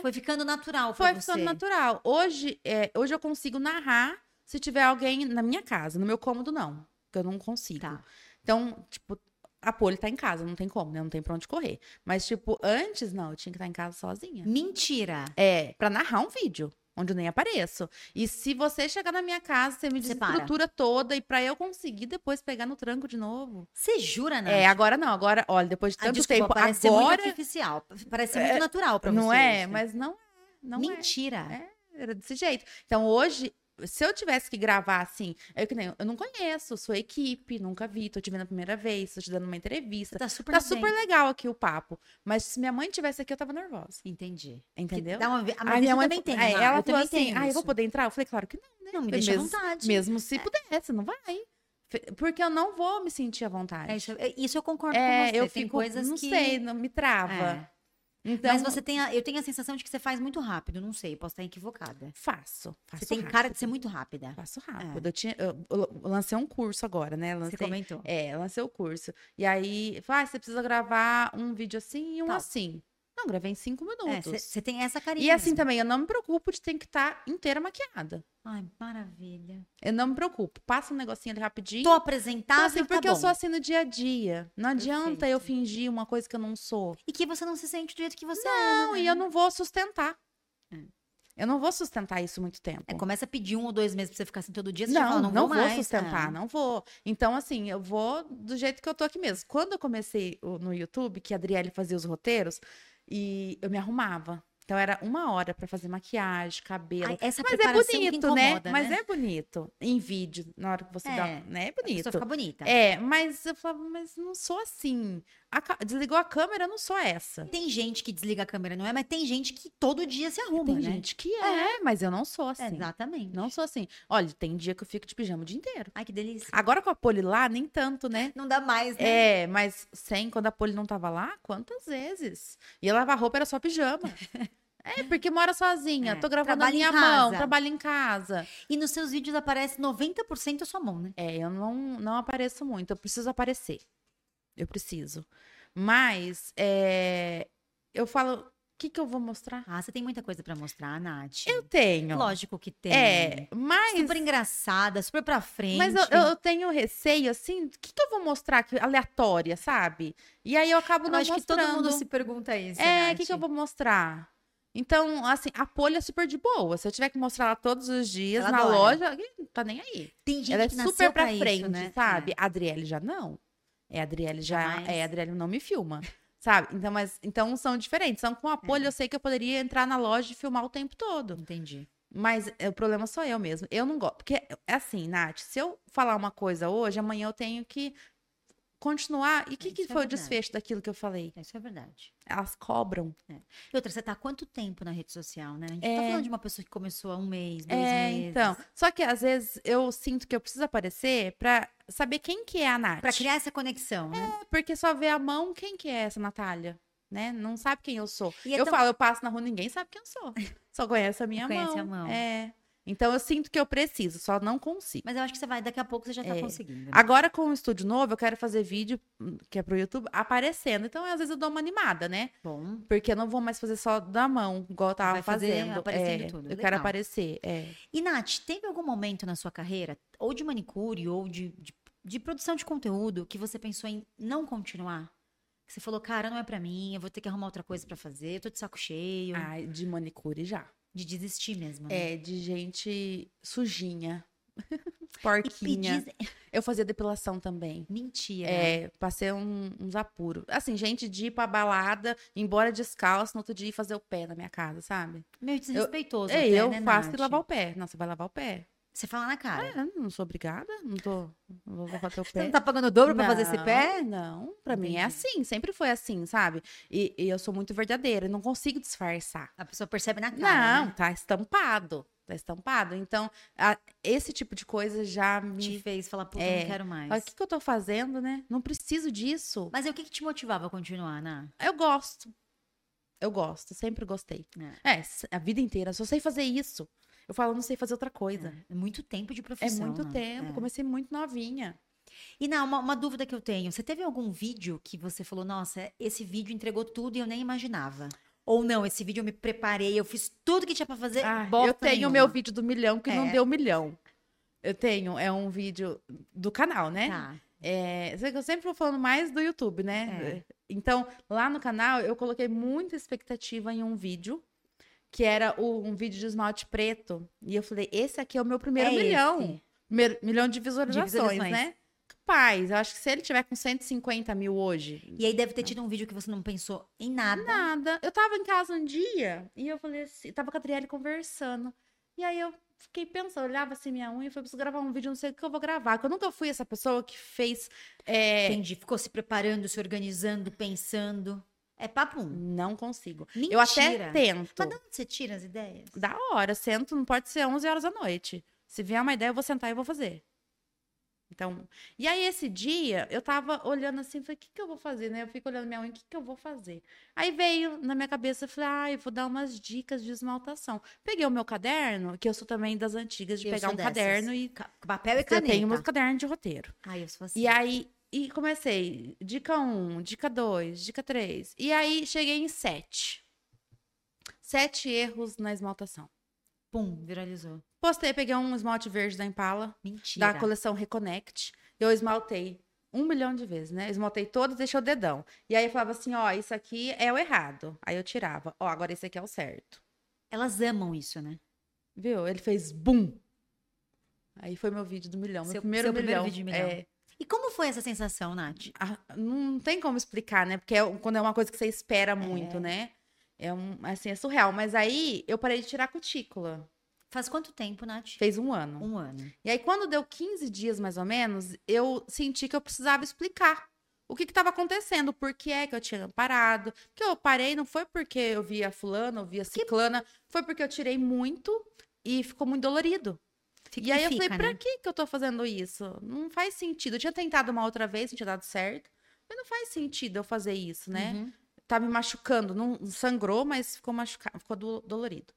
[SPEAKER 1] Foi,
[SPEAKER 2] é.
[SPEAKER 1] ficando natural pra
[SPEAKER 2] Foi
[SPEAKER 1] você.
[SPEAKER 2] ficando natural. Hoje, é, hoje eu consigo narrar se tiver alguém na minha casa. No meu cômodo, não. Porque eu não consigo.
[SPEAKER 1] Tá.
[SPEAKER 2] Então, tipo, a Poli tá em casa, não tem como, né? Não tem pra onde correr. Mas, tipo, antes, não, eu tinha que estar em casa sozinha.
[SPEAKER 1] Mentira.
[SPEAKER 2] É, pra narrar um vídeo, onde eu nem apareço. E se você chegar na minha casa, você me
[SPEAKER 1] Você para.
[SPEAKER 2] desestrutura toda e pra eu conseguir depois pegar no tranco de novo.
[SPEAKER 1] Você jura, Nath?
[SPEAKER 2] É, agora não, agora, olha, depois de
[SPEAKER 1] Ah,
[SPEAKER 2] tanto
[SPEAKER 1] desculpa,
[SPEAKER 2] tempo,
[SPEAKER 1] parece ser muito
[SPEAKER 2] agora
[SPEAKER 1] artificial. Parece ser muito natural pra você.
[SPEAKER 2] não é,
[SPEAKER 1] isso.
[SPEAKER 2] mas não é, não
[SPEAKER 1] Mentira.
[SPEAKER 2] É. é. Era desse jeito. Então hoje se eu tivesse que gravar assim, eu que nem, eu não conheço sua equipe, nunca vi, tô te vendo a primeira vez, tô te dando uma
[SPEAKER 1] Você
[SPEAKER 2] entrevista.
[SPEAKER 1] tá super
[SPEAKER 2] Tá
[SPEAKER 1] bem.
[SPEAKER 2] super legal aqui o papo, mas se minha mãe tivesse aqui eu tava nervosa,
[SPEAKER 1] Entendeu?
[SPEAKER 2] entendeu?
[SPEAKER 1] Dá uma... ve- Ah,
[SPEAKER 2] Aí
[SPEAKER 1] mas
[SPEAKER 2] minha
[SPEAKER 1] eu
[SPEAKER 2] mãe
[SPEAKER 1] também
[SPEAKER 2] fa-
[SPEAKER 1] tenho.
[SPEAKER 2] é,
[SPEAKER 1] Rafa,
[SPEAKER 2] ela
[SPEAKER 1] eu
[SPEAKER 2] falou
[SPEAKER 1] também
[SPEAKER 2] assim:
[SPEAKER 1] tenho
[SPEAKER 2] ah, eu vou
[SPEAKER 1] isso.
[SPEAKER 2] poder entrar? Eu falei, claro que não,
[SPEAKER 1] Não, me
[SPEAKER 2] Falei,
[SPEAKER 1] deixa à
[SPEAKER 2] mesmo-
[SPEAKER 1] vontade. É.
[SPEAKER 2] mesmo se pudesse, não vai. Fe- Porque eu não vou me sentir à vontade.
[SPEAKER 1] É, isso, é- isso eu concordo
[SPEAKER 2] É,
[SPEAKER 1] com você.
[SPEAKER 2] eu
[SPEAKER 1] tem
[SPEAKER 2] fico,
[SPEAKER 1] coisas
[SPEAKER 2] não
[SPEAKER 1] que...
[SPEAKER 2] sei, não me trava.
[SPEAKER 1] É.
[SPEAKER 2] Então,
[SPEAKER 1] Mas você tem a- eu tenho a sensação de que você faz muito rápido, não sei, posso estar equivocada.
[SPEAKER 2] faço, faço
[SPEAKER 1] Você tem
[SPEAKER 2] rápido.
[SPEAKER 1] cara de ser muito rápida.
[SPEAKER 2] Faço rápido. Eu, tinha, eu, eu lancei um curso agora, né?
[SPEAKER 1] Você
[SPEAKER 2] Lancei,
[SPEAKER 1] comentou.
[SPEAKER 2] É, lancei o curso. E aí, falei, ah, você precisa gravar um vídeo assim e um
[SPEAKER 1] Tá.
[SPEAKER 2] assim. Não, gravei em cinco minutos.
[SPEAKER 1] é, Você tem essa carinha.
[SPEAKER 2] e assim
[SPEAKER 1] mesmo.
[SPEAKER 2] também, eu não me preocupo de ter que estar inteira maquiada.
[SPEAKER 1] Ai, maravilha.
[SPEAKER 2] Eu não me preocupo. Passa um negocinho ali rapidinho.
[SPEAKER 1] Tô
[SPEAKER 2] Então,
[SPEAKER 1] apresentável,
[SPEAKER 2] assim,
[SPEAKER 1] tá
[SPEAKER 2] porque eu
[SPEAKER 1] bom.
[SPEAKER 2] sou assim no dia a dia. Não adianta eu
[SPEAKER 1] Perfeito.
[SPEAKER 2] fingir uma coisa que eu não sou.
[SPEAKER 1] E que você não se sente do jeito que você é,
[SPEAKER 2] Não, e eu não vou sustentar.
[SPEAKER 1] Hum.
[SPEAKER 2] É. Eu não vou sustentar isso muito tempo.
[SPEAKER 1] é. É, começa a pedir um ou dois meses pra você ficar assim todo dia, você já
[SPEAKER 2] não,
[SPEAKER 1] fala,
[SPEAKER 2] não,
[SPEAKER 1] não,
[SPEAKER 2] vou,
[SPEAKER 1] mais.
[SPEAKER 2] sustentar,
[SPEAKER 1] ah.
[SPEAKER 2] não vou. Então, assim, eu vou do jeito que eu tô aqui mesmo. Quando eu comecei o- no YouTube, que a Adriele fazia os roteiros, e eu me arrumava. Então, era uma hora pra fazer maquiagem, cabelo.
[SPEAKER 1] Ai, essa
[SPEAKER 2] Mas é
[SPEAKER 1] preparação que
[SPEAKER 2] bonito,
[SPEAKER 1] incomoda,
[SPEAKER 2] né? Mas é bonito. Em vídeo, na hora que você dá.
[SPEAKER 1] É,
[SPEAKER 2] Né? É
[SPEAKER 1] A pessoa
[SPEAKER 2] bonito.
[SPEAKER 1] fica bonita.
[SPEAKER 2] É, mas eu falava, mas não sou assim. A ca- Desligou a câmera, eu não sou essa.
[SPEAKER 1] Tem gente que desliga a câmera, não é? Mas tem gente que todo dia se arruma,
[SPEAKER 2] Tem
[SPEAKER 1] né?
[SPEAKER 2] gente que é, mas eu não sou
[SPEAKER 1] É,
[SPEAKER 2] assim.
[SPEAKER 1] Exatamente.
[SPEAKER 2] não sou assim. Olha, tem dia que eu fico de pijama o dia inteiro.
[SPEAKER 1] Ai, que delícia.
[SPEAKER 2] Agora com a Poli lá, nem tanto, né?
[SPEAKER 1] Não dá mais, né?
[SPEAKER 2] É, mas sem, quando a Poli não tava lá, quantas vezes? Ia lavar roupa, era
[SPEAKER 1] (laughs)
[SPEAKER 2] só pijama. É, porque mora sozinha,
[SPEAKER 1] É,
[SPEAKER 2] tô gravando a
[SPEAKER 1] trabalha em
[SPEAKER 2] minha mão,
[SPEAKER 1] casa.
[SPEAKER 2] trabalho em casa.
[SPEAKER 1] E nos seus vídeos aparece 90% a sua mão, né?
[SPEAKER 2] É, eu não, não apareço muito, eu preciso aparecer. Eu preciso. Mas, é, eu falo, o que que eu vou mostrar?
[SPEAKER 1] Ah, você tem muita coisa pra mostrar, Nath.
[SPEAKER 2] Eu tenho.
[SPEAKER 1] Lógico que tem.
[SPEAKER 2] É, mas...
[SPEAKER 1] Super engraçada, super pra frente.
[SPEAKER 2] Mas eu, eu- eu tenho receio, assim, o que, que eu vou mostrar aqui? Aleatória, sabe? E aí eu acabo
[SPEAKER 1] Eu
[SPEAKER 2] não
[SPEAKER 1] acho que
[SPEAKER 2] mostrando.
[SPEAKER 1] todo mundo se pergunta isso.
[SPEAKER 2] É, o
[SPEAKER 1] Nath.
[SPEAKER 2] que, que eu vou mostrar? Então, assim, a polha é super de boa. Se eu tiver que mostrar ela todos os dias
[SPEAKER 1] Ela
[SPEAKER 2] na
[SPEAKER 1] adora.
[SPEAKER 2] loja, alguém não tá nem aí.
[SPEAKER 1] Tem gente
[SPEAKER 2] ela é
[SPEAKER 1] que nasceu
[SPEAKER 2] super pra,
[SPEAKER 1] isso,
[SPEAKER 2] frente,
[SPEAKER 1] né?
[SPEAKER 2] sabe? A Adriele já não. É, a Adriele já.
[SPEAKER 1] Jamais.
[SPEAKER 2] É, a Adriele não me filma. Sabe? Então, mas, então são diferentes. Então, com a polha, eu sei que eu poderia entrar na loja e filmar o tempo
[SPEAKER 1] É,
[SPEAKER 2] todo.
[SPEAKER 1] entendi.
[SPEAKER 2] Mas é, o problema sou eu mesmo. Eu não gosto. Porque, é assim, Nath, se eu falar uma coisa hoje, amanhã eu tenho que continuar. E o que,
[SPEAKER 1] Isso
[SPEAKER 2] que
[SPEAKER 1] é
[SPEAKER 2] foi o
[SPEAKER 1] verdade.
[SPEAKER 2] desfecho daquilo que eu falei?
[SPEAKER 1] Isso é verdade.
[SPEAKER 2] Elas cobram.
[SPEAKER 1] E outra, você tá há quanto tempo na rede social, né? A gente tá
[SPEAKER 2] É.
[SPEAKER 1] falando de uma pessoa que começou há um mês, dois
[SPEAKER 2] É,
[SPEAKER 1] meses.
[SPEAKER 2] então. Só que às vezes eu sinto que eu preciso aparecer pra saber quem que é a Nath.
[SPEAKER 1] Pra criar essa conexão, né?
[SPEAKER 2] Porque só vê a mão quem que é essa Natália, né? Não sabe quem eu sou.
[SPEAKER 1] E é
[SPEAKER 2] eu
[SPEAKER 1] tão-
[SPEAKER 2] falo, eu passo na rua, ninguém sabe quem eu
[SPEAKER 1] (laughs)
[SPEAKER 2] sou. Só conhece a minha
[SPEAKER 1] Conhece
[SPEAKER 2] mão.
[SPEAKER 1] a mão.
[SPEAKER 2] É. Então eu sinto que eu preciso, só não consigo.
[SPEAKER 1] Mas eu acho que você vai, daqui a pouco você já tá
[SPEAKER 2] É.
[SPEAKER 1] conseguindo.
[SPEAKER 2] Agora com o estúdio novo, eu quero fazer vídeo hum, que é pro YouTube aparecendo. Então às vezes eu dou uma animada, né?
[SPEAKER 1] Bom.
[SPEAKER 2] Porque eu não vou mais fazer só da mão, igual eu tava
[SPEAKER 1] Vai fazer
[SPEAKER 2] fazendo.
[SPEAKER 1] aparecendo
[SPEAKER 2] é,
[SPEAKER 1] tudo,
[SPEAKER 2] Eu
[SPEAKER 1] legal.
[SPEAKER 2] quero aparecer, é.
[SPEAKER 1] E, Nath, teve algum momento na sua carreira, ou de manicure, ou de, de, de produção de conteúdo, que você pensou em não continuar? Que você falou, cara, não é pra mim, eu vou ter que arrumar outra coisa pra fazer, eu tô de saco cheio.
[SPEAKER 2] Ai, de manicure já.
[SPEAKER 1] De desistir mesmo. né?
[SPEAKER 2] Ah. É, de gente (laughs) sujinha.
[SPEAKER 1] E
[SPEAKER 2] Porquinha.
[SPEAKER 1] pedir.
[SPEAKER 2] Eu fazia depilação também.
[SPEAKER 1] Mentira.
[SPEAKER 2] É, passei um- uns apuros. Assim, gente de ir pra balada, ir embora descalço, no outro dia ir fazer o pé na minha casa, sabe?
[SPEAKER 1] Meio desrespeitoso.
[SPEAKER 2] É,
[SPEAKER 1] até,
[SPEAKER 2] eu
[SPEAKER 1] né,
[SPEAKER 2] faço
[SPEAKER 1] Nath?
[SPEAKER 2] e lavar o pé. Não, você vai lavar o pé?
[SPEAKER 1] Você fala na cara.
[SPEAKER 2] É, não sou obrigada, não tô. Não vou lavar teu
[SPEAKER 1] Você
[SPEAKER 2] pé.
[SPEAKER 1] não tá pagando o dobro pra fazer esse
[SPEAKER 2] Não,
[SPEAKER 1] pé?
[SPEAKER 2] Não, pra mim é
[SPEAKER 1] Entendi.
[SPEAKER 2] assim, sempre foi assim, sabe? E, e eu sou muito verdadeira, eu não consigo disfarçar.
[SPEAKER 1] A pessoa percebe na cara.
[SPEAKER 2] não,
[SPEAKER 1] né?
[SPEAKER 2] tá estampado. Tá estampado. Então, a- esse tipo de coisa já
[SPEAKER 1] Te
[SPEAKER 2] me.
[SPEAKER 1] fez falar, puta,
[SPEAKER 2] É.
[SPEAKER 1] não quero mais.
[SPEAKER 2] Fala, O que, que eu tô fazendo, né? Não preciso disso.
[SPEAKER 1] Mas e o que, que te motivava a continuar, Nath?
[SPEAKER 2] Eu gosto. Eu gosto, sempre gostei. É, s- a vida inteira, só sei fazer isso. Eu falo, não sei fazer outra coisa.
[SPEAKER 1] É muito tempo de
[SPEAKER 2] É,
[SPEAKER 1] profissão.
[SPEAKER 2] muito
[SPEAKER 1] né?
[SPEAKER 2] tempo,
[SPEAKER 1] É.
[SPEAKER 2] comecei muito novinha.
[SPEAKER 1] E não, uma, uma dúvida que eu tenho. Você teve algum vídeo que você falou, nossa, esse vídeo entregou tudo e eu nem imaginava? Ou não, esse vídeo eu me preparei, eu fiz tudo que tinha pra fazer.
[SPEAKER 2] Ah,
[SPEAKER 1] bosta
[SPEAKER 2] eu tenho o
[SPEAKER 1] nenhuma.
[SPEAKER 2] meu vídeo do milhão que não
[SPEAKER 1] É.
[SPEAKER 2] deu milhão. Eu tenho, é um vídeo do canal, né?
[SPEAKER 1] Tá.
[SPEAKER 2] É, só que eu sempre vou falando mais do YouTube, né? Então, lá no canal, eu coloquei muita expectativa em um vídeo, que era o- um vídeo de esmalte preto. E eu falei, esse aqui é o meu primeiro
[SPEAKER 1] É
[SPEAKER 2] milhão.
[SPEAKER 1] esse.
[SPEAKER 2] Primeiro- milhão de visualizações,
[SPEAKER 1] visualizações.
[SPEAKER 2] né? Capaz, eu acho que se ele tiver com 150 mil hoje, né?
[SPEAKER 1] E aí deve ter tido um vídeo que você não pensou em nada.
[SPEAKER 2] nada. Eu tava em casa um dia e eu falei assim, tava com a Adriele conversando. E aí eu fiquei pensando, olhava assim minha unha e falei, preciso gravar um vídeo, não sei o que eu vou gravar. Porque eu nunca fui essa pessoa que fez. é,
[SPEAKER 1] Entendi. Ficou se preparando, se organizando, pensando. É papo um.
[SPEAKER 2] Não consigo.
[SPEAKER 1] Mentira.
[SPEAKER 2] Eu até tento.
[SPEAKER 1] Mas de onde você tira as ideias?
[SPEAKER 2] Da hora, eu sento, não pode ser 11 horas da noite. Se vier uma ideia, eu vou sentar e vou fazer. Então, e aí esse dia, eu tava olhando assim, falei, o que que eu vou fazer, né? Eu fico olhando minha unha, o que que eu vou fazer? Aí veio na minha cabeça, eu falei, ah, eu vou dar umas dicas de esmaltação. Peguei o meu caderno, que eu sou também das antigas de
[SPEAKER 1] Eu
[SPEAKER 2] pegar
[SPEAKER 1] sou
[SPEAKER 2] um
[SPEAKER 1] dessas.
[SPEAKER 2] caderno e...
[SPEAKER 1] Ca- papel e
[SPEAKER 2] Eu
[SPEAKER 1] caneta.
[SPEAKER 2] tenho meu caderno de roteiro.
[SPEAKER 1] Ai, eu sou assim.
[SPEAKER 2] E aí, e comecei. Dica 1, dica 2, dica 3. E aí, cheguei em 7. 7 erros na esmaltação.
[SPEAKER 1] Pum, viralizou.
[SPEAKER 2] Postei, peguei um esmalte verde da Impala,
[SPEAKER 1] Mentira.
[SPEAKER 2] da coleção Reconnect. Eu esmaltei um milhão de vezes, né? Esmaltei todos, deixei o dedão. E aí, eu falava assim, ó, isso aqui é o errado. Aí, eu tirava. Ó, agora esse aqui é o certo.
[SPEAKER 1] Elas amam isso, né?
[SPEAKER 2] Viu? Ele fez bum. Aí foi meu vídeo do milhão. Meu
[SPEAKER 1] Seu-
[SPEAKER 2] primeiro
[SPEAKER 1] seu primeiro
[SPEAKER 2] milhão.
[SPEAKER 1] vídeo de milhão.
[SPEAKER 2] É,
[SPEAKER 1] E como foi essa sensação, Nath?
[SPEAKER 2] Ah, não tem como explicar, né? Porque é um- quando é uma coisa que você espera muito, né? É um, assim, é surreal. Mas aí eu parei de tirar a cutícula.
[SPEAKER 1] Faz quanto tempo, Nath?
[SPEAKER 2] Fez um ano.
[SPEAKER 1] Um ano.
[SPEAKER 2] E aí, quando deu 15 dias, mais ou menos, eu senti que eu precisava explicar o que estava acontecendo, por que é que eu tinha parado. Porque eu parei, não foi porque eu via fulano, eu via ciclana, foi porque eu tirei muito e ficou muito dolorido.
[SPEAKER 1] Fica-
[SPEAKER 2] E aí eu
[SPEAKER 1] fica,
[SPEAKER 2] falei, pra
[SPEAKER 1] né?
[SPEAKER 2] que que eu tô fazendo isso? Não faz sentido. Eu tinha tentado uma outra vez, não tinha dado certo. Mas não faz sentido eu fazer isso, né?
[SPEAKER 1] Uhum.
[SPEAKER 2] Tá me machucando. Não sangrou, mas ficou machucado, ficou do- dolorido.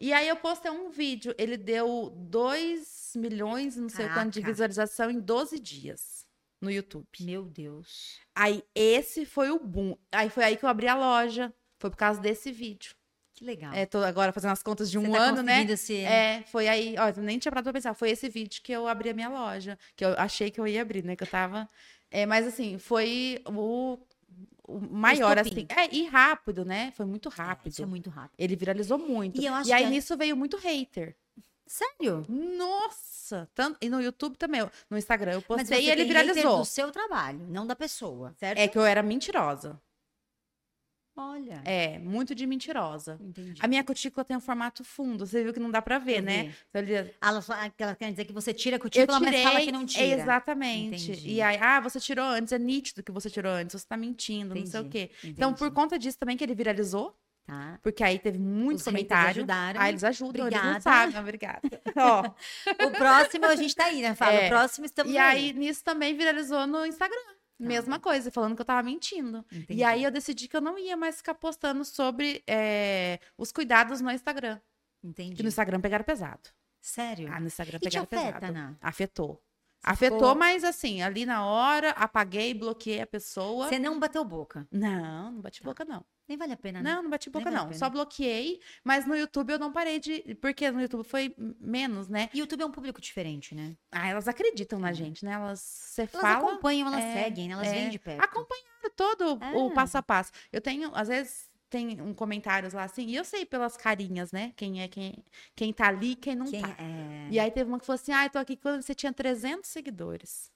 [SPEAKER 2] E aí eu postei um vídeo. Ele deu 2 milhões, e não sei quanto, de
[SPEAKER 1] Caraca.
[SPEAKER 2] visualização em 12 dias no YouTube.
[SPEAKER 1] Meu Deus.
[SPEAKER 2] Aí esse foi o boom. Aí foi aí que eu abri a loja. Foi por causa desse vídeo.
[SPEAKER 1] Que legal.
[SPEAKER 2] É, tô agora fazendo as contas de
[SPEAKER 1] Tá. Você
[SPEAKER 2] um
[SPEAKER 1] tá
[SPEAKER 2] ano, né?
[SPEAKER 1] conseguindo se-
[SPEAKER 2] É, foi aí, ó, eu nem tinha parado pra pensar, foi esse vídeo que eu abri a minha loja, que eu achei que eu ia abrir, né, que eu tava, é, mas assim, foi o, o maior, assim,
[SPEAKER 1] estopim.
[SPEAKER 2] é, e rápido, né, foi muito
[SPEAKER 1] É,
[SPEAKER 2] rápido,
[SPEAKER 1] isso é muito rápido.
[SPEAKER 2] ele viralizou muito,
[SPEAKER 1] E eu acho
[SPEAKER 2] aí
[SPEAKER 1] que é-
[SPEAKER 2] nisso veio muito hater,
[SPEAKER 1] Sério?
[SPEAKER 2] nossa, tanto, e no YouTube também, eu- no Instagram eu
[SPEAKER 1] Mas
[SPEAKER 2] postei e
[SPEAKER 1] você
[SPEAKER 2] ele
[SPEAKER 1] tem hater
[SPEAKER 2] viralizou,
[SPEAKER 1] do seu trabalho, não da pessoa, certo?
[SPEAKER 2] é que eu era mentirosa,
[SPEAKER 1] É Olha.
[SPEAKER 2] É, muito de mentirosa.
[SPEAKER 1] Entendi.
[SPEAKER 2] A minha cutícula tem um formato fundo, você viu que não dá pra ver, né?
[SPEAKER 1] Entendi. Ah,
[SPEAKER 2] Então, ele-
[SPEAKER 1] Ela, só- ela quer dizer que você tira a
[SPEAKER 2] eu
[SPEAKER 1] cutícula,
[SPEAKER 2] tirei,
[SPEAKER 1] mas fala que não tira.
[SPEAKER 2] exatamente.
[SPEAKER 1] Entendi.
[SPEAKER 2] E aí, ah, você tirou antes, é nítido que você tirou antes, você tá mentindo, não sei o quê.
[SPEAKER 1] Entendi,
[SPEAKER 2] Então, por
[SPEAKER 1] entendi.
[SPEAKER 2] conta disso também que ele viralizou,
[SPEAKER 1] Tá.
[SPEAKER 2] porque aí teve muitos
[SPEAKER 1] Os haters
[SPEAKER 2] comentários.
[SPEAKER 1] ajudaram.
[SPEAKER 2] Ah, eles ajudam, eles
[SPEAKER 1] Obrigada.
[SPEAKER 2] não
[SPEAKER 1] (laughs)
[SPEAKER 2] sabem, obrigada. Ó,
[SPEAKER 1] O próximo a gente tá aí, né, Fábio?
[SPEAKER 2] É.
[SPEAKER 1] O próximo estamos
[SPEAKER 2] e aí, nisso também viralizou no Instagram. Mesma coisa, falando que eu tava mentindo.
[SPEAKER 1] Tá. Entendi.
[SPEAKER 2] E aí eu decidi que eu não ia mais ficar postando sobre é, os cuidados no Instagram.
[SPEAKER 1] Entendi.
[SPEAKER 2] Que no Instagram pegaram pesado.
[SPEAKER 1] Sério?
[SPEAKER 2] Ah, no Instagram
[SPEAKER 1] e te
[SPEAKER 2] pegaram
[SPEAKER 1] afeta, né?
[SPEAKER 2] pesado.
[SPEAKER 1] Ana?
[SPEAKER 2] Afetou.
[SPEAKER 1] Você
[SPEAKER 2] Afetou,
[SPEAKER 1] ficou-
[SPEAKER 2] mas assim, ali na hora, apaguei, bloqueei a pessoa.
[SPEAKER 1] Você Tá. não bateu boca.
[SPEAKER 2] Não, não bate boca, não.
[SPEAKER 1] Nem vale a pena, né?
[SPEAKER 2] Não, não bati boca,
[SPEAKER 1] vale a
[SPEAKER 2] não.
[SPEAKER 1] pena.
[SPEAKER 2] Só bloqueei, mas no YouTube eu não parei de. Porque no YouTube foi menos, né?
[SPEAKER 1] YouTube é um público diferente, né?
[SPEAKER 2] Ah, elas acreditam na gente, né? Elas. Você
[SPEAKER 1] Elas
[SPEAKER 2] fala.
[SPEAKER 1] acompanham, elas
[SPEAKER 2] é,
[SPEAKER 1] seguem, né? elas
[SPEAKER 2] é.
[SPEAKER 1] vêm de perto.
[SPEAKER 2] acompanharam todo o
[SPEAKER 1] Ah.
[SPEAKER 2] passo a passo. Eu tenho, às vezes, tem um comentários lá assim, e eu sei pelas carinhas, né? Quem é quem, quem tá ali e quem não
[SPEAKER 1] Quem
[SPEAKER 2] tá.
[SPEAKER 1] é...
[SPEAKER 2] E aí teve uma que falou assim: ah, eu tô aqui quando você tinha 300 seguidores.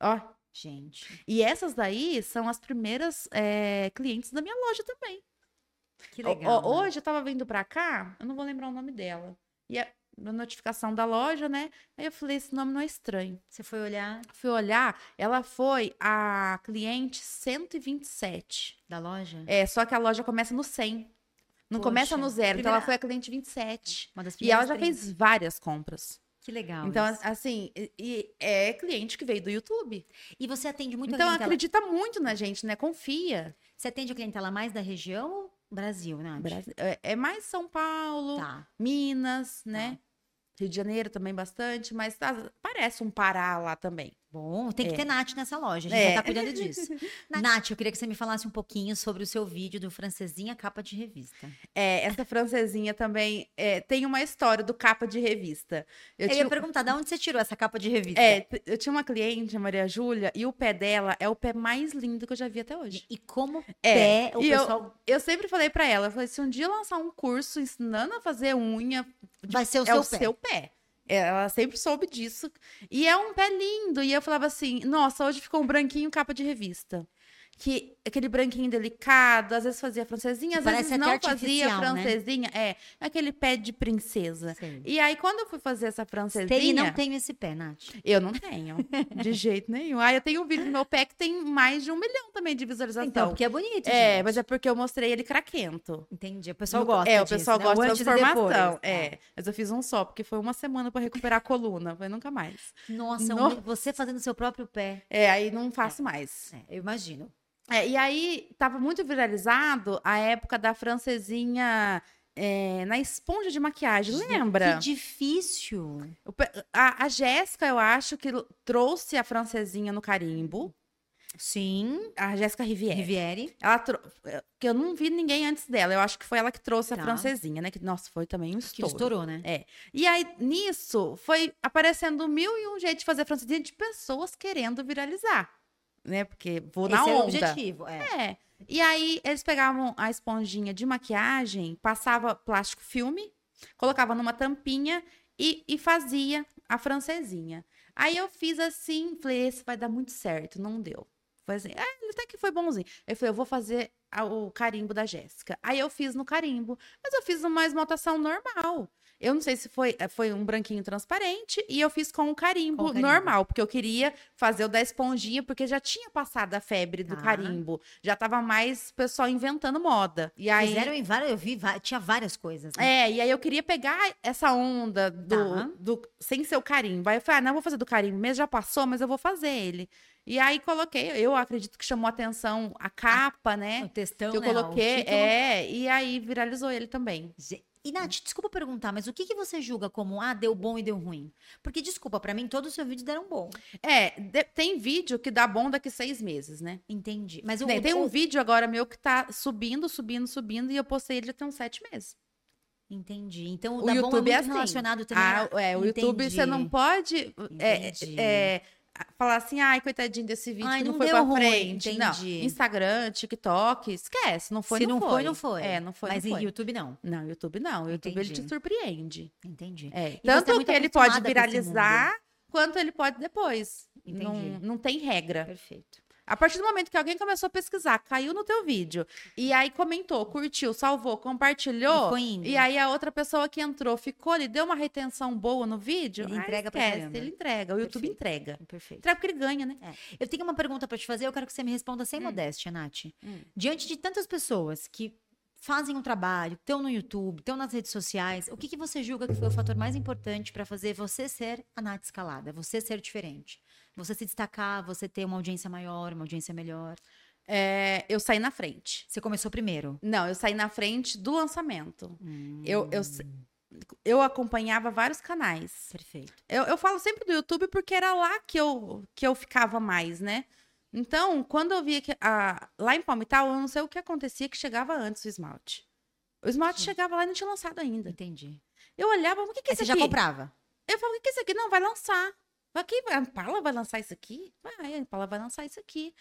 [SPEAKER 2] Ó,
[SPEAKER 1] Gente,
[SPEAKER 2] e essas daí são as primeiras é, clientes da minha loja também.
[SPEAKER 1] que
[SPEAKER 2] Ó,
[SPEAKER 1] legal.
[SPEAKER 2] ó,
[SPEAKER 1] né?
[SPEAKER 2] hoje eu tava vindo pra cá, eu não vou lembrar o nome dela. E a a notificação da loja, né? Aí eu falei: esse nome não é estranho.
[SPEAKER 1] Você foi olhar
[SPEAKER 2] Fui olhar, ela foi a cliente 127.
[SPEAKER 1] da loja?
[SPEAKER 2] É, só que a loja começa no 100. Não
[SPEAKER 1] Poxa,
[SPEAKER 2] começa no zero. Então
[SPEAKER 1] primeira-
[SPEAKER 2] ela foi a cliente 27.
[SPEAKER 1] Uma das
[SPEAKER 2] E ela
[SPEAKER 1] primeiras
[SPEAKER 2] já
[SPEAKER 1] três.
[SPEAKER 2] fez várias compras.
[SPEAKER 1] Que legal.
[SPEAKER 2] Então,
[SPEAKER 1] isso.
[SPEAKER 2] assim, e- e é cliente que veio do YouTube.
[SPEAKER 1] E você atende muito
[SPEAKER 2] Então
[SPEAKER 1] a clientela.
[SPEAKER 2] acredita muito na gente, né? Confia.
[SPEAKER 1] Você atende a clientela mais da região ou Brasil, Nath?
[SPEAKER 2] É- É mais São Paulo,
[SPEAKER 1] Tá.
[SPEAKER 2] Minas, né? Rio de Janeiro também bastante, mas tá- parece um Pará lá também.
[SPEAKER 1] Bom, tem que
[SPEAKER 2] É.
[SPEAKER 1] ter Nath nessa loja. A gente
[SPEAKER 2] É.
[SPEAKER 1] já tá cuidando
[SPEAKER 2] (laughs)
[SPEAKER 1] disso. Nath, eu queria que você me falasse um pouquinho sobre o seu vídeo do Francesinha Capa de Revista.
[SPEAKER 2] É, essa francesinha também é, tem uma história do capa de revista.
[SPEAKER 1] Eu,
[SPEAKER 2] tinha- um
[SPEAKER 1] ia perguntar, de onde você tirou essa capa de revista?
[SPEAKER 2] É, t- eu tinha uma cliente, a Maria Júlia, e o pé dela é o pé mais lindo que eu já vi até hoje.
[SPEAKER 1] E como
[SPEAKER 2] É,
[SPEAKER 1] pé, o
[SPEAKER 2] e eu-
[SPEAKER 1] pessoal
[SPEAKER 2] Eu sempre falei pra ela, eu falei, se um dia eu lançar um curso ensinando a fazer unha,
[SPEAKER 1] vai ser o
[SPEAKER 2] é
[SPEAKER 1] seu
[SPEAKER 2] o
[SPEAKER 1] pé.
[SPEAKER 2] seu pé. Ela sempre soube disso. E é um pé lindo. E eu falava assim, nossa, hoje ficou um branquinho capa de revista. Que aquele branquinho delicado, às vezes fazia francesinha,
[SPEAKER 1] Que
[SPEAKER 2] às
[SPEAKER 1] parece
[SPEAKER 2] vezes
[SPEAKER 1] até
[SPEAKER 2] não fazia
[SPEAKER 1] artificial, né?
[SPEAKER 2] francesinha. É, aquele pé de princesa.
[SPEAKER 1] Sei.
[SPEAKER 2] E aí, quando eu fui fazer essa francesinha...
[SPEAKER 1] Teria, não tenho esse pé, Nath.
[SPEAKER 2] Eu não tenho,
[SPEAKER 1] (laughs)
[SPEAKER 2] de jeito nenhum. Ah, eu tenho um vídeo no meu pé que tem mais de um milhão também de visualização.
[SPEAKER 1] Então, porque é bonito,
[SPEAKER 2] é,
[SPEAKER 1] gente.
[SPEAKER 2] mas é porque eu mostrei ele craquento.
[SPEAKER 1] Entendi, o pessoal
[SPEAKER 2] No-
[SPEAKER 1] gosta
[SPEAKER 2] É, o
[SPEAKER 1] disso,
[SPEAKER 2] pessoal
[SPEAKER 1] né?
[SPEAKER 2] gosta da
[SPEAKER 1] antes e depois.
[SPEAKER 2] transformação. É, mas eu fiz um só, porque foi uma semana pra recuperar a coluna, foi nunca mais.
[SPEAKER 1] Nossa,
[SPEAKER 2] No-
[SPEAKER 1] um- você fazendo seu próprio pé.
[SPEAKER 2] É, aí não faço mais.
[SPEAKER 1] É, eu imagino.
[SPEAKER 2] É, e aí, tava muito viralizado a época da francesinha é, na esponja de maquiagem, lembra?
[SPEAKER 1] Que difícil.
[SPEAKER 2] O pe- A, a Jéssica, eu acho que l- trouxe a francesinha no carimbo.
[SPEAKER 1] Sim,
[SPEAKER 2] A Jéssica Riviera.
[SPEAKER 1] Rivieri.
[SPEAKER 2] Ela trou... é, que eu não vi ninguém antes dela. Eu acho que foi ela que trouxe
[SPEAKER 1] Tá.
[SPEAKER 2] a francesinha, né? Que nossa, foi também um
[SPEAKER 1] Que
[SPEAKER 2] estouro.
[SPEAKER 1] estourou, né?
[SPEAKER 2] E aí nisso foi aparecendo mil e um jeito de fazer francesinha de pessoas querendo viralizar, né? Porque vou na
[SPEAKER 1] Esse era o
[SPEAKER 2] onda.
[SPEAKER 1] objetivo. É.
[SPEAKER 2] É. E aí eles pegavam a esponjinha de maquiagem, passava plástico filme, colocava numa tampinha e, e fazia a francesinha. Aí eu fiz assim, falei, esse vai dar muito certo, não deu. Foi assim, "É, ele até que foi bonzinho. Eu falei, eu vou fazer a- o carimbo da Jéssica. Aí eu fiz no carimbo, mas eu fiz uma esmaltação normal. Eu não sei se foi, eh, foi um branquinho transparente e eu fiz com o carimbo,
[SPEAKER 1] carimbo.
[SPEAKER 2] normal, porque eu queria fazer o da esponjinha, porque já tinha passado a febre do
[SPEAKER 1] Tá.
[SPEAKER 2] carimbo já tava mais pessoal inventando moda. E aí,
[SPEAKER 1] Fizeram em várias, eu vi, va- tinha várias coisas. né?
[SPEAKER 2] é, e aí eu queria pegar essa onda do,
[SPEAKER 1] Tá.
[SPEAKER 2] do sem ser o carimbo. Aí eu falei, ah, não vou fazer do carimbo mesmo, já passou, mas eu vou fazer ele. E aí coloquei, eu acredito que chamou atenção a capa,
[SPEAKER 1] O
[SPEAKER 2] né?
[SPEAKER 1] textão,
[SPEAKER 2] que eu
[SPEAKER 1] né, o
[SPEAKER 2] coloquei,
[SPEAKER 1] título.
[SPEAKER 2] é, e aí viralizou ele também.
[SPEAKER 1] Ge- E, Nath, desculpa perguntar, mas o que, que você julga como, ah, deu bom e deu ruim? Porque, desculpa, pra mim todos os seus vídeos deram bom.
[SPEAKER 2] É, de- tem vídeo que dá bom daqui seis meses, né?
[SPEAKER 1] Entendi. Mas o,
[SPEAKER 2] Tem, tem
[SPEAKER 1] o-
[SPEAKER 2] um vídeo agora meu que tá subindo, subindo, subindo, e eu postei ele já tem uns sete meses.
[SPEAKER 1] Entendi. Então, o,
[SPEAKER 2] O
[SPEAKER 1] da bom é
[SPEAKER 2] YouTube é
[SPEAKER 1] muito
[SPEAKER 2] assim.
[SPEAKER 1] relacionado também.
[SPEAKER 2] Ah,
[SPEAKER 1] a-
[SPEAKER 2] é, o YouTube você não
[SPEAKER 1] Entendi.
[SPEAKER 2] pode é,
[SPEAKER 1] Entendi.
[SPEAKER 2] é, falar assim, ai, coitadinho desse vídeo
[SPEAKER 1] Ai,
[SPEAKER 2] que não,
[SPEAKER 1] não
[SPEAKER 2] foi
[SPEAKER 1] deu
[SPEAKER 2] pra
[SPEAKER 1] ruim,
[SPEAKER 2] frente.
[SPEAKER 1] entendi.
[SPEAKER 2] Não, Instagram, TikTok, esquece, não foi,
[SPEAKER 1] Se
[SPEAKER 2] não,
[SPEAKER 1] não foi, não foi.
[SPEAKER 2] É, não foi,
[SPEAKER 1] mas
[SPEAKER 2] não
[SPEAKER 1] em
[SPEAKER 2] foi.
[SPEAKER 1] YouTube não.
[SPEAKER 2] Não, YouTube não, o YouTube ele
[SPEAKER 1] Entendi.
[SPEAKER 2] te surpreende.
[SPEAKER 1] Entendi.
[SPEAKER 2] É,
[SPEAKER 1] você é
[SPEAKER 2] tanto
[SPEAKER 1] muito
[SPEAKER 2] que ele pode
[SPEAKER 1] acostumada com esse mundo.
[SPEAKER 2] viralizar, quanto ele pode depois.
[SPEAKER 1] Entendi.
[SPEAKER 2] Não, não tem regra.
[SPEAKER 1] Perfeito.
[SPEAKER 2] A partir do momento que alguém começou a pesquisar, caiu no teu vídeo, e aí comentou, curtiu, salvou, compartilhou,
[SPEAKER 1] foi indo.
[SPEAKER 2] e aí a outra pessoa que entrou ficou, ele deu uma retenção boa no vídeo,
[SPEAKER 1] Ele
[SPEAKER 2] ah,
[SPEAKER 1] entrega pra
[SPEAKER 2] esquece,
[SPEAKER 1] caramba.
[SPEAKER 2] Ele entrega, o YouTube
[SPEAKER 1] Perfeito.
[SPEAKER 2] entrega.
[SPEAKER 1] Perfeito.
[SPEAKER 2] Entrega porque ele ganha, né?
[SPEAKER 1] Eu tenho uma pergunta pra te fazer, eu quero que você me responda sem modéstia, Nath.
[SPEAKER 2] Hum.
[SPEAKER 1] Diante de tantas pessoas que fazem um trabalho, estão no YouTube, estão nas redes sociais, o que, que você julga que foi o fator mais importante pra fazer você ser a Nath escalada, você ser diferente? Você se destacar, você ter uma audiência maior, uma audiência melhor.
[SPEAKER 2] É, eu saí na frente.
[SPEAKER 1] Você começou primeiro.
[SPEAKER 2] Não, eu saí na frente do lançamento. Eu, eu, eu acompanhava vários canais.
[SPEAKER 1] Perfeito.
[SPEAKER 2] Eu, eu falo sempre do YouTube porque era lá que eu, que eu ficava mais, né? Então, quando eu via que. a- lá em Palmital, eu não sei o que acontecia que chegava antes o esmalte. O esmalte
[SPEAKER 1] Sim.
[SPEAKER 2] chegava lá e não tinha lançado ainda.
[SPEAKER 1] Entendi.
[SPEAKER 2] Eu olhava, mas o que, que é
[SPEAKER 1] Aí
[SPEAKER 2] isso
[SPEAKER 1] você
[SPEAKER 2] aqui?
[SPEAKER 1] já comprava.
[SPEAKER 2] Eu falava, o que que é isso aqui? Não, vai lançar. Aqui, a Impala vai lançar isso aqui? Vai, a Impala vai lançar isso aqui.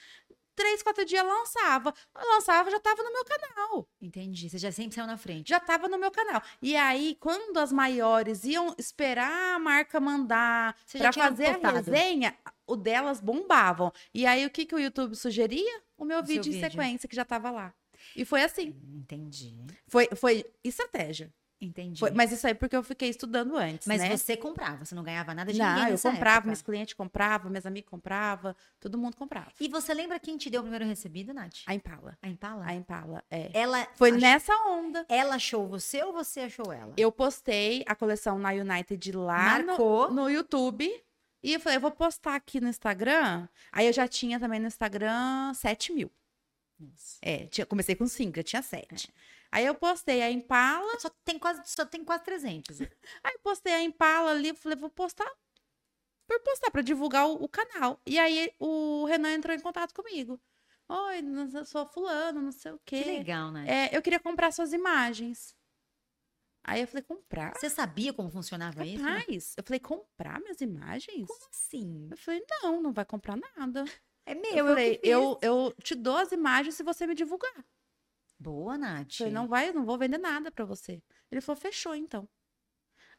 [SPEAKER 2] Três, quatro dias lançava. Eu lançava, já tava no meu canal
[SPEAKER 1] Entendi. Você já sempre saiu na frente.
[SPEAKER 2] já estava no meu canal. E aí, quando as maiores iam esperar a marca mandar
[SPEAKER 1] Você já
[SPEAKER 2] para
[SPEAKER 1] tinha
[SPEAKER 2] fazer a
[SPEAKER 1] botado.
[SPEAKER 2] resenha, o delas bombavam. E aí, o que, que o YouTube sugeria? O meu
[SPEAKER 1] O seu
[SPEAKER 2] vídeo em
[SPEAKER 1] vídeo.
[SPEAKER 2] sequência, que já estava lá. E foi assim.
[SPEAKER 1] Entendi.
[SPEAKER 2] Foi, foi estratégia.
[SPEAKER 1] Entendi.
[SPEAKER 2] Foi- mas isso aí porque eu fiquei estudando antes,
[SPEAKER 1] Mas
[SPEAKER 2] né?
[SPEAKER 1] você comprava, você não ganhava nada de
[SPEAKER 2] Não,
[SPEAKER 1] ninguém
[SPEAKER 2] eu
[SPEAKER 1] nessa
[SPEAKER 2] comprava,
[SPEAKER 1] época.
[SPEAKER 2] meus clientes compravam, meus amigos compravam, todo mundo comprava.
[SPEAKER 1] E você lembra quem te deu o primeiro recebido, Nath?
[SPEAKER 2] A Impala.
[SPEAKER 1] A Impala?
[SPEAKER 2] A Impala, é.
[SPEAKER 1] Ela,
[SPEAKER 2] Foi
[SPEAKER 1] ach-
[SPEAKER 2] nessa onda.
[SPEAKER 1] ela achou você ou você achou ela?
[SPEAKER 2] Eu postei a coleção na United lá no,
[SPEAKER 1] Marcou.
[SPEAKER 2] no YouTube. E eu falei, eu vou postar aqui no Instagram. Aí eu já tinha também no Instagram 7 mil.
[SPEAKER 1] Nossa.
[SPEAKER 2] É, tinha- comecei com 5, eu tinha 7.
[SPEAKER 1] É.
[SPEAKER 2] Aí eu postei a Impala.
[SPEAKER 1] Só tem quase, só tem quase
[SPEAKER 2] É.
[SPEAKER 1] 300.
[SPEAKER 2] Aí eu postei a Impala ali. Falei, vou postar por postar, pra divulgar o, o canal. E aí o Renan entrou em contato comigo. Oi, não sei, eu sou fulano, não sei o quê.
[SPEAKER 1] Que legal, né?
[SPEAKER 2] É, eu queria comprar suas imagens. Aí eu falei, comprar?
[SPEAKER 1] Você sabia como funcionava isso?
[SPEAKER 2] Rapaz, eu falei, comprar minhas imagens?
[SPEAKER 1] Como assim?
[SPEAKER 2] Eu falei, não, não vai comprar nada.
[SPEAKER 1] É meu,
[SPEAKER 2] Eu, falei,
[SPEAKER 1] eu...
[SPEAKER 2] eu, eu te dou as imagens se você me divulgar. Eu
[SPEAKER 1] Boa, Nath.
[SPEAKER 2] falei, não vai, eu não vou vender nada pra você. Ele falou, fechou então.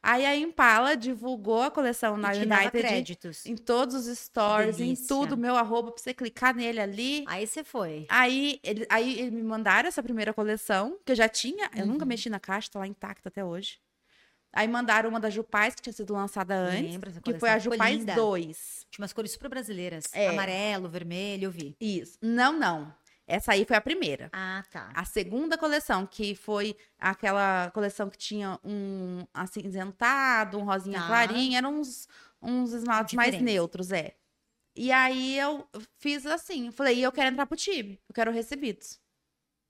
[SPEAKER 2] Aí a Impala divulgou a coleção na
[SPEAKER 1] E te dava
[SPEAKER 2] United
[SPEAKER 1] créditos.
[SPEAKER 2] em todos os stories, em
[SPEAKER 1] Delícia.
[SPEAKER 2] tudo, meu arroba, pra você clicar nele ali.
[SPEAKER 1] Aí você foi.
[SPEAKER 2] Aí, ele, aí eles me mandaram essa primeira coleção, que eu já tinha, eu nunca
[SPEAKER 1] Uhum.
[SPEAKER 2] mexi na caixa, tá lá intacta até hoje. Aí mandaram uma da Jupais, que tinha sido lançada antes,
[SPEAKER 1] Lembra essa
[SPEAKER 2] que
[SPEAKER 1] coleção?
[SPEAKER 2] foi a
[SPEAKER 1] Ficou
[SPEAKER 2] Jupais
[SPEAKER 1] linda.
[SPEAKER 2] 2.
[SPEAKER 1] Tinha umas cores super brasileiras.
[SPEAKER 2] É.
[SPEAKER 1] Amarelo, vermelho, eu vi.
[SPEAKER 2] Isso. Não, não. Essa aí foi a primeira.
[SPEAKER 1] Ah, tá.
[SPEAKER 2] A segunda coleção, que foi aquela coleção que tinha um acinzentado, um rosinha
[SPEAKER 1] Tá.
[SPEAKER 2] clarinho, eram uns, uns esmaltes mais
[SPEAKER 1] Diferentes.
[SPEAKER 2] neutros, é. E aí eu fiz assim, eu falei, "E eu quero entrar pro time, eu quero recebidos.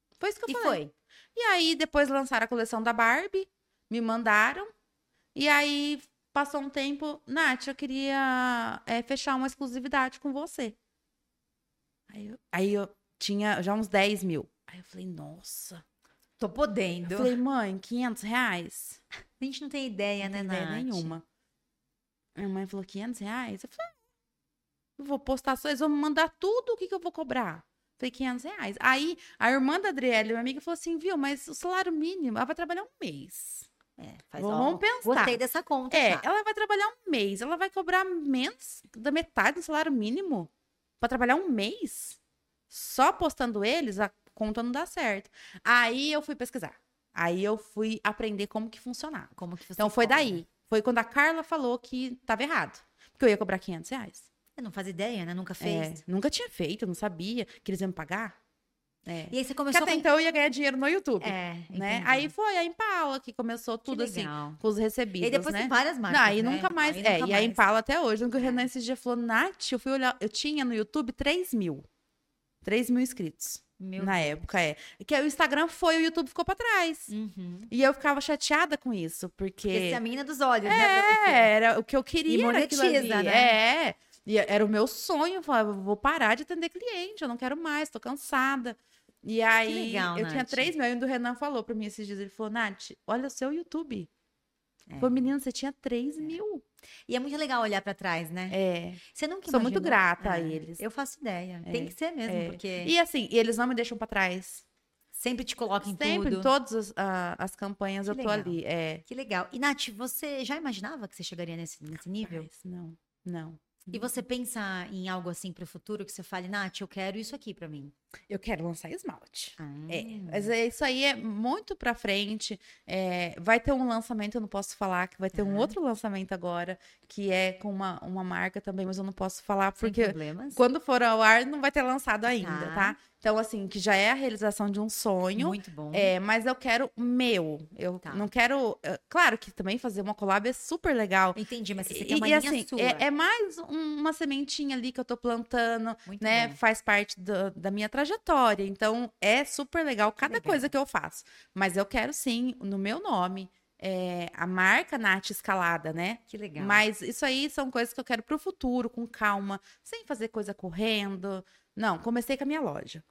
[SPEAKER 2] então Foi isso que eu
[SPEAKER 1] e
[SPEAKER 2] falei.
[SPEAKER 1] foi.
[SPEAKER 2] E aí depois lançaram a coleção da Barbie, me mandaram. E aí passou um tempo, Nath, eu queria eh, fechar uma exclusividade com você. Aí eu, aí eu tinha já uns 10 mil. Aí eu falei, nossa.
[SPEAKER 1] Tô podendo.
[SPEAKER 2] Eu falei, mãe, 500 reais?
[SPEAKER 1] A gente não tem ideia,
[SPEAKER 2] Não
[SPEAKER 1] né,
[SPEAKER 2] tem ideia
[SPEAKER 1] Nath?
[SPEAKER 2] nenhuma. Minha mãe falou, 500 reais? Eu falei, eu vou postar só, eles vão me mandar tudo, o que, que eu vou cobrar? Falei, 500 reais. Aí, a irmã da Adriele, minha amiga, falou assim, viu, mas o salário mínimo, ela vai trabalhar um mês.
[SPEAKER 1] É, faz
[SPEAKER 2] Vamos
[SPEAKER 1] ó,
[SPEAKER 2] pensar.
[SPEAKER 1] Gostei dessa conta.
[SPEAKER 2] É,
[SPEAKER 1] tá?
[SPEAKER 2] ela vai trabalhar um mês, ela vai cobrar menos da metade do salário mínimo Pra trabalhar um mês. Só postando eles, a conta não dá certo. Aí eu fui pesquisar. Aí eu fui aprender como que funcionava.
[SPEAKER 1] Como que você
[SPEAKER 2] Então foi
[SPEAKER 1] cobra? né?
[SPEAKER 2] daí. Foi quando a Carla falou que tava errado. Porque eu ia cobrar 500 reais.
[SPEAKER 1] Eu não faz ideia, né? Nunca
[SPEAKER 2] É,
[SPEAKER 1] fez.
[SPEAKER 2] nunca tinha feito, eu não sabia que eles iam me pagar. É.
[SPEAKER 1] E aí você
[SPEAKER 2] Porque
[SPEAKER 1] começou
[SPEAKER 2] até então eu ia ganhar dinheiro no YouTube.
[SPEAKER 1] É,
[SPEAKER 2] né?
[SPEAKER 1] entendi.
[SPEAKER 2] Aí foi a Impala que começou
[SPEAKER 1] Que
[SPEAKER 2] tudo assim,
[SPEAKER 1] legal.
[SPEAKER 2] com os
[SPEAKER 1] E
[SPEAKER 2] recebidos.
[SPEAKER 1] aí depois
[SPEAKER 2] né?
[SPEAKER 1] tem várias marcas.
[SPEAKER 2] Não, aí
[SPEAKER 1] né?
[SPEAKER 2] nunca mais.
[SPEAKER 1] Aí
[SPEAKER 2] é,
[SPEAKER 1] nunca
[SPEAKER 2] e a
[SPEAKER 1] mais. É.
[SPEAKER 2] Impala até hoje. O Renan esses dias falou, Nath, eu fui olhar. Eu tinha no YouTube 3 mil. 3 mil inscritos.
[SPEAKER 1] Meu
[SPEAKER 2] na época, é. Que aí o Instagram foi, o YouTube ficou pra trás.
[SPEAKER 1] Uhum.
[SPEAKER 2] E eu ficava chateada com isso, porque.
[SPEAKER 1] Essa é a menina dos olhos,
[SPEAKER 2] É,
[SPEAKER 1] né?
[SPEAKER 2] era o que eu queria.
[SPEAKER 1] E
[SPEAKER 2] era aquilo
[SPEAKER 1] monetiza,
[SPEAKER 2] ali.
[SPEAKER 1] né?
[SPEAKER 2] É. E era o meu sonho. Eu falava, vou parar de atender cliente, eu não quero mais, tô cansada. E aí,
[SPEAKER 1] legal,
[SPEAKER 2] eu tinha
[SPEAKER 1] Nath.
[SPEAKER 2] 3 mil, ainda o Renan falou pra mim esses dias. Ele falou, Nath, olha o seu YouTube.
[SPEAKER 1] É.
[SPEAKER 2] Falou, menina, você tinha 3 mil.
[SPEAKER 1] E é muito legal olhar pra trás, né?
[SPEAKER 2] É.
[SPEAKER 1] Você nunca
[SPEAKER 2] Sou muito
[SPEAKER 1] imaginou? É,
[SPEAKER 2] grata a eles.
[SPEAKER 1] Eu faço ideia.
[SPEAKER 2] É,
[SPEAKER 1] Tem que ser mesmo,
[SPEAKER 2] é.
[SPEAKER 1] porque
[SPEAKER 2] E assim, e eles não me deixam pra trás.
[SPEAKER 1] sempre te coloca em
[SPEAKER 2] Sempre,
[SPEAKER 1] tudo.
[SPEAKER 2] em todas as, a- as campanhas,
[SPEAKER 1] Que
[SPEAKER 2] eu tô
[SPEAKER 1] legal.
[SPEAKER 2] ali. É.
[SPEAKER 1] Que legal. E, Nath, você já imaginava que você chegaria nesse, nesse nível?
[SPEAKER 2] Mas não, não.
[SPEAKER 1] E você pensa em algo assim pro futuro que você fale, Nath, eu quero isso aqui pra mim.
[SPEAKER 2] Eu quero lançar esmalte. É,
[SPEAKER 1] Ah.
[SPEAKER 2] mas é- isso aí é muito pra frente. É, vai ter um lançamento, eu não posso falar, que vai ter um
[SPEAKER 1] Aham.
[SPEAKER 2] outro lançamento agora, que é com uma, uma marca também, mas eu não posso falar,
[SPEAKER 1] Sem
[SPEAKER 2] porque
[SPEAKER 1] problemas.
[SPEAKER 2] quando for ao ar, não vai ter lançado ainda,
[SPEAKER 1] Tá.
[SPEAKER 2] tá? Então, assim, que já é a realização de um sonho.
[SPEAKER 1] Muito bom.
[SPEAKER 2] É, mas eu quero o meu. Eu
[SPEAKER 1] Tá.
[SPEAKER 2] não quero. é, Claro que também fazer uma collab é super legal.
[SPEAKER 1] Entendi, mas você
[SPEAKER 2] E,
[SPEAKER 1] quer uma
[SPEAKER 2] e,
[SPEAKER 1] linha
[SPEAKER 2] assim,
[SPEAKER 1] sua.
[SPEAKER 2] é, é mais um- uma sementinha ali que eu tô plantando,
[SPEAKER 1] Muito
[SPEAKER 2] né?
[SPEAKER 1] bom.
[SPEAKER 2] Faz parte da- da minha trajetória. Então, é super legal cada
[SPEAKER 1] Legal.
[SPEAKER 2] coisa que eu faço. Mas eu quero sim, no meu nome, é, a marca Nath Escalada, né?
[SPEAKER 1] Que legal.
[SPEAKER 2] Mas isso aí são coisas que eu quero pro futuro, com calma, sem fazer coisa correndo. Não, comecei com a minha loja.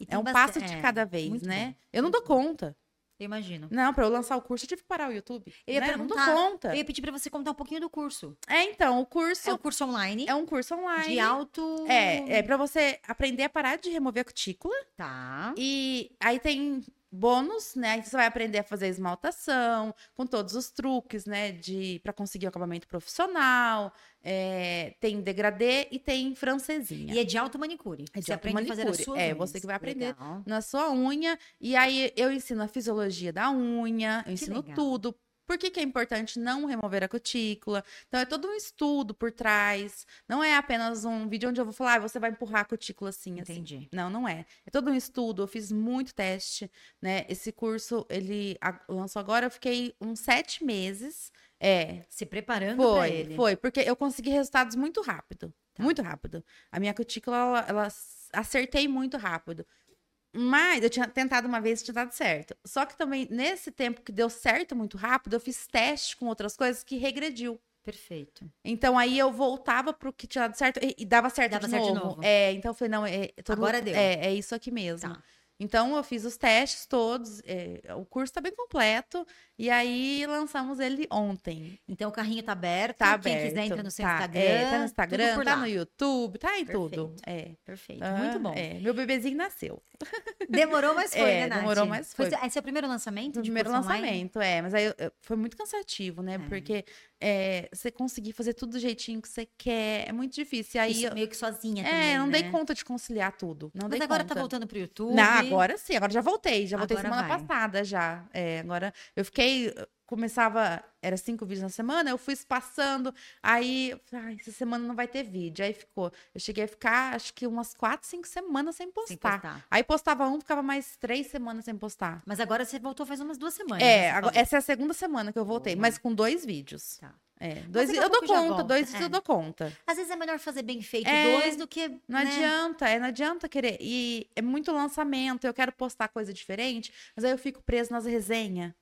[SPEAKER 1] E
[SPEAKER 2] É
[SPEAKER 1] tem
[SPEAKER 2] um
[SPEAKER 1] bastante-
[SPEAKER 2] passo de
[SPEAKER 1] é,
[SPEAKER 2] cada vez,
[SPEAKER 1] muito
[SPEAKER 2] né?
[SPEAKER 1] bom.
[SPEAKER 2] Eu não dou conta.
[SPEAKER 1] Eu imagino.
[SPEAKER 2] Não, pra eu lançar o curso, eu tive que parar o YouTube.
[SPEAKER 1] Eu ia
[SPEAKER 2] né? Eu não dou
[SPEAKER 1] perguntar.
[SPEAKER 2] conta.
[SPEAKER 1] Eu ia pedir pra você contar um pouquinho do curso.
[SPEAKER 2] É, então, o curso
[SPEAKER 1] É um curso online,
[SPEAKER 2] é um curso online.
[SPEAKER 1] de alto...
[SPEAKER 2] É, é pra você aprender a parar de remover a cutícula.
[SPEAKER 1] Tá.
[SPEAKER 2] E aí tem bônus, né? Aí você vai aprender a fazer esmaltação, com todos os truques, né? De, pra conseguir o acabamento profissional. é, tem degradê e tem francesinha.
[SPEAKER 1] E é de alto manicure.
[SPEAKER 2] É de
[SPEAKER 1] você
[SPEAKER 2] alto
[SPEAKER 1] aprende a fazer as
[SPEAKER 2] manicure.
[SPEAKER 1] suas
[SPEAKER 2] É,
[SPEAKER 1] unhas.
[SPEAKER 2] você que vai aprender.
[SPEAKER 1] Legal.
[SPEAKER 2] na sua unha. E aí eu ensino a fisiologia da unha, eu ensino
[SPEAKER 1] legal.
[SPEAKER 2] tudo. Por que, que é importante não remover a cutícula? Então é todo um estudo por trás. Não é apenas um vídeo onde eu vou falar, ah, você vai empurrar a cutícula assim, assim.
[SPEAKER 1] Entendi.
[SPEAKER 2] Não, não é. É todo um estudo, eu fiz muito teste, né? Esse curso, ele a- lançou agora, eu fiquei uns sete meses. É,
[SPEAKER 1] Se preparando pra
[SPEAKER 2] foi,
[SPEAKER 1] ele.
[SPEAKER 2] foi, porque eu consegui resultados muito rápido.
[SPEAKER 1] Tá.
[SPEAKER 2] Muito rápido. A minha cutícula, ela, ela s- acertei muito rápido. Mas eu tinha tentado uma vez e tinha dado certo. Só que também, nesse tempo que deu certo muito rápido, eu fiz teste com outras coisas que regrediu.
[SPEAKER 1] Perfeito.
[SPEAKER 2] Então aí eu voltava pro que tinha dado certo e, e dava certo,
[SPEAKER 1] Dava
[SPEAKER 2] de,
[SPEAKER 1] certo de
[SPEAKER 2] novo.
[SPEAKER 1] novo.
[SPEAKER 2] É, então eu falei, não, é, todo-
[SPEAKER 1] Agora deu.
[SPEAKER 2] É, é isso aqui mesmo.
[SPEAKER 1] Tá.
[SPEAKER 2] Então eu fiz os testes todos, é, o curso tá bem completo, e aí lançamos ele ontem.
[SPEAKER 1] Então o carrinho tá aberto.
[SPEAKER 2] Tá
[SPEAKER 1] Quem
[SPEAKER 2] aberto.
[SPEAKER 1] quiser entra no seu
[SPEAKER 2] tá,
[SPEAKER 1] Instagram.
[SPEAKER 2] É, tá no
[SPEAKER 1] tudo
[SPEAKER 2] Instagram,
[SPEAKER 1] por
[SPEAKER 2] tá
[SPEAKER 1] lá.
[SPEAKER 2] no YouTube, tá em tudo.
[SPEAKER 1] Perfeito.
[SPEAKER 2] É.
[SPEAKER 1] Perfeito.
[SPEAKER 2] Aham,
[SPEAKER 1] Muito bom.
[SPEAKER 2] é. Meu bebezinho nasceu.
[SPEAKER 1] Demorou,
[SPEAKER 2] (laughs)
[SPEAKER 1] mas foi,
[SPEAKER 2] É,
[SPEAKER 1] né, Nath?
[SPEAKER 2] demorou, mas foi.
[SPEAKER 1] seu- Esse é o primeiro lançamento?
[SPEAKER 2] No
[SPEAKER 1] de
[SPEAKER 2] primeiro
[SPEAKER 1] curso online?
[SPEAKER 2] lançamento, é. Mas aí eu- eu- foi muito cansativo, né?
[SPEAKER 1] É.
[SPEAKER 2] Porque é, você conseguir fazer tudo do jeitinho que você quer é muito difícil. E Aí
[SPEAKER 1] Isso,
[SPEAKER 2] eu,
[SPEAKER 1] meio que sozinha
[SPEAKER 2] é,
[SPEAKER 1] também,
[SPEAKER 2] eu não dei
[SPEAKER 1] né?
[SPEAKER 2] conta de conciliar tudo. Não
[SPEAKER 1] Mas
[SPEAKER 2] dei
[SPEAKER 1] agora
[SPEAKER 2] conta.
[SPEAKER 1] tá voltando pro YouTube.
[SPEAKER 2] Não, agora sim, agora já voltei. Já voltei
[SPEAKER 1] Agora
[SPEAKER 2] semana
[SPEAKER 1] vai.
[SPEAKER 2] passada já. É, agora eu fiquei. Começava, era cinco vídeos na semana, eu fui espaçando. Aí, eu falei, "Ai, essa semana não vai ter vídeo. Aí ficou. Eu cheguei a ficar, acho que umas quatro, cinco semanas sem postar.
[SPEAKER 1] Sem postar.
[SPEAKER 2] Aí postava um, ficava mais três semanas sem postar.
[SPEAKER 1] Mas agora você voltou faz umas duas semanas.
[SPEAKER 2] É,
[SPEAKER 1] né, você
[SPEAKER 2] agora-
[SPEAKER 1] falou.
[SPEAKER 2] essa é a segunda semana que eu voltei,
[SPEAKER 1] Boa.
[SPEAKER 2] mas com dois vídeos.
[SPEAKER 1] Tá.
[SPEAKER 2] É, dois,
[SPEAKER 1] daqui a
[SPEAKER 2] eu dou
[SPEAKER 1] pouco já
[SPEAKER 2] conta,
[SPEAKER 1] volta,
[SPEAKER 2] dois vídeos
[SPEAKER 1] é.
[SPEAKER 2] eu dou conta.
[SPEAKER 1] Às vezes é melhor fazer bem feito
[SPEAKER 2] É,
[SPEAKER 1] dois do que. né?
[SPEAKER 2] Não adianta, é, não adianta querer. E é muito lançamento, eu quero postar coisa diferente, mas aí eu fico preso nas resenhas.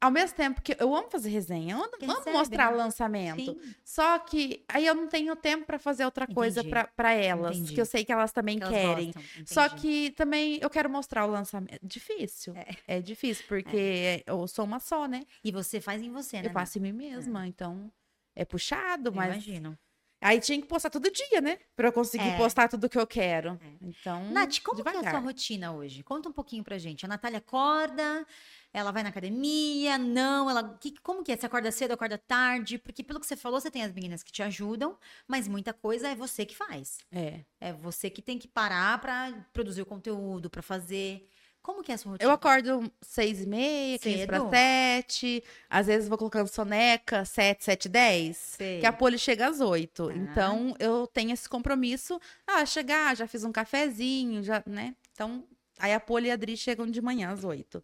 [SPEAKER 2] Ao mesmo tempo que eu amo fazer resenha, eu amo,
[SPEAKER 1] Que
[SPEAKER 2] amo
[SPEAKER 1] recebe,
[SPEAKER 2] mostrar
[SPEAKER 1] né?
[SPEAKER 2] lançamento.
[SPEAKER 1] Sim,
[SPEAKER 2] Só que aí eu não tenho tempo pra fazer outra coisa
[SPEAKER 1] Entendi.
[SPEAKER 2] pra pra elas,
[SPEAKER 1] Entendi.
[SPEAKER 2] que eu sei que elas também
[SPEAKER 1] que elas
[SPEAKER 2] querem.
[SPEAKER 1] gostam,
[SPEAKER 2] Só
[SPEAKER 1] entendi.
[SPEAKER 2] que também eu quero mostrar o lançamento. Difícil. É, difícil, porque eu sou uma só, né?
[SPEAKER 1] E você faz em você, né?
[SPEAKER 2] Eu faço em mim mesma, então é puxado,
[SPEAKER 1] Nath? Eu
[SPEAKER 2] mas
[SPEAKER 1] imagino.
[SPEAKER 2] Aí tinha que postar todo dia, né? Pra eu conseguir
[SPEAKER 1] É.
[SPEAKER 2] postar tudo que eu quero.
[SPEAKER 1] É.
[SPEAKER 2] Então.
[SPEAKER 1] Nath, como que é a sua
[SPEAKER 2] devagar.
[SPEAKER 1] rotina hoje? Conta um pouquinho pra gente. A Natália acorda, ela vai na academia, não, ela. que- como que é? Você acorda cedo, acorda tarde? Porque pelo que você falou, você tem as meninas que te ajudam, mas muita coisa é você que faz.
[SPEAKER 2] É.
[SPEAKER 1] É você que tem que parar pra produzir o conteúdo, pra fazer. Como que é a sua rotina?
[SPEAKER 2] Eu acordo seis e meia, quinze
[SPEAKER 1] Cedo?
[SPEAKER 2] pra sete. Às vezes vou colocando soneca, sete, sete, dez.
[SPEAKER 1] Sei.
[SPEAKER 2] Que a poli chega às oito.
[SPEAKER 1] Ah.
[SPEAKER 2] Então eu tenho esse compromisso. Ah, chegar, já fiz um cafezinho, já, né? Então, aí a poli e a Adri chegam de manhã às oito.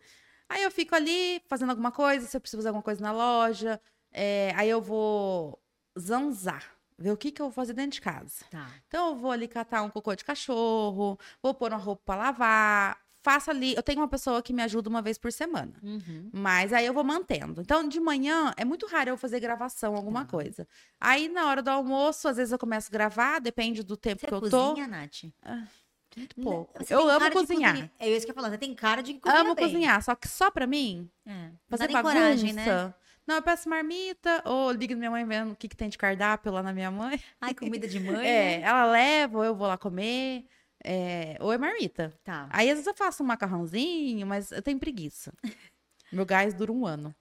[SPEAKER 2] Aí eu fico ali fazendo alguma coisa, se eu preciso fazer alguma coisa na loja. é, aí eu vou zanzar, ver o que, que eu vou fazer dentro de casa.
[SPEAKER 1] Tá.
[SPEAKER 2] Então eu vou ali catar um cocô de cachorro, vou pôr uma roupa pra lavar, faço ali. Eu tenho uma pessoa que me ajuda uma vez por semana.
[SPEAKER 1] Uhum.
[SPEAKER 2] Mas aí eu vou mantendo. Então, de manhã é muito raro eu fazer gravação, alguma
[SPEAKER 1] Tá.
[SPEAKER 2] coisa. Aí, na hora do almoço, às vezes eu começo a gravar, depende do tempo
[SPEAKER 1] Você
[SPEAKER 2] que eu
[SPEAKER 1] cozinha, Nath?
[SPEAKER 2] tô. Muito
[SPEAKER 1] N-
[SPEAKER 2] pouco.
[SPEAKER 1] você
[SPEAKER 2] Eu
[SPEAKER 1] tem
[SPEAKER 2] amo
[SPEAKER 1] cara de
[SPEAKER 2] cozinhar.
[SPEAKER 1] É isso que eu ia falar. Você tem cara de cozinhar.
[SPEAKER 2] amo
[SPEAKER 1] bem.
[SPEAKER 2] cozinhar, só que só pra mim,
[SPEAKER 1] É. Não dá
[SPEAKER 2] fazer
[SPEAKER 1] nem
[SPEAKER 2] bagunça.
[SPEAKER 1] coragem, né?
[SPEAKER 2] Não, eu peço marmita, ou ligo na minha mãe vendo o que, que tem de cardápio lá na minha mãe.
[SPEAKER 1] Ai, comida de mãe.
[SPEAKER 2] É,
[SPEAKER 1] né?
[SPEAKER 2] ela leva, ou eu vou lá comer. é, ou é marmita.
[SPEAKER 1] Tá.
[SPEAKER 2] Aí às vezes eu faço um macarrãozinho, mas eu tenho preguiça. (laughs) Meu gás dura um (laughs) ano.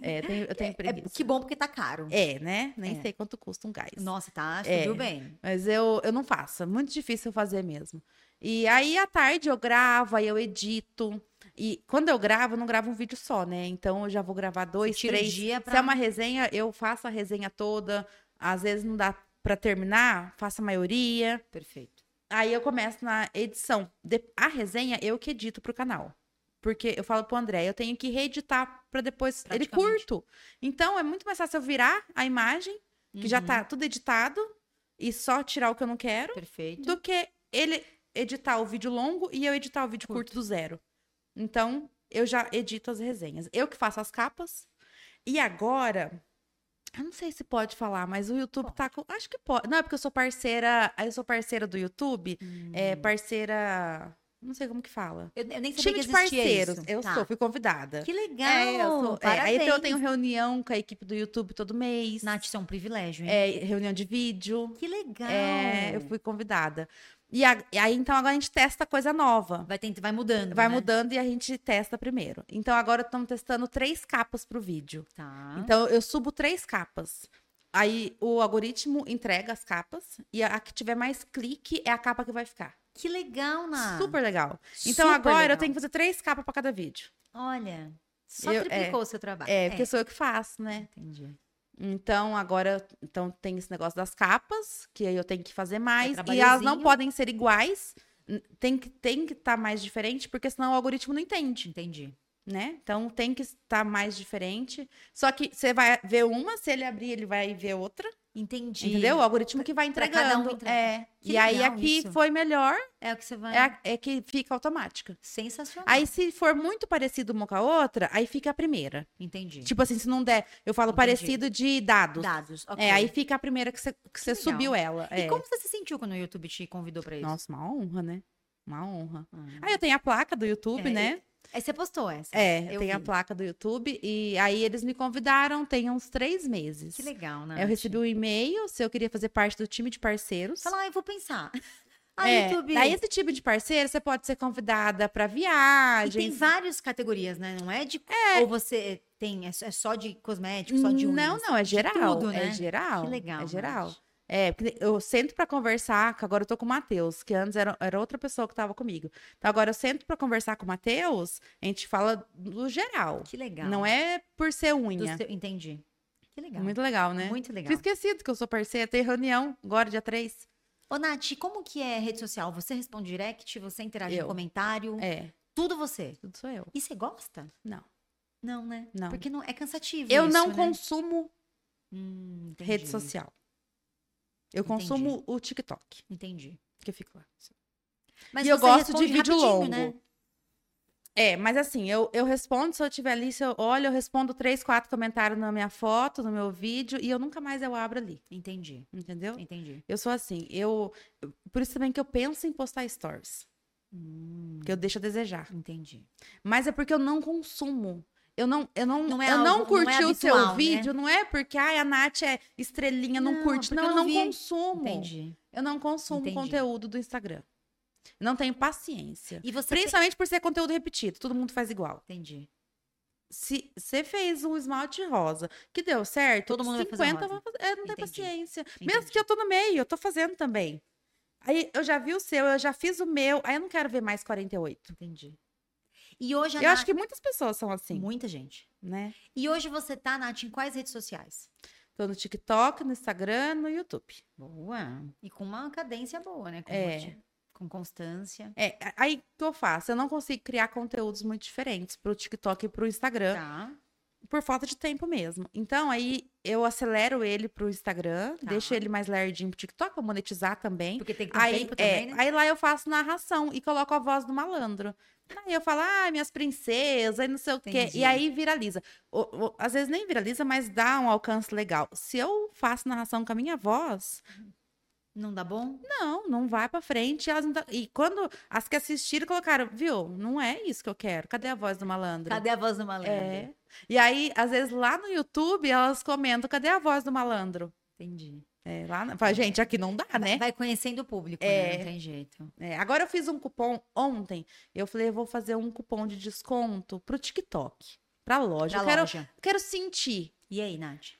[SPEAKER 2] É, tem- eu tenho
[SPEAKER 1] É,
[SPEAKER 2] preguiça.
[SPEAKER 1] que bom, porque tá caro.
[SPEAKER 2] É, né? Nem
[SPEAKER 1] É.
[SPEAKER 2] sei quanto custa um gás.
[SPEAKER 1] Nossa, tá,
[SPEAKER 2] É.
[SPEAKER 1] subiu bem.
[SPEAKER 2] Mas eu, eu não faço, é muito difícil eu fazer mesmo. E aí, à tarde, eu gravo, aí eu edito. E quando eu gravo, eu não gravo um vídeo só, né? Então, eu já vou gravar dois,
[SPEAKER 1] Tira o
[SPEAKER 2] três.
[SPEAKER 1] dia
[SPEAKER 2] Se
[SPEAKER 1] pra...
[SPEAKER 2] é uma resenha, eu faço a resenha toda. Às vezes não dá pra terminar, faço a maioria.
[SPEAKER 1] Perfeito.
[SPEAKER 2] Aí eu começo na edição. De- A resenha eu que edito pro canal. Porque eu falo pro André, eu tenho que reeditar pra depois. Ele
[SPEAKER 1] Praticamente.
[SPEAKER 2] curto. Então é muito mais fácil eu virar a imagem, que já
[SPEAKER 1] Uhum,
[SPEAKER 2] tá tudo editado, e só tirar o que eu não quero,
[SPEAKER 1] Perfeito.
[SPEAKER 2] do que ele editar o vídeo longo e eu editar o vídeo curto, do zero. Então eu já edito as resenhas. Eu que faço as capas. E agora. Eu não sei se pode falar, mas o YouTube tá com. Acho que pode. Não, é porque eu sou parceira. Eu sou parceira do YouTube é, parceira. Não sei como que fala.
[SPEAKER 1] Eu, eu nem sabia
[SPEAKER 2] Time
[SPEAKER 1] Hum. que
[SPEAKER 2] de
[SPEAKER 1] existia
[SPEAKER 2] parceiros.
[SPEAKER 1] isso.
[SPEAKER 2] Eu
[SPEAKER 1] Tá.
[SPEAKER 2] sou, fui convidada.
[SPEAKER 1] Que legal!
[SPEAKER 2] É, eu sou. é, aí
[SPEAKER 1] Parabéns.
[SPEAKER 2] então eu tenho reunião com a equipe do YouTube todo mês.
[SPEAKER 1] Nath, isso é um privilégio, hein?
[SPEAKER 2] É, reunião de vídeo.
[SPEAKER 1] Que legal!
[SPEAKER 2] É,
[SPEAKER 1] Ah.
[SPEAKER 2] eu fui convidada. E, a- e aí, então, agora a gente testa coisa nova.
[SPEAKER 1] Vai, tent- vai mudando,
[SPEAKER 2] Vai
[SPEAKER 1] né?
[SPEAKER 2] mudando e a gente testa primeiro. Então, agora estamos testando três capas pro vídeo.
[SPEAKER 1] Tá.
[SPEAKER 2] Então, eu subo três capas. Aí, o algoritmo entrega as capas. E a que tiver mais clique é a capa que vai ficar.
[SPEAKER 1] que legal, Nath.
[SPEAKER 2] Super legal. Então
[SPEAKER 1] Ah, Super
[SPEAKER 2] agora
[SPEAKER 1] legal.
[SPEAKER 2] eu tenho que fazer três capas pra cada vídeo.
[SPEAKER 1] Olha, só
[SPEAKER 2] Eu- é.
[SPEAKER 1] triplicou o seu trabalho.
[SPEAKER 2] É, porque sou eu que faço, né?
[SPEAKER 1] Entendi.
[SPEAKER 2] Então agora então tem esse negócio das capas, que aí eu tenho que fazer mais. e elas
[SPEAKER 1] É trabalhozinho.
[SPEAKER 2] não podem ser iguais. n- Tem que estar tem que tá mais diferente, porque senão o algoritmo não entende,
[SPEAKER 1] Entendi.
[SPEAKER 2] né? Então tem que estar mais diferente. Só que você vai ver uma, se ele abrir, ele vai ver outra.
[SPEAKER 1] Entendi.
[SPEAKER 2] Entendeu? O algoritmo que vai
[SPEAKER 1] pra cada um
[SPEAKER 2] entregando.
[SPEAKER 1] entrega.
[SPEAKER 2] É.
[SPEAKER 1] Que
[SPEAKER 2] e aí
[SPEAKER 1] legal
[SPEAKER 2] aqui
[SPEAKER 1] isso.
[SPEAKER 2] foi melhor,
[SPEAKER 1] É o que você vai.
[SPEAKER 2] é, a- é que fica automática.
[SPEAKER 1] Sensacional.
[SPEAKER 2] Aí, se for muito parecido uma com a outra, aí fica a primeira.
[SPEAKER 1] Entendi.
[SPEAKER 2] Tipo assim, se não der, eu falo
[SPEAKER 1] Entendi.
[SPEAKER 2] parecido de dados.
[SPEAKER 1] Dados. ok.
[SPEAKER 2] É, aí fica a primeira que você que você
[SPEAKER 1] legal.
[SPEAKER 2] subiu ela.
[SPEAKER 1] E
[SPEAKER 2] é.
[SPEAKER 1] como você se sentiu quando o YouTube te convidou pra isso?
[SPEAKER 2] Nossa, uma honra, né? Uma honra.
[SPEAKER 1] Hum.
[SPEAKER 2] Aí eu tenho a placa do YouTube,
[SPEAKER 1] É,
[SPEAKER 2] né?
[SPEAKER 1] Aí você postou essa.
[SPEAKER 2] É, eu
[SPEAKER 1] eu
[SPEAKER 2] tenho a
[SPEAKER 1] vi.
[SPEAKER 2] placa do YouTube. E aí eles me convidaram, tem uns três meses.
[SPEAKER 1] Que legal, né?
[SPEAKER 2] Eu recebi um e-mail se eu queria fazer parte do time de parceiros.
[SPEAKER 1] Fala, ah, eu vou pensar. (laughs) Ah,
[SPEAKER 2] É,
[SPEAKER 1] YouTube.
[SPEAKER 2] Daí esse time de parceiro, você pode ser convidada pra
[SPEAKER 1] E tem
[SPEAKER 2] viagens.
[SPEAKER 1] várias categorias, né? Não é de. Ou você tem. É só- é só de cosmético, só de unhas.
[SPEAKER 2] Não, não, é geral.
[SPEAKER 1] tudo,
[SPEAKER 2] É
[SPEAKER 1] né?
[SPEAKER 2] geral.
[SPEAKER 1] Que legal.
[SPEAKER 2] É geral.
[SPEAKER 1] Nath.
[SPEAKER 2] É, porque eu sento pra conversar, que agora eu tô com o Matheus, que antes era, era outra pessoa que tava comigo. Então agora eu sento pra conversar com o Matheus, a gente fala do geral.
[SPEAKER 1] Que legal.
[SPEAKER 2] Não é por ser
[SPEAKER 1] Do
[SPEAKER 2] unha.
[SPEAKER 1] seu- Entendi. Que legal.
[SPEAKER 2] é. Muito legal, né?
[SPEAKER 1] Muito legal.
[SPEAKER 2] Tinha esquecido que eu sou parceira, tem reunião agora, dia 3.
[SPEAKER 1] Ô, Nath, como que é rede social? Você responde direct, você interage
[SPEAKER 2] Eu.
[SPEAKER 1] em comentário,
[SPEAKER 2] É,
[SPEAKER 1] tudo você.
[SPEAKER 2] tudo sou eu.
[SPEAKER 1] E você gosta?
[SPEAKER 2] Não.
[SPEAKER 1] Não, né?
[SPEAKER 2] Não.
[SPEAKER 1] Porque não, é cansativo.
[SPEAKER 2] Eu
[SPEAKER 1] isso,
[SPEAKER 2] não
[SPEAKER 1] né?
[SPEAKER 2] consumo
[SPEAKER 1] Hum, entendi.
[SPEAKER 2] rede social. Eu
[SPEAKER 1] Entendi.
[SPEAKER 2] consumo o TikTok,
[SPEAKER 1] Entendi.
[SPEAKER 2] que eu fico lá.
[SPEAKER 1] Mas
[SPEAKER 2] E eu
[SPEAKER 1] você
[SPEAKER 2] gosto de
[SPEAKER 1] responde
[SPEAKER 2] vídeo
[SPEAKER 1] rapidinho,
[SPEAKER 2] longo.
[SPEAKER 1] Né?
[SPEAKER 2] É, mas assim, eu, eu respondo se eu tiver ali, se eu olho, eu respondo três, quatro comentários na minha foto, no meu vídeo, e eu nunca mais eu abro ali,
[SPEAKER 1] Entendi.
[SPEAKER 2] entendeu?
[SPEAKER 1] Entendi.
[SPEAKER 2] Eu sou assim, eu. Por isso também que eu penso em postar stories,
[SPEAKER 1] Hum,
[SPEAKER 2] que eu deixo a desejar.
[SPEAKER 1] entendi.
[SPEAKER 2] Mas é porque eu não consumo. Eu não, eu não,
[SPEAKER 1] Não é
[SPEAKER 2] eu não
[SPEAKER 1] algo- não é
[SPEAKER 2] curti o
[SPEAKER 1] habitual, né?
[SPEAKER 2] seu vídeo, não é porque ai, a Nath é estrelinha, não,
[SPEAKER 1] Não,
[SPEAKER 2] curte.
[SPEAKER 1] porque eu
[SPEAKER 2] Não, eu
[SPEAKER 1] não
[SPEAKER 2] não
[SPEAKER 1] vi.
[SPEAKER 2] consumo.
[SPEAKER 1] Entendi.
[SPEAKER 2] Eu não consumo
[SPEAKER 1] Entendi.
[SPEAKER 2] conteúdo do Instagram. Não tenho paciência.
[SPEAKER 1] E você.
[SPEAKER 2] Principalmente por ser conteúdo repetido, todo mundo faz igual.
[SPEAKER 1] tem- Entendi.
[SPEAKER 2] se você fez um esmalte rosa que deu certo,
[SPEAKER 1] Todo mundo vai fazer um rosa.
[SPEAKER 2] vão fazer- é, não tem
[SPEAKER 1] Entendi.
[SPEAKER 2] paciência.
[SPEAKER 1] Entendi.
[SPEAKER 2] Mesmo que eu tô no meio, eu tô fazendo também. Aí eu já vi o seu, eu já fiz o meu, aí eu não quero ver mais 48.
[SPEAKER 1] Entendi. E hoje a
[SPEAKER 2] Eu
[SPEAKER 1] Nath...
[SPEAKER 2] acho que muitas pessoas são assim,
[SPEAKER 1] Muita gente.
[SPEAKER 2] né?
[SPEAKER 1] E hoje você tá, Nath, em quais redes sociais?
[SPEAKER 2] Tô no TikTok, no Instagram, no YouTube.
[SPEAKER 1] Boa. E com uma cadência boa, né? Com,
[SPEAKER 2] É.
[SPEAKER 1] rotina- com constância.
[SPEAKER 2] É, a- aí o que eu faço? Eu não consigo criar conteúdos muito diferentes pro TikTok e pro Instagram,
[SPEAKER 1] Tá.
[SPEAKER 2] por falta de tempo mesmo. Então aí eu acelero ele pro Instagram,
[SPEAKER 1] Tá.
[SPEAKER 2] deixo ele mais lerdinho pro TikTok, pra monetizar também.
[SPEAKER 1] Porque tem que ter um
[SPEAKER 2] Aí,
[SPEAKER 1] tempo
[SPEAKER 2] é,
[SPEAKER 1] também, né?
[SPEAKER 2] aí lá eu faço narração e coloco a voz do malandro. Aí eu falo, ah, minhas princesas, e não sei o quê.
[SPEAKER 1] Entendi.
[SPEAKER 2] E aí viraliza. O- o- às vezes nem viraliza, mas dá um alcance legal. Se eu faço narração com a minha voz,
[SPEAKER 1] Não dá bom?
[SPEAKER 2] não, não vai pra frente. Elas não dão- E quando as que assistiram colocaram, viu, não é isso que eu quero. Cadê a voz do malandro?
[SPEAKER 1] Cadê a voz do malandro?
[SPEAKER 2] É. E aí, às vezes lá no YouTube, elas comentam, cadê a voz do malandro?
[SPEAKER 1] Entendi.
[SPEAKER 2] É, lá, na- fala, gente, aqui não dá, né?
[SPEAKER 1] Vai conhecendo o público, né?
[SPEAKER 2] É.
[SPEAKER 1] Não tem jeito.
[SPEAKER 2] É, agora eu fiz um cupom ontem. Eu falei, eu vou fazer um cupom de desconto pro TikTok. Pra loja.
[SPEAKER 1] Pra
[SPEAKER 2] eu quero,
[SPEAKER 1] loja.
[SPEAKER 2] quero sentir.
[SPEAKER 1] E aí, Nath?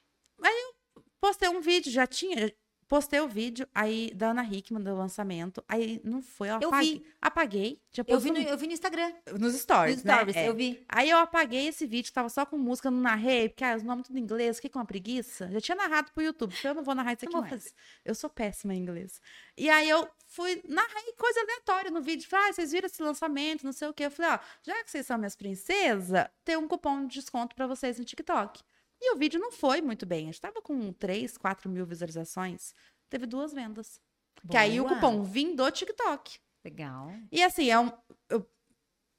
[SPEAKER 2] Postei um vídeo, já tinha. Postei o vídeo aí da Ana Hickman do lançamento. Aí não foi, eu,
[SPEAKER 1] Eu
[SPEAKER 2] apaguei.
[SPEAKER 1] vi.
[SPEAKER 2] Apaguei. Já
[SPEAKER 1] Eu vi,
[SPEAKER 2] postei
[SPEAKER 1] no, eu vi no Instagram,
[SPEAKER 2] no- nos um stories.
[SPEAKER 1] nos
[SPEAKER 2] né?
[SPEAKER 1] stories,
[SPEAKER 2] É.
[SPEAKER 1] eu vi.
[SPEAKER 2] Aí eu apaguei esse vídeo, tava só com música, não narrei, porque ah, os nomes tudo em inglês, fiquei com uma preguiça. Já tinha narrado pro YouTube, então eu não vou narrar isso
[SPEAKER 1] Não
[SPEAKER 2] aqui
[SPEAKER 1] vou
[SPEAKER 2] mais. Eu sou péssima em inglês. E aí eu fui, narrei coisa aleatória no vídeo. Falei, ah, vocês viram esse lançamento, não sei o quê. Eu falei, ó, já que vocês são minhas princesas, tem um cupom de desconto pra vocês no TikTok. E o vídeo não foi muito bem. A gente tava com 3, 4 mil visualizações. Teve duas vendas. Que aí o
[SPEAKER 1] Boa.
[SPEAKER 2] cupom vim do TikTok.
[SPEAKER 1] Legal.
[SPEAKER 2] E assim, é um, eu-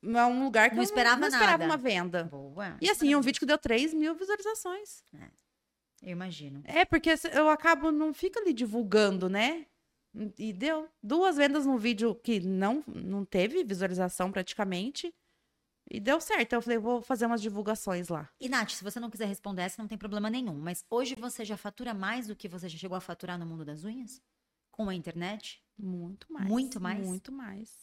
[SPEAKER 2] é um lugar que
[SPEAKER 1] Não
[SPEAKER 2] eu
[SPEAKER 1] esperava
[SPEAKER 2] não esperava
[SPEAKER 1] nada.
[SPEAKER 2] uma venda.
[SPEAKER 1] Boa.
[SPEAKER 2] E assim, um vídeo que deu 3 mil visualizações.
[SPEAKER 1] Eu imagino.
[SPEAKER 2] É, porque se- eu acabo, não fica ali divulgando, né? E deu duas vendas num vídeo que não, não teve visualização praticamente. E deu certo. Então, Eu falei, vou fazer umas divulgações lá.
[SPEAKER 1] E, Nath, se você não quiser responder essa, não tem problema nenhum. Mas hoje você já fatura mais do que você já chegou a faturar no mundo das unhas? Com a internet?
[SPEAKER 2] Muito mais.
[SPEAKER 1] Muito mais?
[SPEAKER 2] Muito mais.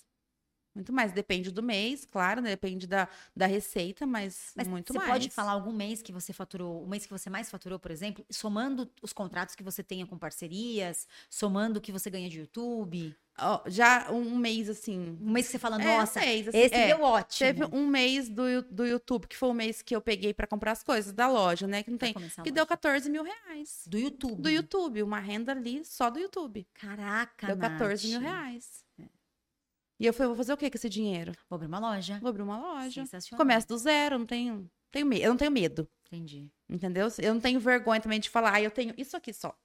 [SPEAKER 2] Muito mais. Depende do mês, claro, né? Depende da, da receita, mas,
[SPEAKER 1] Mas
[SPEAKER 2] muito
[SPEAKER 1] você
[SPEAKER 2] mais.
[SPEAKER 1] pode falar algum mês que você faturou, o mês que você mais faturou, por exemplo, somando os contratos que você tenha com parcerias, somando o que você ganha de YouTube.
[SPEAKER 2] Ó, já um mês assim.
[SPEAKER 1] Um mês que você fala,
[SPEAKER 2] É, um
[SPEAKER 1] nossa,
[SPEAKER 2] mês, assim,
[SPEAKER 1] esse
[SPEAKER 2] é.
[SPEAKER 1] deu ótimo.
[SPEAKER 2] Teve um mês do, Yu- do YouTube, que foi o mês que eu peguei pra comprar as coisas da loja, né? Que não
[SPEAKER 1] Pra
[SPEAKER 2] tem.
[SPEAKER 1] começar a
[SPEAKER 2] Que
[SPEAKER 1] loja.
[SPEAKER 2] deu 14 mil reais.
[SPEAKER 1] Do YouTube.
[SPEAKER 2] Do YouTube, uma renda ali só do YouTube.
[SPEAKER 1] Caraca,
[SPEAKER 2] Deu 14 mil
[SPEAKER 1] Nath.
[SPEAKER 2] reais. E eu falei, vou fazer o que com
[SPEAKER 1] (laughs)
[SPEAKER 2] esse dinheiro?
[SPEAKER 1] Vou abrir uma loja.
[SPEAKER 2] Vou abrir uma loja.
[SPEAKER 1] Sensacional.
[SPEAKER 2] Começo do zero, não tenho, tenho medo, eu não tenho medo,
[SPEAKER 1] Entendi.
[SPEAKER 2] entendeu? Eu não tenho vergonha também de falar, ah, eu tenho isso aqui só.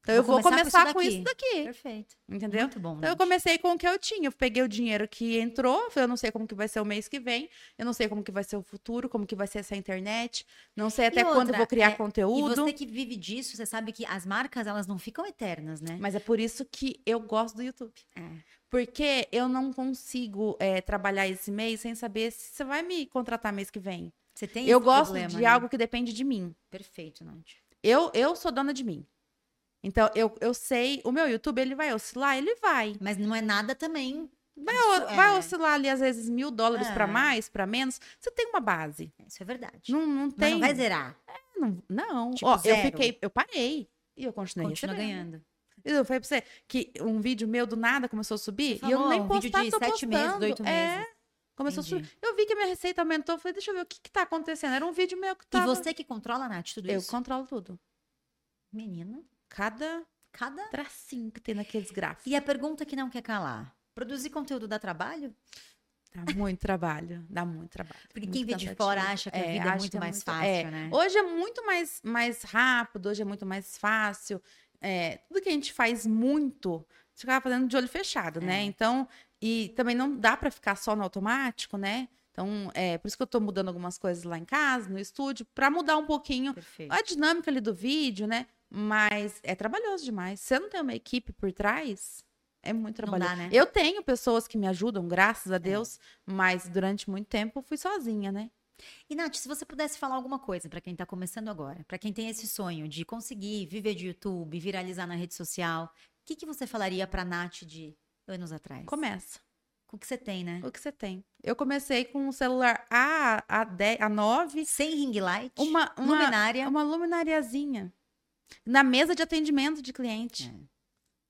[SPEAKER 2] Então
[SPEAKER 1] Vou
[SPEAKER 2] eu vou
[SPEAKER 1] começar
[SPEAKER 2] começar
[SPEAKER 1] com
[SPEAKER 2] com
[SPEAKER 1] isso
[SPEAKER 2] isso daqui,
[SPEAKER 1] Perfeito.
[SPEAKER 2] entendeu?
[SPEAKER 1] Muito bom,
[SPEAKER 2] Então eu
[SPEAKER 1] Nath.
[SPEAKER 2] comecei com o que eu tinha. Eu peguei o dinheiro que entrou, falei, eu não sei como que vai ser o mês que vem, eu não sei como que vai ser o futuro, como que vai ser essa internet, não sei até quando
[SPEAKER 1] outra,
[SPEAKER 2] eu vou criar
[SPEAKER 1] é, E
[SPEAKER 2] conteúdo.
[SPEAKER 1] você que vive disso, você sabe que as marcas, elas não ficam eternas, né?
[SPEAKER 2] Mas é por isso que eu gosto do YouTube.
[SPEAKER 1] É.
[SPEAKER 2] Porque eu não consigo é, trabalhar esse mês sem saber se você vai me contratar mês que vem.
[SPEAKER 1] Você tem
[SPEAKER 2] eu
[SPEAKER 1] esse
[SPEAKER 2] gosto
[SPEAKER 1] problema,
[SPEAKER 2] de
[SPEAKER 1] né?
[SPEAKER 2] algo que depende de mim.
[SPEAKER 1] Perfeito, Nath.
[SPEAKER 2] Eu, eu sou dona de mim. Então, eu, eu sei, o meu YouTube, ele vai oscilar, ele vai.
[SPEAKER 1] Mas não é nada também.
[SPEAKER 2] Vai,
[SPEAKER 1] Isso
[SPEAKER 2] o- vai
[SPEAKER 1] é.
[SPEAKER 2] oscilar ali, às vezes, mil dólares pra
[SPEAKER 1] É.
[SPEAKER 2] mais, pra menos. Você tem uma base.
[SPEAKER 1] Isso é verdade.
[SPEAKER 2] Não, não
[SPEAKER 1] Mas
[SPEAKER 2] tem.
[SPEAKER 1] não vai zerar.
[SPEAKER 2] Não, não.
[SPEAKER 1] Tipo,
[SPEAKER 2] Ó, eu
[SPEAKER 1] zero.
[SPEAKER 2] fiquei, eu parei. E eu continuei
[SPEAKER 1] Continua
[SPEAKER 2] recebendo.
[SPEAKER 1] ganhando.
[SPEAKER 2] Eu falei pra você que um vídeo meu do nada começou a subir
[SPEAKER 1] Você
[SPEAKER 2] e eu
[SPEAKER 1] falou,
[SPEAKER 2] nem
[SPEAKER 1] um vídeo
[SPEAKER 2] postava,
[SPEAKER 1] de
[SPEAKER 2] tô
[SPEAKER 1] sete meses,
[SPEAKER 2] postando.
[SPEAKER 1] oito
[SPEAKER 2] É,
[SPEAKER 1] meses.
[SPEAKER 2] começou a
[SPEAKER 1] Entendi.
[SPEAKER 2] subir. Eu vi que a minha receita aumentou, eu falei, deixa eu ver o que que tá acontecendo. Era um vídeo meu que
[SPEAKER 1] E
[SPEAKER 2] tava...
[SPEAKER 1] você que controla, Nath, tudo
[SPEAKER 2] Eu
[SPEAKER 1] isso?
[SPEAKER 2] controlo tudo.
[SPEAKER 1] Menina,
[SPEAKER 2] Cada
[SPEAKER 1] cada.
[SPEAKER 2] tracinho que tem naqueles gráficos.
[SPEAKER 1] E a pergunta que não quer calar: produzir conteúdo dá trabalho?
[SPEAKER 2] Dá muito trabalho, dá muito trabalho.
[SPEAKER 1] Porque
[SPEAKER 2] muito
[SPEAKER 1] quem vê de
[SPEAKER 2] cansativo.
[SPEAKER 1] fora acha que a vida é
[SPEAKER 2] acha
[SPEAKER 1] muito
[SPEAKER 2] que
[SPEAKER 1] mais
[SPEAKER 2] é.
[SPEAKER 1] fácil, né?
[SPEAKER 2] Hoje é muito mais, mais rápido, hoje é muito mais fácil. É, tudo que a gente faz muito, você acaba fazendo de olho fechado,
[SPEAKER 1] É.
[SPEAKER 2] né? Então, e também não dá para ficar só no automático, né? Então, é por isso que eu tô mudando algumas coisas lá em casa, no estúdio, para mudar um pouquinho
[SPEAKER 1] Perfeito.
[SPEAKER 2] a dinâmica ali do vídeo, né? Mas é trabalhoso demais. Se você não tem uma equipe por trás, é muito
[SPEAKER 1] Não
[SPEAKER 2] trabalhoso.
[SPEAKER 1] dá, né? É.
[SPEAKER 2] Eu tenho pessoas que me ajudam, graças a Deus, mas durante muito tempo eu fui sozinha, né?
[SPEAKER 1] E, Nath, se você pudesse falar alguma coisa pra quem tá começando agora, pra quem tem esse sonho de conseguir viver de YouTube, viralizar na rede social, o que, que você falaria pra Nath de anos atrás?
[SPEAKER 2] Começa.
[SPEAKER 1] Com o que você tem, né?
[SPEAKER 2] O que você tem? Eu comecei com um celular A, A10, A9,
[SPEAKER 1] Sem ring light,
[SPEAKER 2] uma, uma,
[SPEAKER 1] luminária.
[SPEAKER 2] uma luminariazinha. Na mesa de atendimento de cliente.
[SPEAKER 1] É.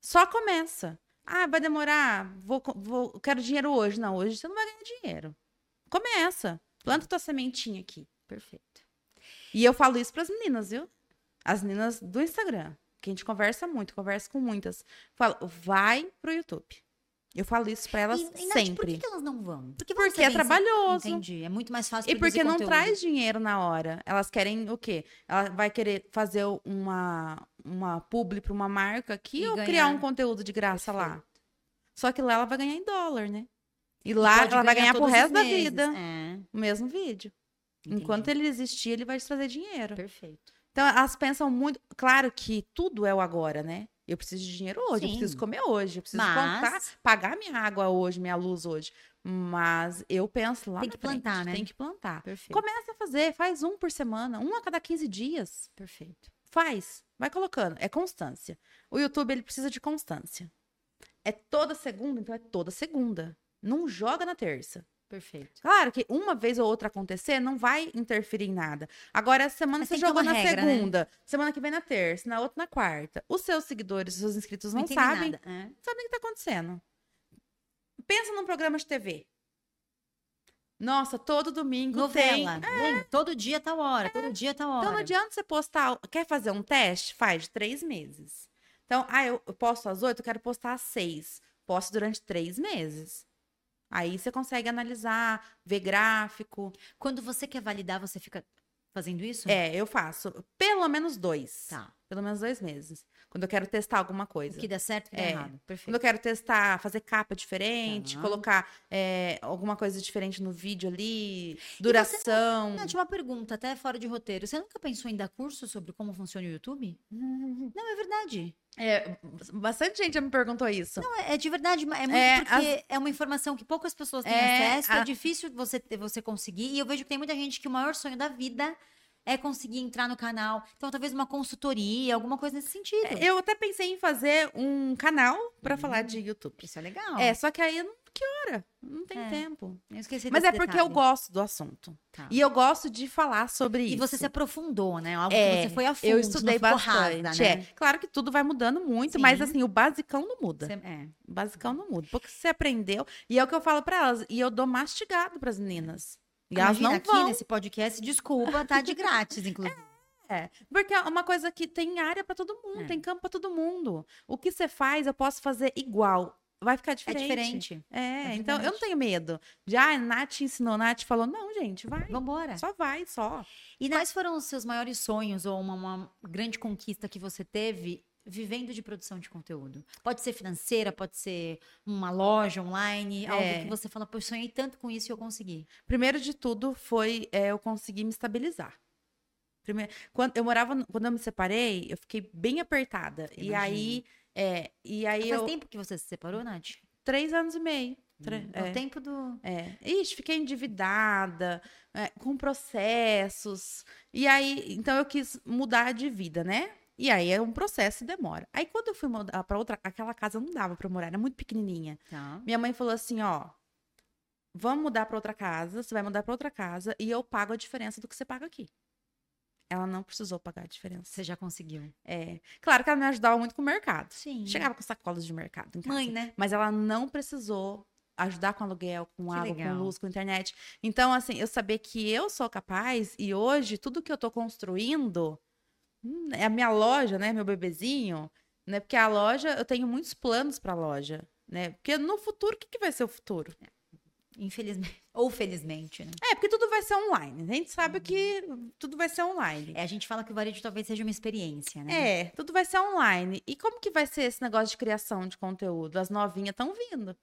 [SPEAKER 2] Só começa. Ah, vai demorar. Vou, co- vou, quero dinheiro hoje. Não, hoje você não vai ganhar dinheiro. Começa. Planta tua sementinha aqui.
[SPEAKER 1] Perfeito.
[SPEAKER 2] E eu falo isso pras meninas, viu? As meninas do Instagram, que a gente conversa muito, conversa com muitas. Falo, vai pro YouTube. Eu falo isso pra elas
[SPEAKER 1] e, e, Nath, por que,
[SPEAKER 2] sempre.
[SPEAKER 1] que elas não vão? Porque, vão
[SPEAKER 2] Porque
[SPEAKER 1] ser
[SPEAKER 2] é
[SPEAKER 1] bem-
[SPEAKER 2] trabalhoso.
[SPEAKER 1] Entendi. É muito mais fácil
[SPEAKER 2] E
[SPEAKER 1] produzir
[SPEAKER 2] porque não
[SPEAKER 1] conteúdo.
[SPEAKER 2] traz dinheiro na hora. Elas querem o quê? Ela vai querer fazer uma, uma publi pra uma marca aqui
[SPEAKER 1] E
[SPEAKER 2] ou
[SPEAKER 1] ganhar.
[SPEAKER 2] criar um conteúdo de graça lá? Só que lá ela vai ganhar em dólar, né? E lá
[SPEAKER 1] Pode
[SPEAKER 2] ela vai ganhar pro
[SPEAKER 1] todos os
[SPEAKER 2] resto da
[SPEAKER 1] meses.
[SPEAKER 2] vida
[SPEAKER 1] É.
[SPEAKER 2] o mesmo vídeo.
[SPEAKER 1] entendi.
[SPEAKER 2] Enquanto ele existir, ele vai te trazer dinheiro.
[SPEAKER 1] Perfeito.
[SPEAKER 2] Então, elas pensam muito. Claro que tudo é o agora, né? Eu preciso de dinheiro hoje, eu
[SPEAKER 1] Sim.
[SPEAKER 2] preciso comer hoje, eu preciso
[SPEAKER 1] Mas-
[SPEAKER 2] contar, pagar minha água hoje, minha luz hoje. Mas eu penso lá
[SPEAKER 1] Tem
[SPEAKER 2] na
[SPEAKER 1] que plantar,
[SPEAKER 2] frente,
[SPEAKER 1] né?
[SPEAKER 2] Tem que plantar.
[SPEAKER 1] Perfeito.
[SPEAKER 2] Começa a fazer, faz um por semana, um a cada 15 dias.
[SPEAKER 1] Perfeito.
[SPEAKER 2] Faz, vai colocando. É constância. O YouTube, ele precisa de constância. É toda segunda, então é toda segunda. Não joga na terça.
[SPEAKER 1] Perfeito.
[SPEAKER 2] Claro que uma vez ou outra acontecer não vai interferir em nada. Agora, essa semana
[SPEAKER 1] Mas
[SPEAKER 2] você
[SPEAKER 1] tem que ter
[SPEAKER 2] jogou
[SPEAKER 1] uma
[SPEAKER 2] na
[SPEAKER 1] regra, né?
[SPEAKER 2] segunda, semana que vem na terça, na outra na quarta. Os seus seguidores, os seus inscritos não,
[SPEAKER 1] entendi
[SPEAKER 2] sabem,
[SPEAKER 1] nada, né?
[SPEAKER 2] não sabem o que está acontecendo. Pensa num programa de TV. Nossa, todo domingo tem. É.
[SPEAKER 1] Novela. né? Todo dia tá hora, todo dia tá hora.
[SPEAKER 2] Então não adianta você postar. Quer fazer um teste? Faz de três meses. Então, ah, eu eu posto às oito, eu quero postar às seis. Posto durante três meses. Aí você consegue analisar, ver gráfico.
[SPEAKER 1] Quando você quer validar, você fica fazendo isso?
[SPEAKER 2] É, eu faço pelo menos dois.
[SPEAKER 1] Tá.
[SPEAKER 2] Pelo menos dois meses. Quando eu quero testar alguma coisa.
[SPEAKER 1] O que dá certo, o que dá
[SPEAKER 2] É.
[SPEAKER 1] errado.
[SPEAKER 2] Quando
[SPEAKER 1] Perfeito.
[SPEAKER 2] eu quero testar, fazer capa diferente,
[SPEAKER 1] Tá.
[SPEAKER 2] colocar é, alguma coisa diferente no vídeo ali, duração.
[SPEAKER 1] Nath, uma pergunta, até fora de roteiro. Você nunca pensou em dar curso sobre como funciona o
[SPEAKER 2] (laughs)
[SPEAKER 1] YouTube? Não, é verdade.
[SPEAKER 2] É, bastante gente já me perguntou isso.
[SPEAKER 1] Não, é é de verdade, mas é muito
[SPEAKER 2] É,
[SPEAKER 1] porque é uma informação que poucas pessoas têm
[SPEAKER 2] É,
[SPEAKER 1] acesso, é
[SPEAKER 2] a-
[SPEAKER 1] difícil você, ter- você conseguir. E eu vejo que tem muita gente que o maior sonho da vida é conseguir entrar no canal. Então, talvez uma consultoria, alguma coisa nesse sentido.
[SPEAKER 2] É, Eu até pensei em fazer um canal pra
[SPEAKER 1] Hum.
[SPEAKER 2] falar de YouTube.
[SPEAKER 1] Isso é legal.
[SPEAKER 2] É, só que aí não- que hora? Não tem
[SPEAKER 1] É.
[SPEAKER 2] tempo.
[SPEAKER 1] Eu esqueci
[SPEAKER 2] Mas é
[SPEAKER 1] desse
[SPEAKER 2] porque eu
[SPEAKER 1] detalhe.
[SPEAKER 2] gosto do assunto.
[SPEAKER 1] Tá.
[SPEAKER 2] E eu gosto de falar sobre isso.
[SPEAKER 1] E você se aprofundou, né? Algo
[SPEAKER 2] É,
[SPEAKER 1] que você foi a fundo.
[SPEAKER 2] Eu estudei
[SPEAKER 1] não ficou rasa,
[SPEAKER 2] bastante.
[SPEAKER 1] né?
[SPEAKER 2] é. Claro que tudo vai mudando muito, mas
[SPEAKER 1] Sim.
[SPEAKER 2] assim, o basicão não muda.
[SPEAKER 1] Você- é.
[SPEAKER 2] O basicão não muda. Porque você aprendeu. E é o que eu falo pra elas. E eu dou mastigado
[SPEAKER 1] É.
[SPEAKER 2] pras meninas. E elas
[SPEAKER 1] Imagina,
[SPEAKER 2] não
[SPEAKER 1] aqui
[SPEAKER 2] vão.
[SPEAKER 1] nesse podcast, desculpa, tá de grátis, inclusive.
[SPEAKER 2] É, porque é uma coisa que tem área pra todo mundo,
[SPEAKER 1] É.
[SPEAKER 2] tem campo pra todo mundo. O que você faz, eu posso fazer igual. Vai ficar
[SPEAKER 1] É
[SPEAKER 2] diferente.
[SPEAKER 1] diferente.
[SPEAKER 2] É,
[SPEAKER 1] É
[SPEAKER 2] então eu não
[SPEAKER 1] verdade.
[SPEAKER 2] tenho medo. Já a Nath ensinou, Nath falou, não, gente, vai.
[SPEAKER 1] Vambora.
[SPEAKER 2] Só vai, só.
[SPEAKER 1] E quais foram os seus maiores sonhos ou uma, uma grande conquista que você teve vivendo de produção de conteúdo? Pode ser financeira, pode ser uma loja online, algo
[SPEAKER 2] É.
[SPEAKER 1] que você fala, pô, eu sonhei tanto com isso e eu consegui.
[SPEAKER 2] Primeiro de tudo foi é, eu conseguir me estabilizar. Primeiro, quando eu morava, no- quando eu me separei, eu fiquei bem apertada. E
[SPEAKER 1] Imagino.
[SPEAKER 2] aí, é, e aí
[SPEAKER 1] Faz
[SPEAKER 2] eu
[SPEAKER 1] tempo que você se separou, Nath?
[SPEAKER 2] três anos e meio. Tre-
[SPEAKER 1] Hum, É
[SPEAKER 2] é,
[SPEAKER 1] o tempo do...
[SPEAKER 2] é. Ixi, fiquei endividada, é, com processos. E aí, então eu quis mudar de vida, né? E aí é um processo e demora. Aí quando eu fui mudar para outra, aquela casa não dava para morar, era muito pequenininha.
[SPEAKER 1] Tá.
[SPEAKER 2] Minha mãe falou assim, ó, vamos mudar pra outra casa, você vai mudar pra outra casa e eu pago a diferença do que você paga aqui. Ela não precisou pagar a diferença.
[SPEAKER 1] Você já conseguiu.
[SPEAKER 2] É, claro que ela me ajudava muito com o mercado.
[SPEAKER 1] Sim.
[SPEAKER 2] Chegava com sacolas de mercado em casa.
[SPEAKER 1] Mãe, né?
[SPEAKER 2] Mas ela não precisou ajudar com aluguel, com
[SPEAKER 1] Que
[SPEAKER 2] água,
[SPEAKER 1] legal.
[SPEAKER 2] com luz, com internet. Então, assim, eu saber que eu sou capaz e hoje tudo que eu tô construindo hum, é a minha loja, né, meu bebezinho, né? Porque a loja, eu tenho muitos planos para a loja, né? Porque no futuro o que, que vai ser o futuro?
[SPEAKER 1] Infelizmente. (laughs) Ou felizmente, né?
[SPEAKER 2] É, porque tudo vai ser online. A gente sabe que tudo vai ser online.
[SPEAKER 1] É, a gente fala que o varejo talvez seja uma experiência, né?
[SPEAKER 2] É, tudo vai ser online. E como que vai ser esse negócio de criação de conteúdo? As novinhas estão vindo.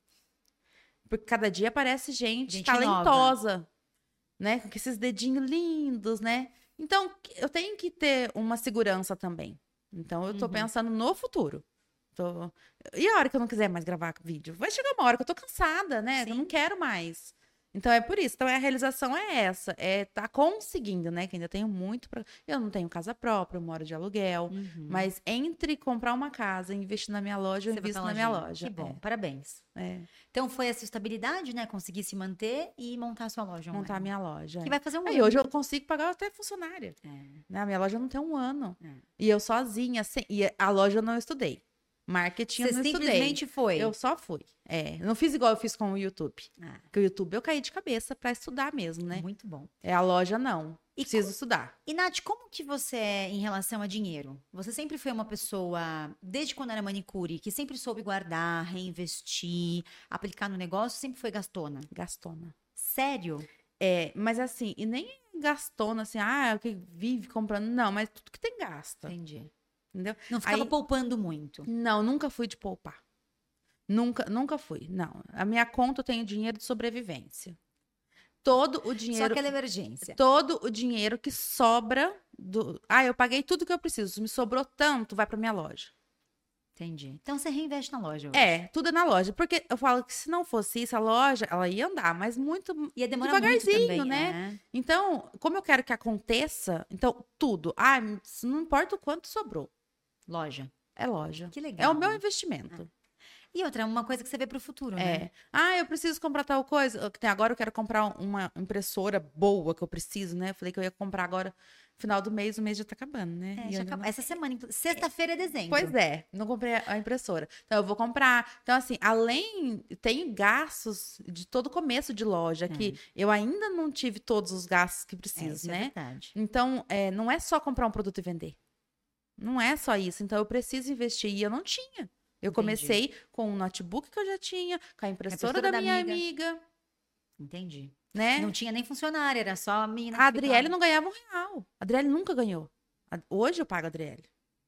[SPEAKER 2] Porque cada dia aparece gente,
[SPEAKER 1] Gente
[SPEAKER 2] talentosa, né? Com esses dedinhos lindos, né? Então, eu tenho que ter uma segurança também. Então, eu tô
[SPEAKER 1] Uhum.
[SPEAKER 2] pensando no futuro. Tô- E a hora que eu não quiser mais gravar vídeo? Vai chegar uma hora que eu tô cansada, né? Eu não
[SPEAKER 1] Sim.
[SPEAKER 2] quero mais. Então é por isso. Então a realização é essa. É tá conseguindo, né? Que ainda tenho muito pra. Eu não tenho casa própria, eu moro de aluguel.
[SPEAKER 1] Uhum.
[SPEAKER 2] Mas entre comprar uma casa e investir na minha loja, eu
[SPEAKER 1] Você vai
[SPEAKER 2] invisto
[SPEAKER 1] pra
[SPEAKER 2] na minha
[SPEAKER 1] lojinha.
[SPEAKER 2] loja.
[SPEAKER 1] Que bom, parabéns.
[SPEAKER 2] É, é,
[SPEAKER 1] Então foi essa estabilidade, né? Conseguir se manter e montar sua loja. online.
[SPEAKER 2] montar a minha loja.
[SPEAKER 1] é. Que vai fazer um
[SPEAKER 2] Aí É. hoje eu consigo pagar até funcionária.
[SPEAKER 1] É.
[SPEAKER 2] Né? A minha loja não tem um ano.
[SPEAKER 1] É.
[SPEAKER 2] E eu sozinha, sem... e a loja eu não estudei. Marketing eu
[SPEAKER 1] Você
[SPEAKER 2] não estudei.
[SPEAKER 1] simplesmente foi.
[SPEAKER 2] Eu só fui. É, não fiz igual eu fiz com o YouTube.
[SPEAKER 1] Ah, Uhum.
[SPEAKER 2] Porque o YouTube eu caí de cabeça pra estudar mesmo, né?
[SPEAKER 1] Muito bom.
[SPEAKER 2] É a loja não.
[SPEAKER 1] E,
[SPEAKER 2] Preciso
[SPEAKER 1] co-
[SPEAKER 2] estudar.
[SPEAKER 1] e, Nath, como que você é em relação a dinheiro? Você sempre foi uma pessoa, desde quando era manicure, que sempre soube guardar, reinvestir, aplicar no negócio, sempre foi gastona.
[SPEAKER 2] Gastona.
[SPEAKER 1] Sério?
[SPEAKER 2] É, mas assim, e nem gastona assim, ah, é o que vive comprando. Não, mas tudo que tem gasta.
[SPEAKER 1] Entendi.
[SPEAKER 2] Entendeu?
[SPEAKER 1] Não ficava
[SPEAKER 2] Aí-
[SPEAKER 1] poupando muito.
[SPEAKER 2] Não, nunca fui de poupar. Nunca, nunca fui. Não. A minha conta eu tenho dinheiro de sobrevivência. Todo o
[SPEAKER 1] Só
[SPEAKER 2] dinheiro.
[SPEAKER 1] aquela emergência.
[SPEAKER 2] Todo o dinheiro que sobra do. Ah, eu paguei tudo que eu preciso. Me sobrou tanto, vai pra minha loja.
[SPEAKER 1] Entendi. Então você reinveste na loja. hoje.
[SPEAKER 2] É, tudo é na loja. Porque eu falo que se não fosse isso, a loja, ela ia andar, mas muito
[SPEAKER 1] Ia demorar é muito
[SPEAKER 2] Devagarzinho,
[SPEAKER 1] também,
[SPEAKER 2] né?
[SPEAKER 1] é.
[SPEAKER 2] Então, como eu quero que aconteça, então tudo. Ah, não importa o quanto sobrou,
[SPEAKER 1] Loja.
[SPEAKER 2] é loja.
[SPEAKER 1] Que legal.
[SPEAKER 2] É o meu
[SPEAKER 1] né?
[SPEAKER 2] investimento.
[SPEAKER 1] E outra, é uma coisa que você vê pro futuro, né?
[SPEAKER 2] É. Ah, eu preciso comprar tal coisa. Eu- que tem- Agora eu quero comprar uma impressora boa que eu preciso, né? Eu falei que eu ia comprar agora, final do mês, o mês já tá acabando, né?
[SPEAKER 1] É,
[SPEAKER 2] E
[SPEAKER 1] já
[SPEAKER 2] eu ainda
[SPEAKER 1] acabou. Essa semana, inclu- sexta-feira é dezembro.
[SPEAKER 2] Pois é, não comprei a- a impressora. Então eu vou comprar. Então, assim, além, tem gastos de todo começo de loja que eu ainda não tive todos os gastos que
[SPEAKER 1] É, isso
[SPEAKER 2] preciso,
[SPEAKER 1] é
[SPEAKER 2] né?
[SPEAKER 1] verdade.
[SPEAKER 2] Então, é, não é só comprar um produto e vender. Não é só isso. Então, eu preciso investir. E eu não tinha. Eu
[SPEAKER 1] Entendi.
[SPEAKER 2] comecei com o notebook que eu já tinha, com a impressora,
[SPEAKER 1] impressora
[SPEAKER 2] da,
[SPEAKER 1] da
[SPEAKER 2] minha
[SPEAKER 1] amiga.
[SPEAKER 2] amiga,
[SPEAKER 1] Entendi.
[SPEAKER 2] né?
[SPEAKER 1] Não tinha nem funcionária, era só a menina. que
[SPEAKER 2] a Adriele
[SPEAKER 1] ficava.
[SPEAKER 2] não ganhava um real. A Adriele nunca ganhou. A- Hoje eu pago a Adriele.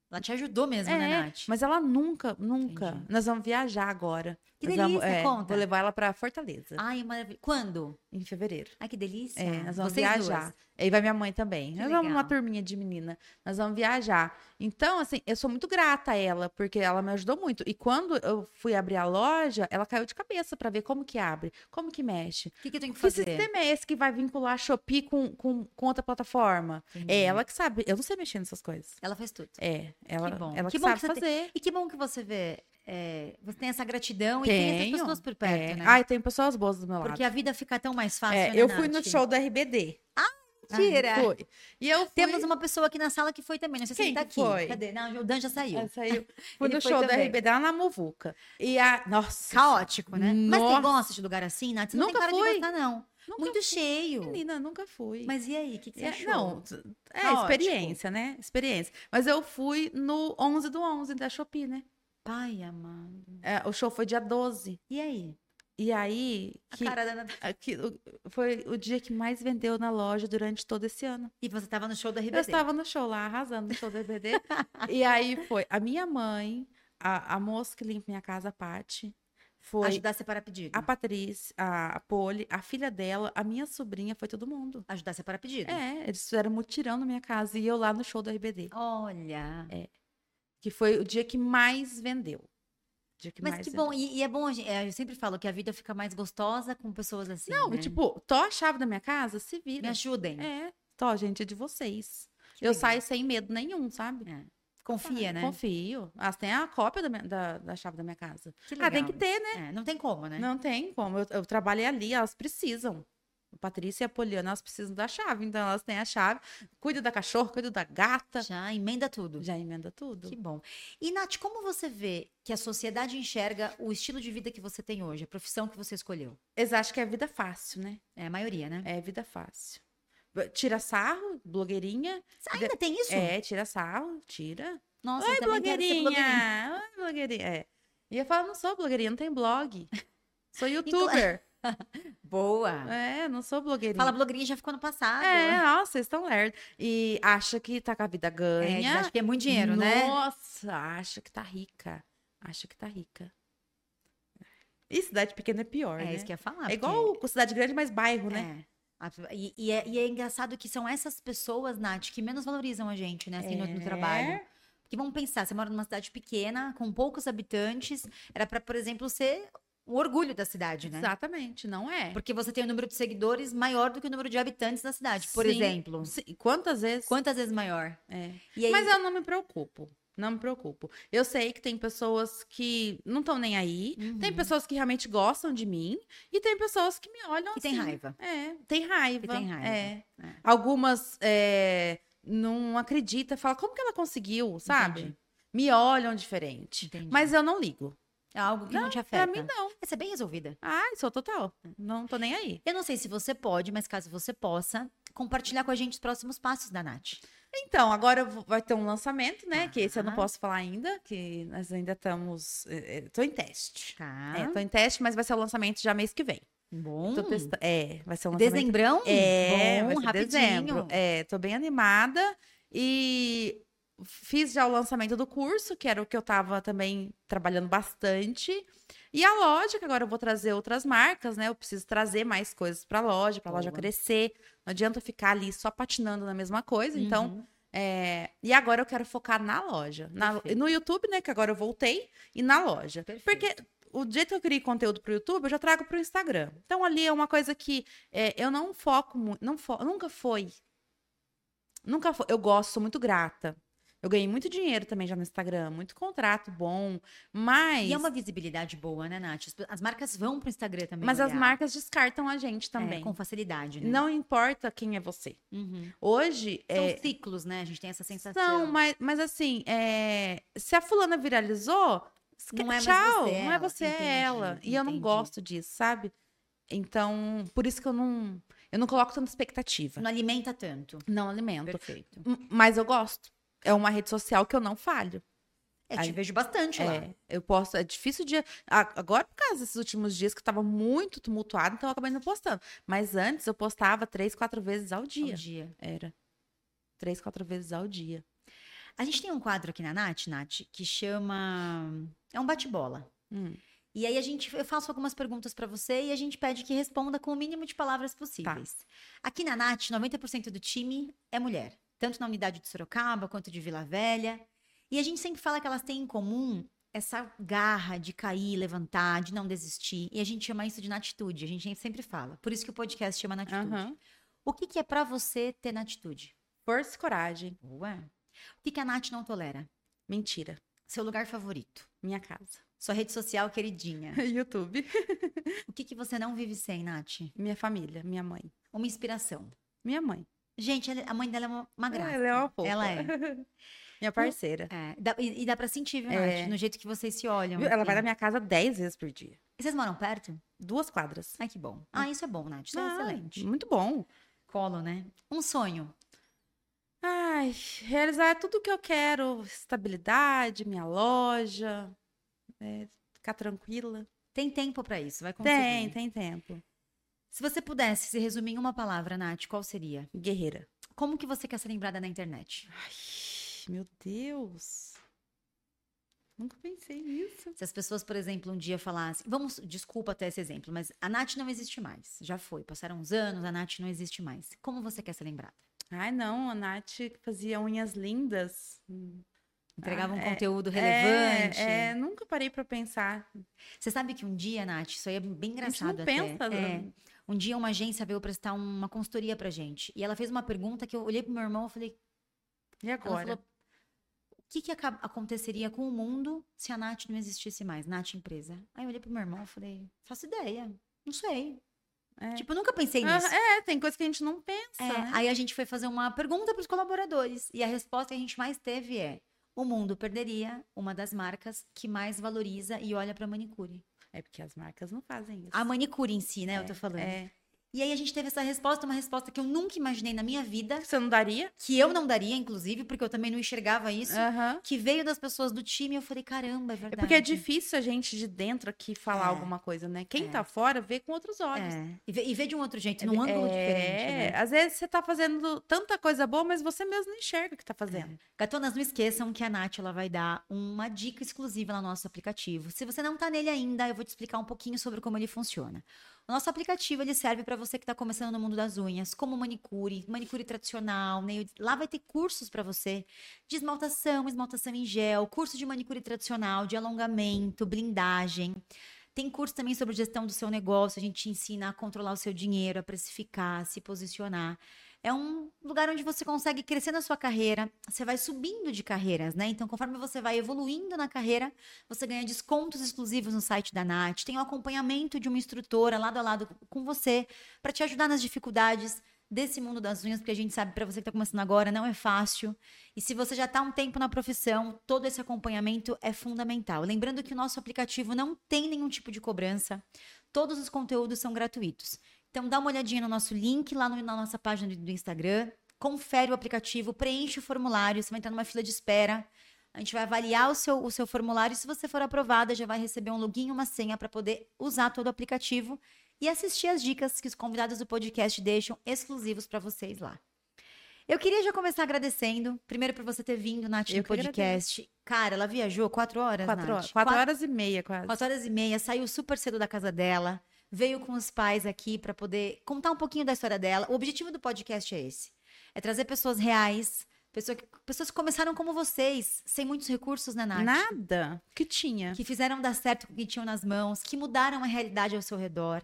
[SPEAKER 1] Ela te ajudou mesmo,
[SPEAKER 2] É,
[SPEAKER 1] né, Nath?
[SPEAKER 2] Mas ela nunca, nunca.
[SPEAKER 1] Entendi.
[SPEAKER 2] Nós vamos viajar agora.
[SPEAKER 1] Que
[SPEAKER 2] Nós vamos-
[SPEAKER 1] delícia, conta.
[SPEAKER 2] é, Vou levar ela pra Fortaleza,
[SPEAKER 1] Ai, maravilhoso. Quando?
[SPEAKER 2] em fevereiro.
[SPEAKER 1] Ai, que delícia.
[SPEAKER 2] É, nós vamos
[SPEAKER 1] Ah, Vocês duas.
[SPEAKER 2] viajar. Aí vai minha mãe também.
[SPEAKER 1] Que
[SPEAKER 2] nós vamos uma
[SPEAKER 1] legal.
[SPEAKER 2] turminha de menina. Nós vamos viajar. Então, assim, eu sou muito grata a ela, porque ela me ajudou muito. E quando eu fui abrir a loja, ela caiu de cabeça pra ver como que abre, como que mexe.
[SPEAKER 1] O que, que eu tenho que
[SPEAKER 2] Que
[SPEAKER 1] fazer?
[SPEAKER 2] sistema é esse que vai vincular Shopee com, com, com outra plataforma?
[SPEAKER 1] Entendi.
[SPEAKER 2] É ela que sabe. Eu não sei mexer nessas coisas.
[SPEAKER 1] Ela fez tudo.
[SPEAKER 2] É, ela
[SPEAKER 1] bom.
[SPEAKER 2] ela
[SPEAKER 1] Que
[SPEAKER 2] que,
[SPEAKER 1] bom
[SPEAKER 2] sabe
[SPEAKER 1] que você tem-
[SPEAKER 2] fazer.
[SPEAKER 1] E que bom que você vê. é, você tem essa gratidão e tem essas
[SPEAKER 2] Tenho.
[SPEAKER 1] pessoas por perto,
[SPEAKER 2] É.
[SPEAKER 1] né?
[SPEAKER 2] Ai, tem pessoas boas do meu lado.
[SPEAKER 1] Porque a vida fica tão mais fácil.
[SPEAKER 2] É,
[SPEAKER 1] né,
[SPEAKER 2] eu fui no
[SPEAKER 1] Nath?
[SPEAKER 2] show do RBD. Ah,
[SPEAKER 1] Mentira!
[SPEAKER 2] Foi. E eu fui.
[SPEAKER 1] Temos uma pessoa aqui na sala que foi também. Não sei se
[SPEAKER 2] Quem
[SPEAKER 1] ele tá
[SPEAKER 2] que
[SPEAKER 1] aqui.
[SPEAKER 2] foi?
[SPEAKER 1] Cadê? Não, o Dan já saiu.
[SPEAKER 2] Ah,
[SPEAKER 1] (laughs)
[SPEAKER 2] saiu. Fui
[SPEAKER 1] Ele
[SPEAKER 2] no
[SPEAKER 1] foi
[SPEAKER 2] show
[SPEAKER 1] também.
[SPEAKER 2] da RBD lá na Muvuca. E a. Nossa.
[SPEAKER 1] Caótico, né? Mas você
[SPEAKER 2] Nossa.
[SPEAKER 1] gosta de lugar assim, Nath? Você não
[SPEAKER 2] Nunca
[SPEAKER 1] tem cara
[SPEAKER 2] fui.
[SPEAKER 1] de gostar, não.
[SPEAKER 2] Nunca
[SPEAKER 1] Muito cheio.
[SPEAKER 2] Menina, nunca fui.
[SPEAKER 1] Mas e aí, o que, que você
[SPEAKER 2] É,
[SPEAKER 1] achou? tipo
[SPEAKER 2] não, é
[SPEAKER 1] Caótico.
[SPEAKER 2] experiência, né? Experiência. Mas eu fui no 11 do 11 da Shopee, né?
[SPEAKER 1] Pai amado.
[SPEAKER 2] É, o show foi dia 12.
[SPEAKER 1] E aí?
[SPEAKER 2] E aí,
[SPEAKER 1] A
[SPEAKER 2] que,
[SPEAKER 1] cara da Nath-
[SPEAKER 2] aqui- o- foi o dia que mais vendeu na loja durante todo esse ano.
[SPEAKER 1] E você tava no show da RBD.
[SPEAKER 2] Eu estava no show lá, arrasando no show
[SPEAKER 1] (laughs)
[SPEAKER 2] do RBD. e aí foi a minha mãe, a, a moça que limpa minha casa, a Paty, foi
[SPEAKER 1] Ajudar a separar pedido.
[SPEAKER 2] a Patrícia, a Poli, a filha dela, a minha sobrinha, foi todo mundo.
[SPEAKER 1] Ajudar a separar pedido.
[SPEAKER 2] É, eles fizeram mutirão na minha casa e eu lá no show do RBD,
[SPEAKER 1] Olha.
[SPEAKER 2] que foi o dia que mais vendeu. O dia que
[SPEAKER 1] Mas
[SPEAKER 2] mais
[SPEAKER 1] que
[SPEAKER 2] vendeu.
[SPEAKER 1] bom. E, e é bom, a gente- é, eu sempre falo que a vida fica mais gostosa com pessoas assim.
[SPEAKER 2] Não,
[SPEAKER 1] né?
[SPEAKER 2] tipo, tô a chave da minha casa, se
[SPEAKER 1] Me
[SPEAKER 2] vira.
[SPEAKER 1] ajudem.
[SPEAKER 2] É, tô, gente, é de vocês.
[SPEAKER 1] Que
[SPEAKER 2] eu
[SPEAKER 1] legal.
[SPEAKER 2] saio sem medo nenhum, sabe?
[SPEAKER 1] Confia, né?
[SPEAKER 2] Confio. Elas têm a cópia da, minha- da- da chave da minha casa.
[SPEAKER 1] Que legal.
[SPEAKER 2] Ah, tem que ter, né?
[SPEAKER 1] É, não tem como, né?
[SPEAKER 2] Não tem como. Eu, eu trabalhei ali, elas precisam. A Patrícia e a Poliana, elas precisam da chave. Então, elas têm a chave. Cuida da cachorra, cuida da gata.
[SPEAKER 1] Já emenda tudo.
[SPEAKER 2] Já emenda tudo.
[SPEAKER 1] Que bom. E, Nath, como você vê que a sociedade enxerga o estilo de vida que você tem hoje, a profissão que você escolheu?
[SPEAKER 2] Eles acham que é vida fácil, né?
[SPEAKER 1] É a maioria, né?
[SPEAKER 2] É vida fácil. B- Tira sarro, blogueirinha.
[SPEAKER 1] Ainda tem isso?
[SPEAKER 2] É, tira sarro, tira.
[SPEAKER 1] Nossa,
[SPEAKER 2] Oi,
[SPEAKER 1] eu também quero ser
[SPEAKER 2] blogueirinha.
[SPEAKER 1] blogueirinha.
[SPEAKER 2] Oi, blogueirinha. É. E eu falo, não sou blogueirinha, não
[SPEAKER 1] (laughs)
[SPEAKER 2] tem blog.
[SPEAKER 1] Então,
[SPEAKER 2] Sou youtuber.
[SPEAKER 1] Boa.
[SPEAKER 2] (laughs) É, não sou blogueirinha.
[SPEAKER 1] Fala blogueirinha, já ficou no passado.
[SPEAKER 2] É, nossa, vocês estão lerdos. E acha que tá com a vida
[SPEAKER 1] É, eles
[SPEAKER 2] ganha.
[SPEAKER 1] acham que é muito dinheiro, né?
[SPEAKER 2] Nossa, acha que tá rica. Acha que tá rica. E cidade pequena é pior, né?
[SPEAKER 1] É isso que eu ia falar.
[SPEAKER 2] É igual com cidade grande, mas bairro,
[SPEAKER 1] porque-
[SPEAKER 2] né?
[SPEAKER 1] É. A- E, e é, e é engraçado que são essas pessoas, Nath, que menos valorizam a gente, né? Assim, no, no trabalho.
[SPEAKER 2] É.
[SPEAKER 1] Porque vamos pensar, você mora numa cidade pequena, com poucos habitantes, era pra, por exemplo, ser o orgulho da cidade, né?
[SPEAKER 2] Exatamente, não é.
[SPEAKER 1] Porque você tem o número de seguidores maior do que o número de habitantes da cidade, por
[SPEAKER 2] Sim.
[SPEAKER 1] exemplo.
[SPEAKER 2] Sim, Quantas vezes?
[SPEAKER 1] Quantas vezes maior?
[SPEAKER 2] É.
[SPEAKER 1] E aí,
[SPEAKER 2] Mas eu não me preocupo. Não me preocupo. Eu sei que tem pessoas que não estão nem aí. Tem
[SPEAKER 1] Uhum.
[SPEAKER 2] pessoas que realmente gostam de mim. E tem pessoas que me olham
[SPEAKER 1] Que
[SPEAKER 2] assim.
[SPEAKER 1] tem raiva.
[SPEAKER 2] É, tem raiva.
[SPEAKER 1] Que tem raiva,
[SPEAKER 2] É.
[SPEAKER 1] é.
[SPEAKER 2] Algumas é, não acreditam. Fala como que ela conseguiu, sabe?
[SPEAKER 1] Entendi.
[SPEAKER 2] Me olham diferente.
[SPEAKER 1] Entendi.
[SPEAKER 2] Mas eu não ligo.
[SPEAKER 1] é algo que não, te
[SPEAKER 2] Pra
[SPEAKER 1] afeta.
[SPEAKER 2] mim, não.
[SPEAKER 1] Essa é bem resolvida.
[SPEAKER 2] Ah, sou total. Não tô nem aí.
[SPEAKER 1] Eu não sei se você pode, mas caso você possa, compartilhar com a gente os próximos passos da Nath.
[SPEAKER 2] Então, agora eu vou- vai ter um lançamento, né? Que esse eu não
[SPEAKER 1] Tá.
[SPEAKER 2] posso falar ainda. Que nós ainda estamos... é, é, Tô em teste.
[SPEAKER 1] Tá.
[SPEAKER 2] É, tô em teste, mas vai ser o lançamento já mês que vem.
[SPEAKER 1] Bom.
[SPEAKER 2] Tô testa- É, vai ser um lançamento.
[SPEAKER 1] Dezembrão?
[SPEAKER 2] É,
[SPEAKER 1] Bom,
[SPEAKER 2] vai ser
[SPEAKER 1] rapidinho.
[SPEAKER 2] dezembro. É, tô bem animada e fiz já o lançamento do curso, que era o que eu tava também trabalhando bastante. E a loja, que agora eu vou trazer outras marcas, né? Eu preciso trazer mais coisas pra loja, pra loja
[SPEAKER 1] Boa.
[SPEAKER 2] crescer. Não adianta eu ficar ali só patinando na mesma coisa, então
[SPEAKER 1] Uhum.
[SPEAKER 2] é, e agora eu quero focar na loja. Na-
[SPEAKER 1] Perfeito.
[SPEAKER 2] no YouTube, né? Que agora eu voltei. E na loja. Porque o jeito que eu crio conteúdo pro YouTube, eu já trago pro Instagram. Então ali é uma coisa que é, eu não foco muito. Não fo- nunca foi. Nunca foi. Eu gosto, sou muito grata. Eu ganhei muito dinheiro também já no Instagram, muito contrato bom, mas.
[SPEAKER 1] E é uma visibilidade boa, né, Nath? As- As marcas vão pro Instagram também.
[SPEAKER 2] Mas as
[SPEAKER 1] olhar.
[SPEAKER 2] marcas descartam a gente
[SPEAKER 1] É,
[SPEAKER 2] também.
[SPEAKER 1] com facilidade, né?
[SPEAKER 2] Não importa quem é você.
[SPEAKER 1] Uhum.
[SPEAKER 2] Hoje é.
[SPEAKER 1] São ciclos, né? A gente tem essa sensação.
[SPEAKER 2] Não, mas, mas assim, é, se a fulana viralizou, esque-
[SPEAKER 1] Não é mais
[SPEAKER 2] tchau,
[SPEAKER 1] você
[SPEAKER 2] não é
[SPEAKER 1] ela.
[SPEAKER 2] você, é
[SPEAKER 1] Entendi,
[SPEAKER 2] ela. E eu não
[SPEAKER 1] entendi.
[SPEAKER 2] gosto disso, sabe? Então, por isso que eu não, eu não coloco tanta expectativa.
[SPEAKER 1] Não alimenta tanto.
[SPEAKER 2] Não alimento.
[SPEAKER 1] Perfeito.
[SPEAKER 2] M- Mas eu gosto. É uma rede social que eu não falho.
[SPEAKER 1] Eu É, te
[SPEAKER 2] Aí-
[SPEAKER 1] vejo bastante lá.
[SPEAKER 2] É, eu posso. É difícil de. a- Agora, por causa desses últimos dias que eu tava muito tumultuado, então eu acabei não postando. Mas antes eu postava três, quatro vezes ao
[SPEAKER 1] Bom
[SPEAKER 2] dia.
[SPEAKER 1] dia.
[SPEAKER 2] Era. Três, quatro vezes ao dia.
[SPEAKER 1] A gente tem um quadro aqui na Nath, Nath, que chama. É um bate-bola.
[SPEAKER 2] Hum,
[SPEAKER 1] E aí a gente, eu faço algumas perguntas pra você e a gente pede que responda com o mínimo de palavras possíveis. Aqui na Nath, 90% do time é mulher, tanto na unidade de Sorocaba quanto de Vila Velha. E a gente sempre fala que elas têm em comum essa garra de cair, levantar, de não desistir. E a gente chama isso de atitude. A gente sempre fala. Por isso que o podcast chama Natitude.
[SPEAKER 2] aham.
[SPEAKER 1] O que, que é pra você ter Natitude?
[SPEAKER 2] Força e coragem.
[SPEAKER 1] Boa. O que, que a Nath não tolera?
[SPEAKER 2] Mentira.
[SPEAKER 1] Seu lugar favorito?
[SPEAKER 2] Minha casa.
[SPEAKER 1] Sua rede social queridinha?
[SPEAKER 2] (laughs) YouTube.
[SPEAKER 1] o que, que você não vive sem, Nath?
[SPEAKER 2] Minha família. Minha mãe.
[SPEAKER 1] Uma inspiração.
[SPEAKER 2] Minha mãe.
[SPEAKER 1] Gente, ela- a mãe dela é uma, uma graça.
[SPEAKER 2] Ela é uma fofa.
[SPEAKER 1] Ela
[SPEAKER 2] (laughs)
[SPEAKER 1] é.
[SPEAKER 2] Minha parceira.
[SPEAKER 1] É, dá- e, e dá pra sentir, viu,
[SPEAKER 2] É.
[SPEAKER 1] Nath? No jeito que vocês se olham.
[SPEAKER 2] Viu? Ela
[SPEAKER 1] assim.
[SPEAKER 2] vai na minha casa dez vezes por dia.
[SPEAKER 1] Vocês moram perto?
[SPEAKER 2] Duas quadras.
[SPEAKER 1] Ai, que bom. Ah, isso é bom, Nath. Isso é
[SPEAKER 2] Ah,
[SPEAKER 1] excelente.
[SPEAKER 2] Muito bom.
[SPEAKER 1] Colo, né? Um sonho.
[SPEAKER 2] Ai, realizar tudo o que eu quero, estabilidade, minha loja, é, ficar tranquila.
[SPEAKER 1] Tem tempo pra isso, vai conseguir.
[SPEAKER 2] Tem, tem tempo.
[SPEAKER 1] Se você pudesse se resumir em uma palavra, Nath, qual seria?
[SPEAKER 2] Guerreira.
[SPEAKER 1] Como que você quer ser lembrada na internet?
[SPEAKER 2] Ai, meu Deus. Nunca pensei nisso.
[SPEAKER 1] Se as pessoas, por exemplo, um dia falassem, vamos, desculpa até esse exemplo, mas a Nath não existe mais. Já foi, passaram uns anos, a Nath não existe mais. Como você quer ser lembrada?
[SPEAKER 2] Ai, não, a Nath fazia unhas lindas.
[SPEAKER 1] Entregava um
[SPEAKER 2] Ah, é-
[SPEAKER 1] conteúdo
[SPEAKER 2] É,
[SPEAKER 1] relevante.
[SPEAKER 2] É, nunca parei pra pensar.
[SPEAKER 1] Você sabe que um dia, Nath, isso aí é bem
[SPEAKER 2] A gente
[SPEAKER 1] engraçado
[SPEAKER 2] não
[SPEAKER 1] até.
[SPEAKER 2] pensa. né?
[SPEAKER 1] É. Um dia uma agência veio prestar uma consultoria pra gente. E ela fez uma pergunta que eu olhei pro meu irmão e falei,
[SPEAKER 2] E
[SPEAKER 1] ela
[SPEAKER 2] agora?
[SPEAKER 1] falou, o que que aca- aconteceria com o mundo se a Nath não existisse mais, Nath empresa? Aí eu olhei pro meu irmão e falei, faço ideia, não sei.
[SPEAKER 2] É.
[SPEAKER 1] Tipo, eu nunca pensei
[SPEAKER 2] Ah,
[SPEAKER 1] nisso.
[SPEAKER 2] é, tem coisa que a gente não pensa,
[SPEAKER 1] É,
[SPEAKER 2] né?
[SPEAKER 1] Aí a gente foi fazer uma pergunta pros colaboradores. E a resposta que a gente mais teve é, o mundo perderia uma das marcas que mais valoriza e olha pra manicure.
[SPEAKER 2] É porque as marcas não fazem isso.
[SPEAKER 1] A manicure em si, né? eu tô falando.
[SPEAKER 2] É.
[SPEAKER 1] E aí a gente teve essa resposta, uma resposta que eu nunca imaginei na minha vida,
[SPEAKER 2] Você não daria?
[SPEAKER 1] que eu não daria, inclusive, porque eu também não enxergava isso,
[SPEAKER 2] Aham.
[SPEAKER 1] que veio das pessoas do time. Eu falei, caramba, é
[SPEAKER 2] Ah. É
[SPEAKER 1] verdade.
[SPEAKER 2] porque é difícil a gente de dentro aqui falar
[SPEAKER 1] É.
[SPEAKER 2] alguma coisa, né? Quem
[SPEAKER 1] É.
[SPEAKER 2] tá fora vê com outros olhos.
[SPEAKER 1] É. E, vê, e vê de um outro jeito, num ângulo
[SPEAKER 2] É,
[SPEAKER 1] diferente, né?
[SPEAKER 2] Às vezes você tá fazendo tanta coisa boa, mas você mesmo não enxerga o que tá
[SPEAKER 1] É,
[SPEAKER 2] fazendo.
[SPEAKER 1] Gatonas, não esqueçam que a Nath ela vai dar uma dica exclusiva lá no nosso aplicativo. Se você não tá nele ainda, eu vou te explicar um pouquinho sobre como ele funciona. O nosso aplicativo ele serve para você que está começando no mundo das unhas, como manicure, manicure tradicional, nail- lá vai ter cursos para você de esmaltação, esmaltação em gel, curso de manicure tradicional, de alongamento, blindagem. Tem curso também sobre gestão do seu negócio, a gente te ensina a controlar o seu dinheiro, a precificar, a se posicionar. É um lugar onde você consegue crescer na sua carreira, você vai subindo de carreiras, né? Então, conforme você vai evoluindo na carreira, você ganha descontos exclusivos no site da Nath, tem o acompanhamento de uma instrutora lado a lado com você, para te ajudar nas dificuldades desse mundo das unhas, porque a gente sabe, para você que está começando agora, não é fácil. E se você já está um tempo na profissão, todo esse acompanhamento é fundamental. Lembrando que o nosso aplicativo não tem nenhum tipo de cobrança, todos os conteúdos são gratuitos. Então dá uma olhadinha no nosso link lá no- na nossa página do, do Instagram, confere o aplicativo, preenche o formulário, você vai entrar numa fila de espera. A gente vai avaliar o seu, o seu formulário e se você for aprovada, já vai receber um login e uma senha para poder usar todo o aplicativo e assistir as dicas que os convidados do podcast deixam exclusivos para vocês lá. Eu queria já começar agradecendo, primeiro por você ter vindo, Nath,
[SPEAKER 2] Eu
[SPEAKER 1] no
[SPEAKER 2] que agradeço.
[SPEAKER 1] podcast. Cara, ela viajou quatro horas,
[SPEAKER 2] Quatro,
[SPEAKER 1] Nath?
[SPEAKER 2] horas, quatro horas e meia, quase.
[SPEAKER 1] Quatro horas e meia, saiu super cedo da casa dela, veio com os pais aqui para poder contar um pouquinho da história dela. O objetivo do podcast é esse: é trazer pessoas reais, pessoa que- pessoas que começaram como vocês, sem muitos recursos, né, Nath?
[SPEAKER 2] Nada que tinha.
[SPEAKER 1] Que fizeram dar certo com o que tinham nas mãos, que mudaram a realidade ao seu redor.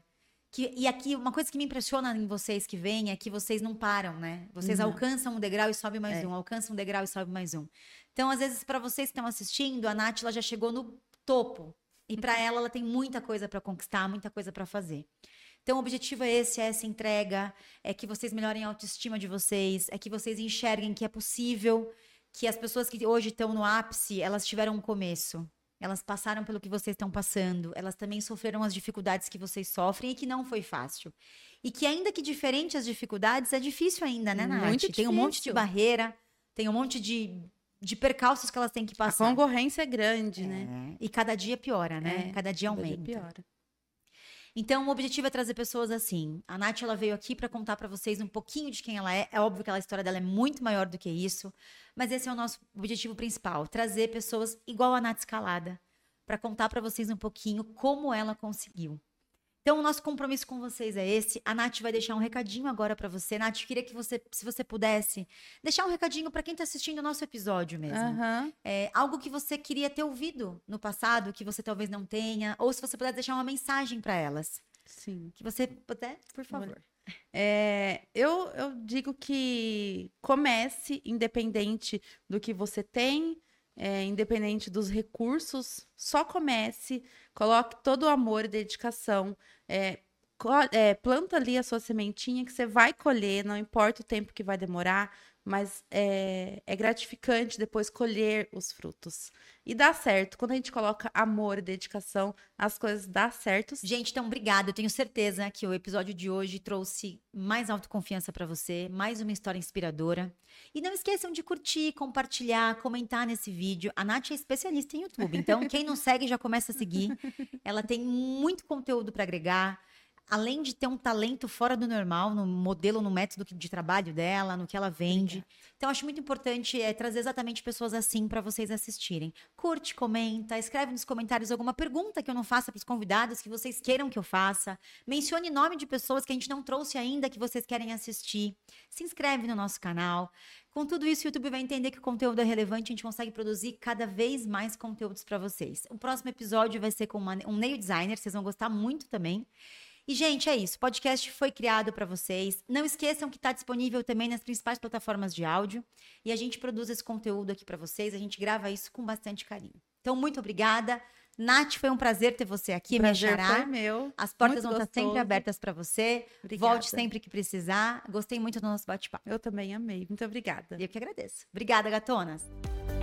[SPEAKER 1] Que, e aqui, uma coisa que me impressiona em vocês que vêm é que vocês não param, né? Vocês
[SPEAKER 2] Não.
[SPEAKER 1] alcançam um degrau e sobe mais
[SPEAKER 2] É.
[SPEAKER 1] um, alcançam um degrau e sobe mais um. Então, às vezes, para vocês que estão assistindo, a Nath ela já chegou no topo. E
[SPEAKER 2] Uhum.
[SPEAKER 1] para ela, ela tem muita coisa para conquistar, muita coisa para fazer. Então, o objetivo é esse, é essa entrega, é que vocês melhorem a autoestima de vocês, é que vocês enxerguem que é possível, que as pessoas que hoje estão no ápice, elas tiveram um começo. Elas passaram pelo que vocês estão passando, elas também sofreram as dificuldades que vocês sofrem e que não foi fácil. E que ainda que diferente as dificuldades, é difícil ainda, né, Nath?
[SPEAKER 2] Muito
[SPEAKER 1] Tem um monte de
[SPEAKER 2] difícil.
[SPEAKER 1] barreira, tem um monte de, de percalços que elas têm que
[SPEAKER 2] A
[SPEAKER 1] passar.
[SPEAKER 2] concorrência é grande, né?
[SPEAKER 1] É, E cada dia piora, né? cada
[SPEAKER 2] É,
[SPEAKER 1] dia
[SPEAKER 2] Cada dia
[SPEAKER 1] aumenta.
[SPEAKER 2] piora.
[SPEAKER 1] Então, o objetivo é trazer pessoas assim. A Nath, ela veio aqui para contar para vocês um pouquinho de quem ela é. É óbvio que ela- a história dela é muito maior do que isso, mas esse é o nosso objetivo principal, trazer pessoas igual a Nath Escalada, para contar para vocês um pouquinho como ela conseguiu. Então, o nosso compromisso com vocês é esse. A Nath vai deixar um recadinho agora para você. Nath, queria que você, se você pudesse, deixar um recadinho para quem tá assistindo o nosso episódio mesmo.
[SPEAKER 2] Aham.
[SPEAKER 1] É, algo que você queria ter ouvido no passado, que você talvez não tenha, ou se você puder deixar uma mensagem para elas.
[SPEAKER 2] Sim.
[SPEAKER 1] Que você puder, por favor.
[SPEAKER 2] É, eu, eu digo que comece, independente do que você tem, é, independente dos recursos, só comece, coloque todo o amor e dedicação, é, co- é, planta ali a sua sementinha que você vai colher, não importa o tempo que vai demorar, mas é, é gratificante depois colher os frutos. E dá certo, quando a gente coloca amor e dedicação, as coisas dão certo
[SPEAKER 1] Gente, então obrigada. Eu tenho certeza que o episódio de hoje trouxe mais autoconfiança para você, mais uma história inspiradora. E não esqueçam de curtir, compartilhar, comentar nesse vídeo. A Nath é especialista em YouTube, então quem não segue já começa a seguir. Ela tem muito conteúdo para agregar. Além de ter um talento fora do normal, no modelo, no método que- de trabalho dela, no que ela vende. Então, acho muito importante é, trazer exatamente pessoas assim para vocês assistirem. Curte, comenta, escreve nos comentários alguma pergunta que eu não faça para os convidados, que vocês queiram que eu faça. Mencione nome de pessoas que a gente não trouxe ainda, que vocês querem assistir. Se inscreve no nosso canal. Com tudo isso, o YouTube vai entender que o conteúdo é relevante, a gente consegue produzir cada vez mais conteúdos para vocês. O próximo episódio vai ser com uma- um nail designer, vocês vão gostar muito também. E, gente, é isso. O podcast foi criado para vocês. Não esqueçam que está disponível também nas principais plataformas de áudio. E a gente produz esse conteúdo aqui para vocês. A gente grava isso com bastante carinho. Então, muito obrigada. Nath, foi um prazer ter você aqui, minha
[SPEAKER 2] prazer
[SPEAKER 1] xará.
[SPEAKER 2] foi meu.
[SPEAKER 1] As portas
[SPEAKER 2] Muito
[SPEAKER 1] vão estar sempre
[SPEAKER 2] gostoso.
[SPEAKER 1] abertas para você.
[SPEAKER 2] Obrigada.
[SPEAKER 1] Volte sempre que precisar. Gostei muito do nosso bate-papo.
[SPEAKER 2] Eu também amei. Muito obrigada.
[SPEAKER 1] E eu que agradeço. Obrigada, gatonas.